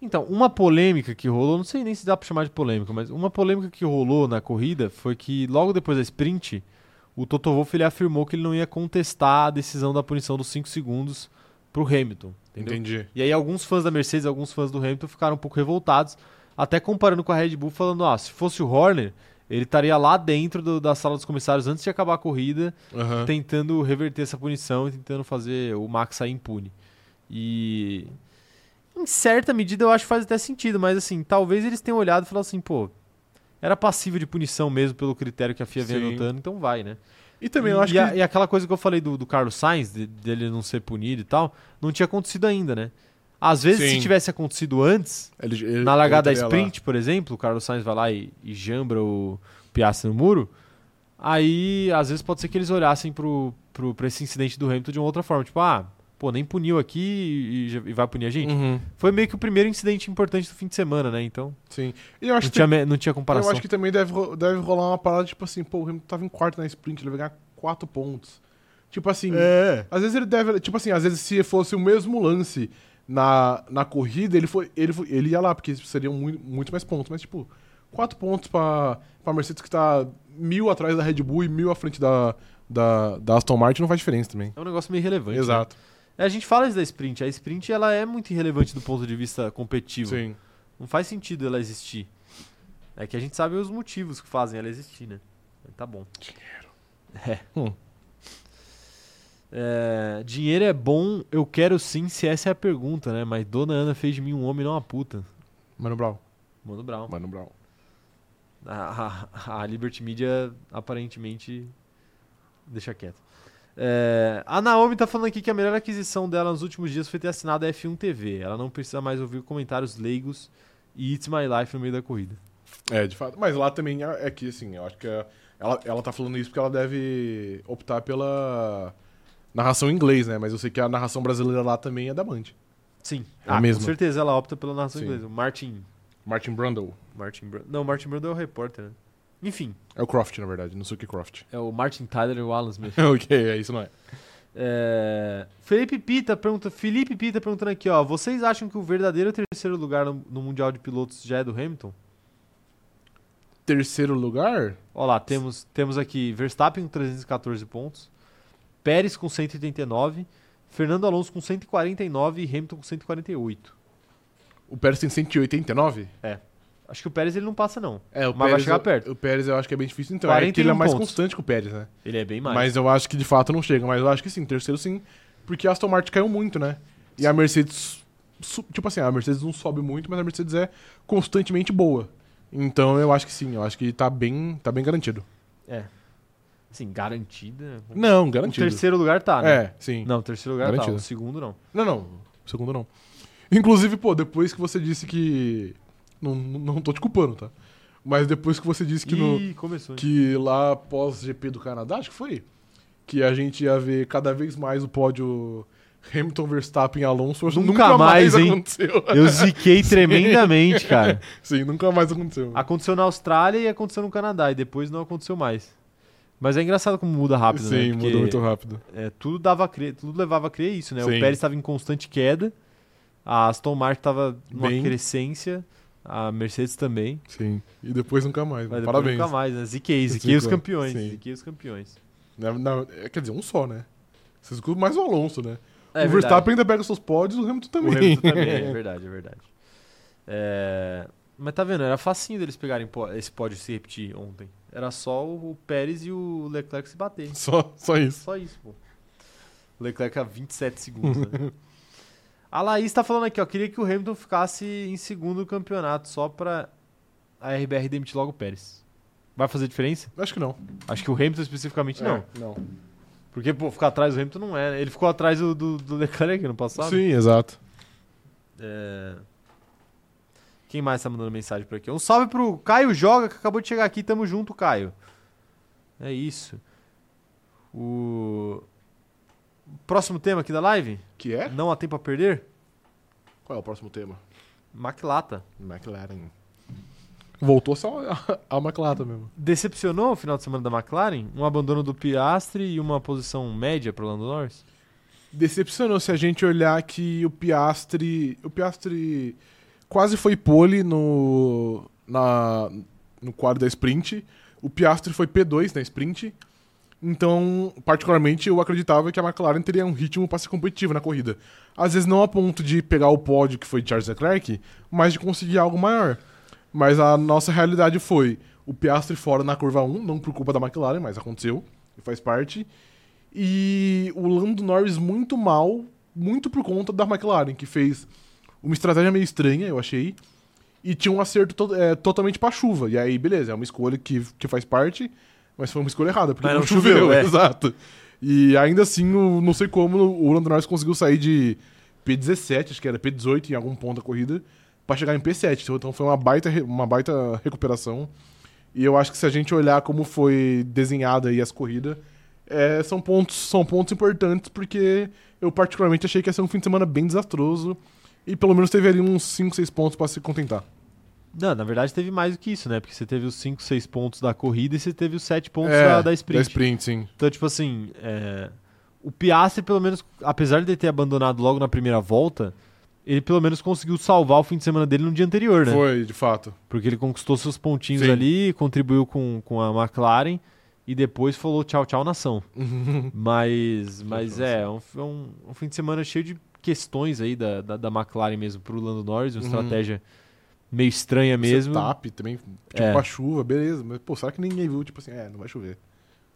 Então, uma polêmica que rolou, não sei nem se dá pra chamar de polêmica, mas uma polêmica que rolou na corrida foi que logo depois da sprint, o Toto Wolff ele afirmou que ele não ia contestar a decisão da punição dos 5 segundos pro Hamilton, entendeu? Entendi. E aí alguns fãs da Mercedes, alguns fãs do Hamilton ficaram um pouco revoltados, até comparando com a Red Bull, falando, ah, se fosse o Horner, ele estaria lá dentro do- da sala dos comissários antes de acabar a corrida, Aham. tentando reverter essa punição e tentando fazer o Max sair impune. E em certa medida eu acho que faz até sentido, mas assim, talvez eles tenham olhado e falado assim, pô, era passível de punição mesmo pelo critério que a FIA vem Sim. adotando, então vai, né? E também eu E- acho e, que. a- e aquela coisa que eu falei do, do Carlos Sainz, de- dele não ser punido e tal, não tinha acontecido ainda, né? Às vezes, se Sim. tivesse acontecido antes, ele- ele- na largada ele estaria lá. sprint, por exemplo, o Carlos Sainz vai lá e, e jambra o Piastri no muro, aí às vezes pode ser que eles olhassem pro, pro, pra esse incidente do Hamilton de uma outra forma. Tipo, ah, pô, nem puniu aqui e, já- e vai punir a gente. Uhum, Foi meio que o primeiro incidente importante do fim de semana, né? Então, sim. E eu acho não que tinha, tem- me- não tinha comparação. Eu acho que também deve, ro- deve rolar uma parada, tipo assim, pô, o Hamilton tava em quarto na sprint, ele vai ganhar quatro pontos. Tipo assim, É. às vezes ele deve. Tipo assim, às vezes se fosse o mesmo lance na, na corrida, ele, foi, ele, foi- ele ia lá, porque seriam muito, muito mais pontos. Mas, tipo, quatro pontos pra, pra Mercedes que tá mil atrás da Red Bull e mil à frente da, da, da Aston Martin não faz diferença também. É um negócio meio relevante. Exato. É, A gente fala isso da sprint. A sprint ela é muito irrelevante do ponto de vista competitivo. Sim. Não faz sentido ela existir. É que a gente sabe os motivos que fazem ela existir, né? Mas Tá bom. Dinheiro. É. Hum. É, dinheiro é bom, eu quero sim, se essa é a pergunta, né? Mas Dona Ana fez de mim um homem, não uma puta. Mano Brown. Mano Brown. Mano Brown. A, a- a Liberty Media aparentemente deixa quieto. É, a Naomi tá falando aqui que a melhor aquisição dela nos últimos dias foi ter assinado a F1 TV. Ela não precisa mais ouvir comentários leigos e It's My Life no meio da corrida. É, de fato. Mas lá também é é que, assim, eu acho que é- ela, ela tá falando isso porque ela deve optar pela narração em inglês, né? Mas eu sei que a narração brasileira lá também é da Band. Sim, Ah, É a mesma. com certeza ela opta pela narração Sim. inglesa. O Martin. Martin Brundle. Martin Brando. Não, o Martin Brando é o repórter, né? Enfim, É o Croft, na verdade. Não sei o que é Croft. é o Martin Tyler Wallace mesmo. ok, é isso não é. É, Felipe Pita pergunta, Felipe Pita perguntando aqui, ó, vocês acham que o verdadeiro terceiro lugar no, no mundial de pilotos já é do Hamilton? Terceiro lugar? Ó lá, temos, temos aqui Verstappen com 314 pontos, Pérez com 189, Fernando Alonso com 149 e Hamilton com 148. O Pérez tem 189? Acho que o Pérez ele não passa não. É, o Mas vai chegar perto. O Pérez eu acho que é bem difícil, então. É que ele é 41 mais pontos. constante que o Pérez, né? Ele é bem mais. Mas eu acho que de fato não chega. Mas eu acho que sim, terceiro sim. Porque a Aston Martin caiu muito, né? E a Mercedes. su- Tipo assim, a Mercedes não sobe muito, mas a Mercedes é constantemente boa. Então eu acho que sim, eu acho que tá bem, tá bem garantido. Assim, garantida. Não, O garantido. terceiro lugar tá, né? É, sim. Não, terceiro lugar tá. Garantido. O segundo não. Não, não. o Segundo não. Inclusive, pô, depois que você disse que. Não, não não tô te culpando, tá? Mas depois que você disse que no. Ih, começou. hein? Que lá pós GP do Canadá, acho que foi. Que a gente ia ver cada vez mais o pódio Hamilton, Verstappen, Alonso. Acho que Nunca mais, hein? aconteceu. Eu ziquei tremendamente, cara. Sim, nunca mais aconteceu. Aconteceu na Austrália e aconteceu no Canadá, e depois não aconteceu mais. Mas é engraçado como muda rápido, né? Sim, Porque, mudou muito rápido. é, tudo, dava a crer, tudo levava a crer isso, né? O Sim. Pérez estava em constante queda, a Aston Martin estava numa Bem. crescência, a Mercedes também. Sim. E depois nunca mais. Mas depois Parabéns. nunca mais, né? Ziquei, ziquei os Zicou, campeões, sim. ziquei os campeões. Na- na- é, quer dizer, um só, né? Vocês escutam mais o Alonso, né? É o verdade. Verstappen ainda pega seus pódios, o Hamilton também. O Hamilton também, é verdade, é verdade. É, Mas tá vendo, era facinho deles pegarem pó- esse pódio e se repetir ontem. Era só o o Pérez e o Leclerc se baterem. Só, só isso. Só isso, pô. O Leclerc a 27 segundos, né? A Laís tá falando aqui, ó. Queria que o Hamilton ficasse em segundo no campeonato, só pra a RBR demitir logo o Pérez. Vai fazer diferença? Acho que não. Acho que o Hamilton especificamente não. É, não. Porque, pô, ficar atrás do Hamilton não é. né? Ele ficou atrás do, do, do Leclerc no passado. Sim, exato. É. Quem mais tá mandando mensagem por aqui? Um salve pro Caio Joga, que acabou de chegar aqui. Tamo junto, Caio. É isso. O próximo tema aqui da live? Que é? Não há tempo a perder? Qual é o próximo tema? Maclata. McLaren. Voltou só a, a McLaren mesmo. Decepcionou o final de semana da McLaren? Um abandono do Piastre e uma posição média para Lando Norris? Decepcionou se a gente olhar que o Piastri. O Piastri quase foi pole no. Na, no quadro da sprint. O Piastri foi P2 na sprint. Então, particularmente, eu acreditava que a McLaren teria um ritmo para ser competitiva na corrida. Às vezes não a ponto de pegar o pódio que foi de Charles Leclerc, mas de conseguir algo maior. Mas a nossa realidade foi o Piastri fora na curva 1, não por culpa da McLaren, mas aconteceu, e faz parte. E o Lando Norris muito mal, muito por conta da McLaren, que fez uma estratégia meio estranha, eu achei. E tinha um acerto to- é, totalmente pra chuva. E aí, beleza, é uma escolha que, que faz parte, mas foi uma escolha errada, porque Mas não, não choveu, choveu, é. exato. E ainda assim, o- não sei como, o Lando Norris conseguiu sair de P17, acho que era P18 em algum ponto da corrida, pra chegar em P7. Então foi uma baita, re- uma baita recuperação. E eu acho que se a gente olhar como foi desenhada aí as corridas, é, são, pontos, são pontos importantes, porque eu particularmente achei que ia ser um fim de semana bem desastroso. E pelo menos teve ali uns 5, 6 pontos pra se contentar. Não, na verdade teve mais do que isso, né? Porque você teve os 5, 6 pontos da corrida e você teve os 7 pontos É, da, da sprint. Da sprint, sim. Então, tipo assim, é, o Piastri, pelo menos, apesar de ele ter abandonado logo na primeira volta, ele pelo menos conseguiu salvar o fim de semana dele no dia anterior, né? Foi, de fato. Porque ele conquistou seus pontinhos Sim. ali, contribuiu com, com a McLaren e depois falou tchau, tchau, nação. mas mas é, é um, é um, um fim de semana cheio de questões aí da, da, da McLaren mesmo pro Lando Norris, uma Uhum. estratégia meio estranha mesmo. Setup também, tipo, É. a chuva, beleza. Mas, pô, será que ninguém viu? Tipo assim, é, não vai chover.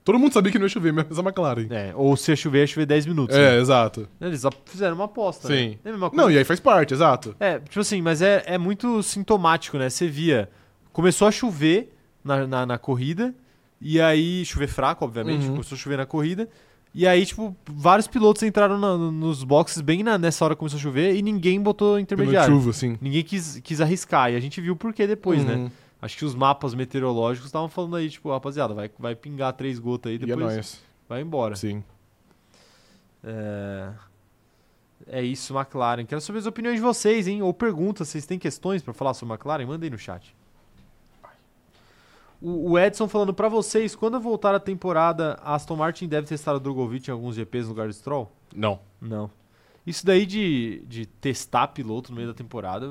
Todo mundo sabia que não ia chover, menos a McLaren. É, ou se ia chover, ia chover 10 minutos. É, exato. né? Eles a- fizeram uma aposta. né? Sim. É a mesma coisa Não, e aí faz parte, exato. É, tipo assim, mas é, é muito sintomático, né? Você via, começou a chover na, na, na corrida, e aí, chover fraco, obviamente, Uhum. começou a chover na corrida, e aí, tipo, vários pilotos entraram na- nos boxes bem na- nessa hora que começou a chover e ninguém botou Pela intermediário. chuva, Uhum. sim. Ninguém quis, quis arriscar, e a gente viu por que depois, né? Acho que os mapas meteorológicos estavam falando aí, tipo, rapaziada, vai, vai pingar três gotas aí, E é depois nóis. vai embora. Sim. É... é isso, McLaren. Quero saber as opiniões de vocês, hein? Ou perguntas, vocês têm questões pra falar sobre McLaren? Mandem no chat. O o Edson falando pra vocês, quando voltar a temporada, a Aston Martin deve testar o Drogovic em alguns GPs no lugar do Stroll? Não. Não. Isso daí de, de testar piloto no meio da temporada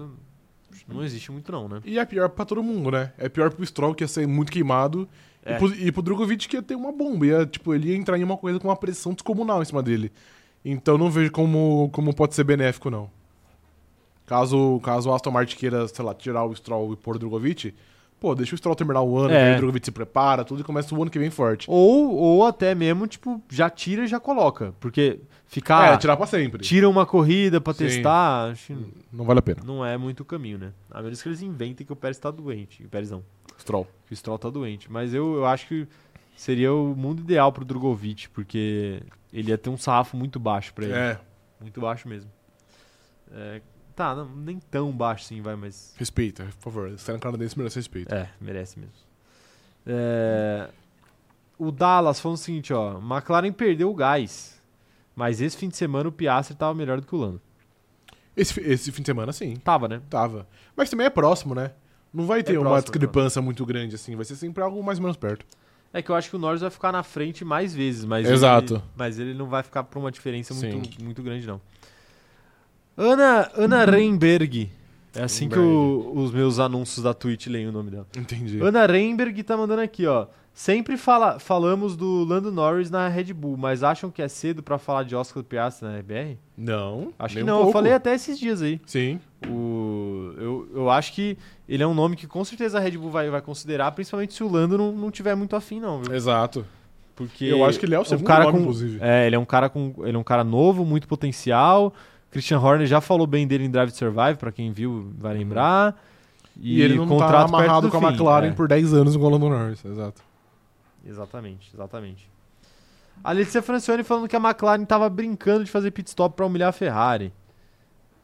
acho que não existe muito não, né? E é pior pra todo mundo, né? É pior pro Stroll, que ia ser muito queimado. É. E, pro, e pro Drogovic, que ia ter uma bomba. Ia, tipo, ele ia entrar em uma coisa com uma pressão descomunal em cima dele. Então não vejo como, como pode ser benéfico, não. Caso, caso o Aston Martin queira, sei lá, tirar o Stroll e pôr o Drogovic, pô, deixa o Stroll terminar o ano, É. aí o Drogovic se prepara, tudo e começa o ano que vem forte. Ou, ou até mesmo, tipo, já tira e já coloca. Porque é, ficar... tirar pra sempre. tira uma corrida pra Sim. testar, acho que Não vale a pena. Não é muito o caminho, né? A menos que eles inventem que o Pérez tá doente. Que O Pérez não, Stroll. que o Stroll tá doente. Mas eu, eu acho que seria o mundo ideal pro Drogovic, porque ele ia ter um sarrafo muito baixo pra ele. É, Muito baixo mesmo. É, tá, não- nem tão baixo sim, vai, mas. respeita, por favor. Você é um canadense, merece respeito. É, merece mesmo. É, o Dallas falando o seguinte, ó. McLaren perdeu o gás. Mas esse fim de semana o Piastri tava melhor do que o Lando. Esse, fi- esse fim de semana, sim. Tava, né? Tava. Mas também é próximo, né? Não vai ter uma É próximo, discrepância muito grande, assim. Vai ser sempre algo mais ou menos perto. É que eu acho que o Norris vai ficar na frente mais vezes, mas Exato. Ele, mas ele não vai ficar por uma diferença muito, Sim. Uhum. muito grande, não. Ana, Ana Reinberg. É assim que o- os meus anúncios da Twitch leem o nome dela. Entendi. Ana Reinberg tá mandando aqui, ó. Sempre fala- falamos do Lando Norris na Red Bull, mas acham que é cedo pra falar de Oscar Piastri na RBR? Não. Acho nem que um não, eu pouco. falei até esses dias aí. Sim. O- eu, eu acho que ele é um nome que com certeza a Red Bull vai, vai considerar, principalmente se o Lando não, não tiver muito afim, não, viu? Exato. Porque Eu acho que ele é o um segundo nome, inclusive. É, ele é um cara com. Ele é um cara novo, muito potencial. Christian Horner já falou bem dele em Drive to Survive, pra quem viu vai lembrar. Uhum. E, ele não tá contrato perto amarrado do com a fim, McLaren é. por 10 anos igual o Lando Norris. Exato. Exatamente, exatamente. A Letícia Francione falando que a McLaren tava brincando de fazer pit stop pra humilhar a Ferrari.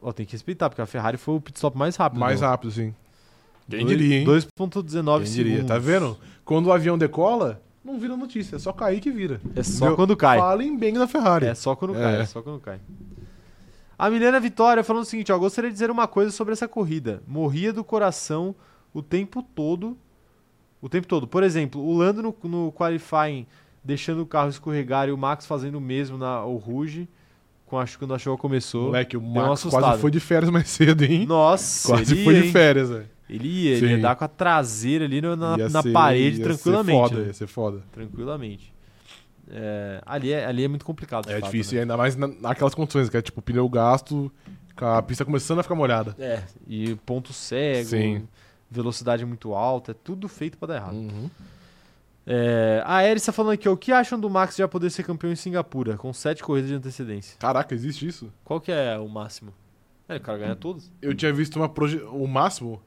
Ó, tem que respeitar, porque a Ferrari foi o pit stop mais rápido. Mais né? rápido, sim. Quem Dois- diria, hein? 2.19 Quem diria. segundos. Tá vendo? Quando o avião decola, não vira notícia, é só cair que vira. É só Entendeu? quando cai. Falem bem da Ferrari. É só quando cai, É. é só quando cai. A Milena Vitória falando o seguinte, ó, gostaria de dizer uma coisa sobre essa corrida. Morria do coração o tempo todo. O tempo todo. Por exemplo, o Lando no, no qualifying deixando o carro escorregar e o Max fazendo o mesmo na o Ruge, com acho que quando a chuva começou. Moleque, o uma Max assustada. quase foi de férias mais cedo, hein? Nossa, quase ele, foi ia, de hein? férias, velho. ele ia, ele ia Sim. dar com a traseira ali no- na, Ia na ser- parede ia tranquilamente. Ser foda, né? ia ser foda. Tranquilamente. É, ali, é, ali é muito complicado. de É fato, difícil, né? e ainda mais na- naquelas condições, que é tipo pneu gasto, com a pista começando a ficar molhada. É, e ponto cego, Sim. Hum. velocidade muito alta, é tudo feito pra dar errado. É, a Erissa falando aqui, ó, o que acham do Max já poder ser campeão em Singapura, com sete corridas de antecedência? Caraca, existe isso? Qual que é o máximo? É, o cara ganha todas. Eu tinha visto uma proje... o máximo.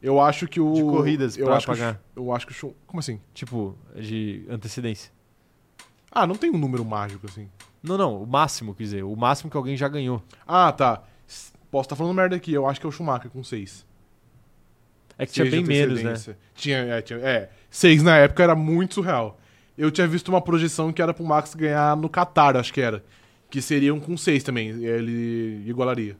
Eu acho que o. De corridas eu pra acho que o pagar. Schu- eu acho que o. Schu- Como assim? Tipo, de antecedência. Ah, não tem um número mágico assim. Não, não, o máximo, quer dizer, o máximo que alguém já ganhou. Ah, tá. S- Posso estar falando merda aqui. Eu acho que é o Schumacher com 6. É que tinha bem menos, né? Tinha, é, tinha, é. 6 na época era muito surreal. Eu tinha visto uma projeção que era pro Max ganhar no Qatar, acho que era. Que seriam com 6 também. e Ele igualaria.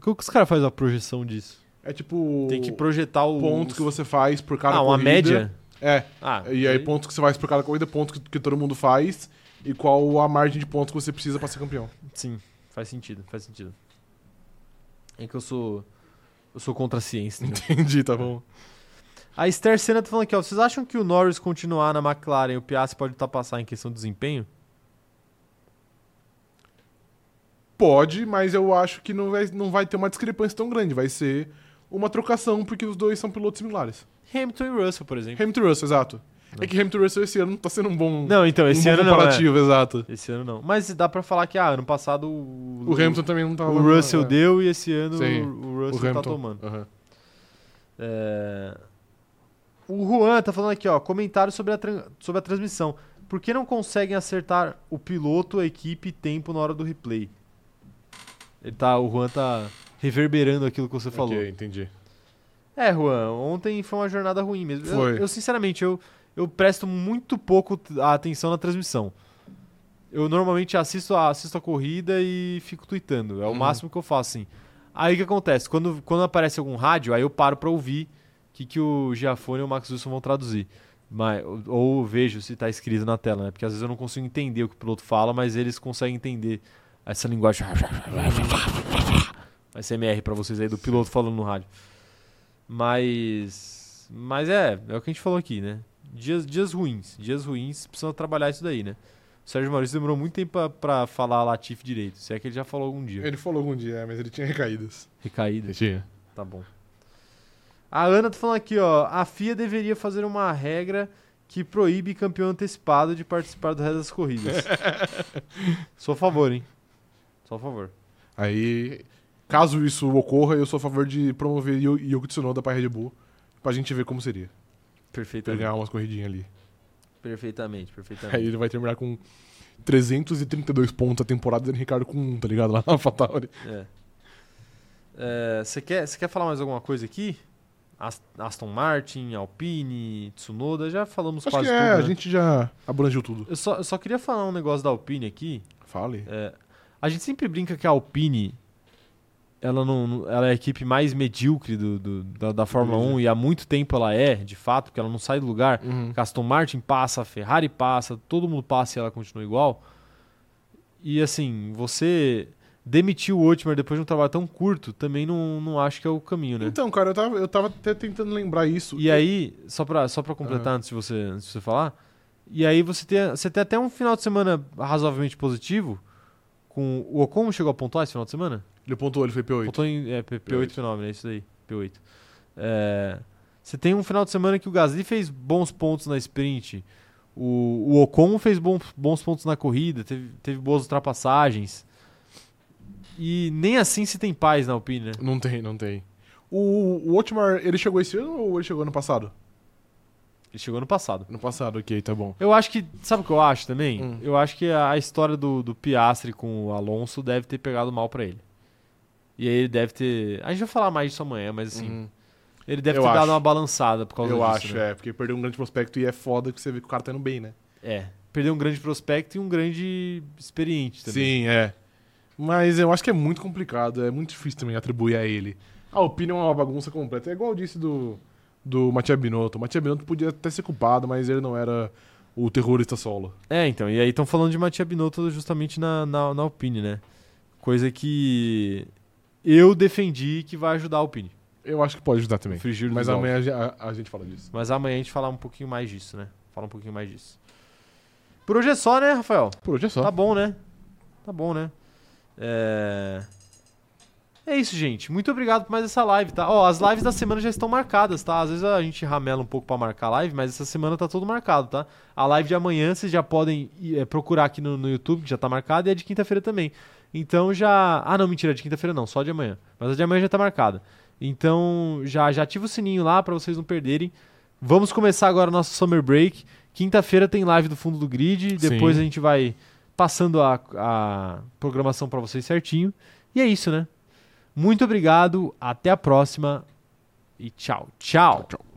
Como que os caras fazem a projeção disso? É tipo. Tem que projetar o... pontos que você faz por cada Ah, uma corrida. média? É. Ah, E aí, pontos que você faz por cada corrida, pontos que, que todo mundo faz e qual a margem de pontos que você precisa pra ser campeão. Sim, faz sentido, faz sentido. É que eu sou. Eu sou contra a ciência. entendeu? Entendi, tá bom. a Esther Senna tá falando aqui, ó. Vocês acham que o Norris continuar na McLaren e o Piastri pode ultrapassar em questão de desempenho? Pode, mas eu acho que não vai, não vai ter uma discrepância tão grande. Vai ser uma trocação, porque os dois são pilotos similares. Hamilton e Russell, por exemplo. Hamilton e Russell, exato. É que Hamilton e Russell esse ano não tá sendo um bom, Não, então, um esse bom ano não. né? comparativo, exato. Esse ano não. Mas dá pra falar que, ah, ano passado o. O Hamilton também não tava... O Russell é, deu e esse ano Sim, o- o Russell tá Hamilton. tomando. Aham. É, O Juan tá falando aqui, ó, comentário sobre a, tran- sobre a transmissão. Por que não conseguem acertar o piloto, a equipe e tempo na hora do replay? Ele tá, o Juan tá reverberando aquilo que você falou. Ok, entendi. É, Juan, ontem foi uma jornada ruim mesmo. Eu- Eu, Foi. sinceramente, eu, eu presto muito pouco t- a atenção na transmissão. Eu normalmente assisto a, assisto a corrida e fico tweetando. É o Uhum. máximo que eu faço, assim. Aí o que acontece? Quando, quando aparece algum rádio, aí eu paro pra ouvir o que, que o Giafone e o Max Wilson vão traduzir. Mas, ou, ou vejo se tá escrito na tela, né? Porque às vezes eu não consigo entender o que o piloto fala, mas eles conseguem entender essa linguagem. SMR pra vocês aí do piloto falando no rádio. Mas. Mas é, é o que a gente falou aqui, né? Dias, dias ruins. Dias ruins precisam trabalhar isso daí, né? O Sérgio Maurício demorou muito tempo pra, pra falar Latif direito. Se é que ele já falou algum dia. Ele falou algum dia, é, mas ele tinha recaídas. Recaída. Tinha. Tá bom. A Ana tá falando aqui, ó. A FIA deveria fazer uma regra que proíbe campeão antecipado de participar do resto das corridas. Sou a favor, hein? Sou a favor. Aí, caso isso ocorra, eu sou a favor de promover Yo- Yuki Tsunoda pra Red Bull, pra gente ver como seria. Pra ele Perfeitamente. ganhar umas corridinhas ali. É Perfeitamente, perfeitamente. Aí ele vai terminar com 332 pontos a temporada e o Ricardo com 1, tá ligado? Lá na Fatality. É. É, Você quer, você quer falar mais alguma coisa aqui? As- Aston Martin, Alpine, Tsunoda, já falamos Acho quase que é, tudo. a né? gente já abrangiu tudo. eu, só, eu só queria falar um negócio da Alpine aqui. Fale. É, a gente sempre brinca que a Alpine ela não, não- ela é a equipe mais medíocre do, do- da, da Fórmula 1 e há muito tempo ela é, de fato, porque ela não sai do lugar. Uhum. A Aston Martin passa, a Ferrari passa, todo mundo passa e ela continua igual. E assim, você demitir o Otmar depois de um trabalho tão curto também não, não acho que é o caminho, né? Então, cara, eu tava, eu tava até tentando lembrar isso. E aí, só pra, só pra completar antes, de você, antes de você falar, e aí você tem, você tem até um final de semana razoavelmente positivo. Com, o Ocon chegou a pontuar esse final de semana? Ele pontuou, ele foi P8. Pontuou em é, P, P8 P8. fenômeno, é isso daí, P8. É, você tem um final de semana que o Gasly fez bons pontos na sprint, o, o Ocon fez bom- bons pontos na corrida, teve, teve boas ultrapassagens. E nem assim se tem paz na Alpine, né? Não tem, não tem. O, o Otmar, ele chegou esse ano ou ele chegou ano passado? Ele chegou no passado. Ano passado, ok, tá bom. Eu acho que. Sabe o que eu acho também? Hum. Eu acho que a história do, do Piastri com o Alonso deve ter pegado mal pra ele. E aí ele deve ter. A gente vai falar mais disso amanhã, mas assim. Uhum. Ele deve Eu ter dado acho. uma balançada por causa Eu disso. acho, né? é. Porque perdeu um grande prospecto e é foda que você vê que o cara tá indo bem, né? é. Perdeu um grande prospecto e um grande experiente também. Sim, é. Mas eu acho que é muito complicado, é muito difícil também atribuir a ele. A opinião é uma bagunça completa. É igual eu disse do, do Matia Binotto. O Matia Binotto podia até ser culpado, mas ele não era o terrorista solo. É, então, e aí estão falando de Matia Binotto justamente na, na, na Alpine, né? Coisa que eu defendi que vai ajudar a Alpine. Eu acho que pode ajudar também. Frigir dos Mas ovos. amanhã a, gen- a- a gente fala disso. Mas amanhã a gente falar um pouquinho mais disso, né? Falar um pouquinho mais disso. Por hoje é só, né, Rafael? Por hoje é só. Tá bom, né? Tá bom, né? É... É isso, gente. Muito obrigado por mais essa live, tá? Ó, as lives da semana já estão marcadas, tá? Às vezes a gente ramela um pouco pra marcar live, mas essa semana tá tudo marcado, tá? A live de amanhã vocês já podem ir, é, procurar aqui no, no YouTube, que já tá marcada, e a de quinta-feira também. Então já. Ah, não, mentira, a de quinta-feira não, só a de amanhã. Mas a de amanhã já tá marcada. Então já, já ativa o sininho lá pra vocês não perderem. Vamos começar agora o nosso summer break. Quinta-feira tem live do fundo do grid, depois Sim. a gente vai passando a, a programação pra vocês certinho. E é isso, né? Muito obrigado, até a próxima e tchau, tchau. Tchau.